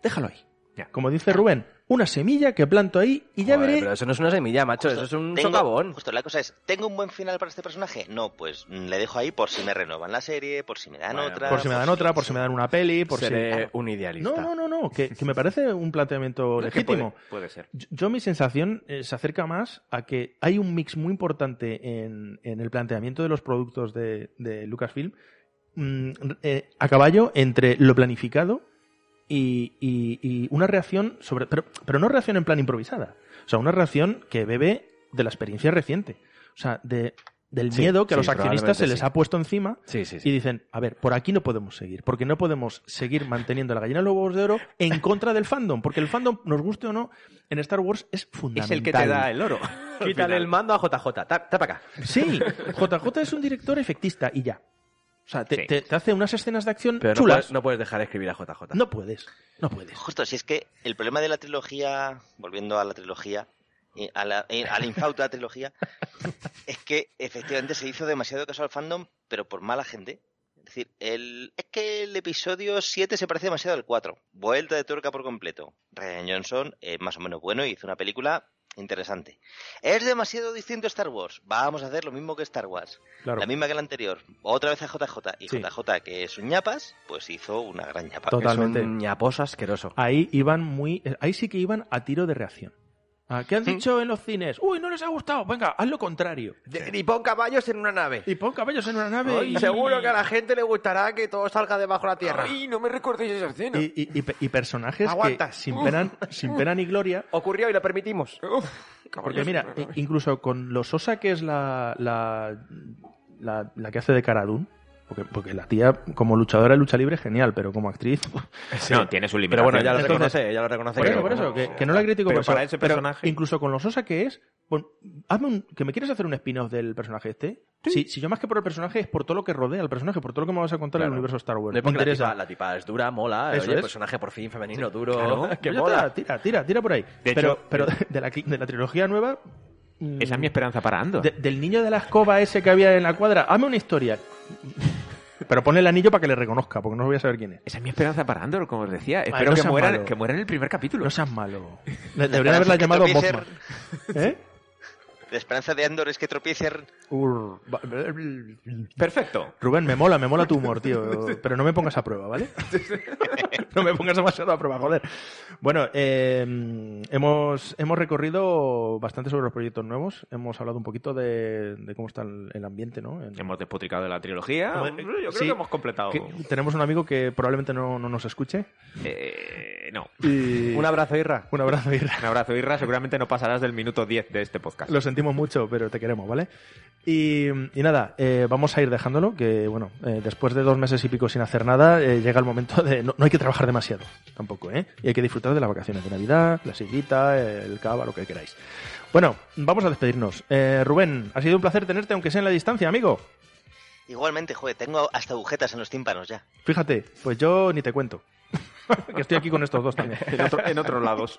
S3: Déjalo ahí.
S4: Ya.
S3: Como dice Rubén, una semilla que planto ahí y ya
S1: Joder,
S3: veré.
S1: pero eso no es una semilla, macho, eso es un
S2: Tengo-
S1: socavón.
S2: Justo, la cosa es, ¿tengo un buen final para este personaje? No, pues mm, le dejo ahí por si me renovan la serie, por si me dan
S4: Bueno,
S2: otra.
S3: Por si me dan otra, por si me dan una peli, por
S1: Seré
S3: si...
S1: un idealista.
S3: No, no, no, no, que, que me parece un planteamiento
S4: Es que
S3: legítimo.
S4: Puede, puede ser.
S3: Yo, yo mi sensación eh, se acerca más a que hay un mix muy importante en, en el planteamiento de los productos de, de Lucasfilm mm, eh, a caballo entre lo planificado y, y- y una reacción sobre... Pero, pero no reacción en plan improvisada. O sea, una reacción que bebe de la experiencia reciente. O sea, de, del
S1: Sí,
S3: miedo que a
S1: sí,
S3: los accionistas
S1: probablemente
S3: se les
S1: sí.
S3: ha puesto encima
S1: Sí, sí,
S3: y
S1: sí.
S3: dicen, a ver, por aquí no podemos seguir, porque no podemos seguir manteniendo la gallina de los huevos de oro en contra del fandom, porque el fandom, nos guste o no, en Star Wars es fundamental.
S4: Es el que te da el oro.
S1: Quítale el mando a JJ, tap, tapa acá.
S3: Sí, JJ es un director efectista y ya. O sea, te,
S4: Sí.
S3: te- te hace unas escenas de acción
S1: Pero no
S3: chulas.
S1: puedes, no puedes dejar escribir a JJ.
S3: No puedes, no puedes.
S2: Justo, si es que el problema de la trilogía, volviendo a la trilogía, eh, a la, eh, a la infauta trilogía, es que efectivamente se hizo demasiado caso al fandom, pero por mala gente. Es decir, el, es que el episodio 7 se parece demasiado al 4. Vuelta de tuerca por completo. Ryan Johnson es más o menos bueno y hizo una película interesante. Es demasiado distinto a Star Wars. Vamos a hacer lo mismo que Star Wars.
S3: Claro.
S2: La misma que la anterior. Otra vez a JJ. Y
S3: Sí.
S2: JJ, que es un ñapas, pues hizo una gran ñapa.
S3: Total.
S1: Es un
S3: totalmente.
S1: ñaposo asqueroso.
S3: Ahí iban muy, ahí sí que iban a tiro de reacción. Ah, ¿Qué han dicho en los cines? Uy, no les ha gustado. Venga, haz lo contrario.
S1: De- Y pon caballos en una nave.
S3: Y pon caballos en una nave.
S1: Ay,
S3: y...
S1: Seguro que a la gente le gustará que todo salga debajo de la tierra.
S6: Ay, no me recordéis esa escena.
S3: Y, y- y pe- y personajes
S1: Aguanta.
S3: que sin pena, sin pena ni gloria.
S1: Ocurrió y lo permitimos.
S6: Uf,
S3: Porque
S6: caballos,
S3: mira, i- incluso con los Sosa, que es la, la, la, la que hace de Caradún, porque, porque la tía como luchadora de lucha libre genial, pero como actriz...
S4: No, tiene su límite.
S1: Pero bueno, ya lo
S3: Entonces-
S1: reconoce, ya lo reconoce.
S3: Por
S1: que
S3: eso,
S1: no.
S3: por eso, que, que no la critico
S4: Pero
S3: por eso,
S4: para ese
S3: pero
S4: personaje-
S3: incluso con los Sosa que es, pon- hazme un- que me quieres hacer un spin-off del personaje este. Si, si yo más que por el personaje es por todo lo que rodea al personaje, por todo lo que me vas a contar en
S1: Claro.
S3: el universo Star Wars.
S1: No Pues es
S3: me
S1: porque la
S3: interesa.
S1: tipa, la tipa es dura, mola. ¿eh?
S3: Eso
S1: oye,
S3: es.
S1: personaje por fin femenino, duro.
S3: Claro,
S1: que
S3: pues ya
S1: mola.
S3: está, Tira, tira, tira por ahí.
S4: De
S3: pero
S4: hecho-
S3: pero de, la, cli- de la trilogía nueva. mm,
S4: Esa es mi esperanza para Andor.
S3: de- del niño de la escoba ese que había en la cuadra. Hazme una historia. Pero pon el anillo para que le reconozca, porque no voy a saber quién es.
S4: Esa es mi esperanza para Andor, como os decía. Espero
S3: no
S4: que,
S3: seas
S4: muera,
S3: malo.
S4: que muera en el primer capítulo.
S3: No seas malo. Le- Deberían haberla llamado
S2: Tropiecer.
S3: Mothman. ¿Eh?
S2: La esperanza de Andor es que tropiecer.
S3: Ur- va-
S4: Perfecto.
S3: Rubén, me mola, me mola tu humor, tío. Pero no me pongas a prueba, ¿vale? no me pongas demasiado a prueba, joder. Bueno, eh, hemos, hemos recorrido bastante sobre los proyectos nuevos. Hemos hablado un poquito de, de cómo está el, el ambiente, ¿no? En-
S4: Hemos despotricado de la trilogía.
S3: Hemos-
S4: Yo creo
S3: sí.
S4: que hemos completado.
S3: que tenemos un amigo que probablemente no, no nos escuche.
S4: Eh, no.
S3: Y-
S1: Un abrazo, Irra.
S3: un abrazo, Irra.
S4: Un abrazo, Irra. Seguramente no pasarás del minuto 10 de este podcast.
S3: Lo sentimos mucho, pero te queremos, ¿vale? Y, y nada, eh, vamos a ir dejándolo, que bueno, eh, después de dos meses y pico sin hacer nada, eh, llega el momento de... No, no hay que trabajar demasiado, tampoco, ¿eh? Y hay que disfrutar de las vacaciones de Navidad, la sillita, el cava, lo que queráis. Bueno, vamos a despedirnos. Eh, Rubén, ha sido un placer tenerte, aunque sea en la distancia, amigo.
S2: Igualmente, joder, tengo hasta agujetas en los tímpanos ya.
S3: Fíjate, pues yo ni te cuento. que estoy aquí con estos dos también.
S4: En, otro- en otros lados.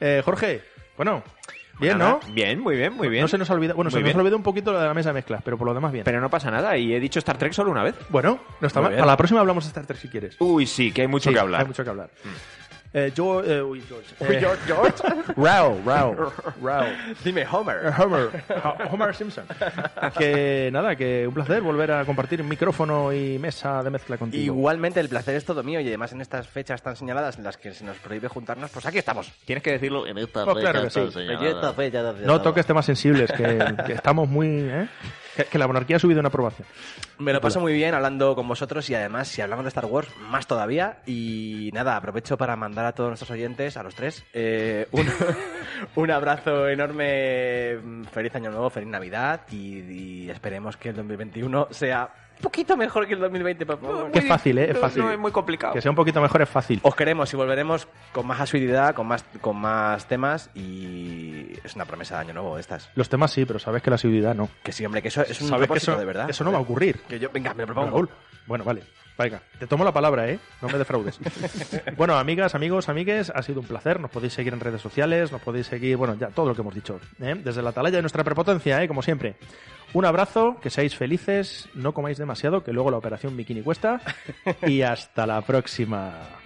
S3: Eh, Jorge, bueno, bien,
S4: Nada,
S3: ¿no?
S4: Bien, muy bien, muy bien.
S3: No se nos olvida, bueno,
S4: Muy
S3: se
S4: bien.
S3: nos olvidó un poquito lo de la mesa de mezclas, pero por lo demás bien.
S4: Pero no pasa nada. Y he dicho Star Trek solo una vez.
S3: Bueno, no está
S1: Muy
S3: mal.
S1: bien.
S3: Para la próxima hablamos de Star Trek si quieres.
S4: Uy, sí, que hay mucho
S3: Sí,
S4: que hablar.
S3: Hay mucho que hablar. Eh, yo, eh, uy, George. Eh,
S1: George, George.
S3: Rao, Rao, Rao.
S1: Dime, Homer.
S3: Eh, Homer, Ho- Homer Simpson. que nada, que un placer volver a compartir micrófono y mesa de mezcla contigo.
S1: Igualmente, el placer es todo mío y además en estas fechas tan señaladas en las que se nos prohíbe juntarnos, pues aquí estamos.
S4: Tienes que decirlo. en-
S3: Oh, claro que sí.
S1: fecha
S3: No toques temas sensibles, que, que estamos muy. ¿eh? Que, que la monarquía ha subido una aprobación.
S1: Me lo paso muy bien hablando con vosotros y además, si hablamos de Star Wars, más todavía. Y nada, aprovecho para mandar a todos nuestros oyentes, a los tres, eh, un, un abrazo enorme. mm, Feliz Año Nuevo, feliz Navidad y, y esperemos que el 2021 sea un poquito mejor que el 2020, por favor.
S3: Que es fácil, ¿eh? Es fácil.
S4: No, es muy complicado.
S3: Que sea un poquito mejor es fácil.
S1: Os queremos y volveremos con más asiduidad, con más, con más temas y es una promesa de Año Nuevo de estas.
S3: Los temas sí, pero sabes que la civilidad no.
S1: Que sí, hombre, que eso es un
S3: Sabes que
S1: propósito
S3: eso,
S1: de verdad.
S3: eso no va a ocurrir.
S1: Que yo, venga, me lo propongo.
S3: Raúl. Bueno, vale. Venga, te tomo la palabra, ¿eh? No me defraudes. bueno, amigas, amigos, amigues, ha sido un placer. Nos podéis seguir en redes sociales, nos podéis seguir, bueno, ya todo lo que hemos dicho. ¿eh? Desde la atalaya de nuestra prepotencia, ¿eh? Como siempre. Un abrazo, que seáis felices, no comáis demasiado, que luego la operación bikini cuesta. y hasta la próxima.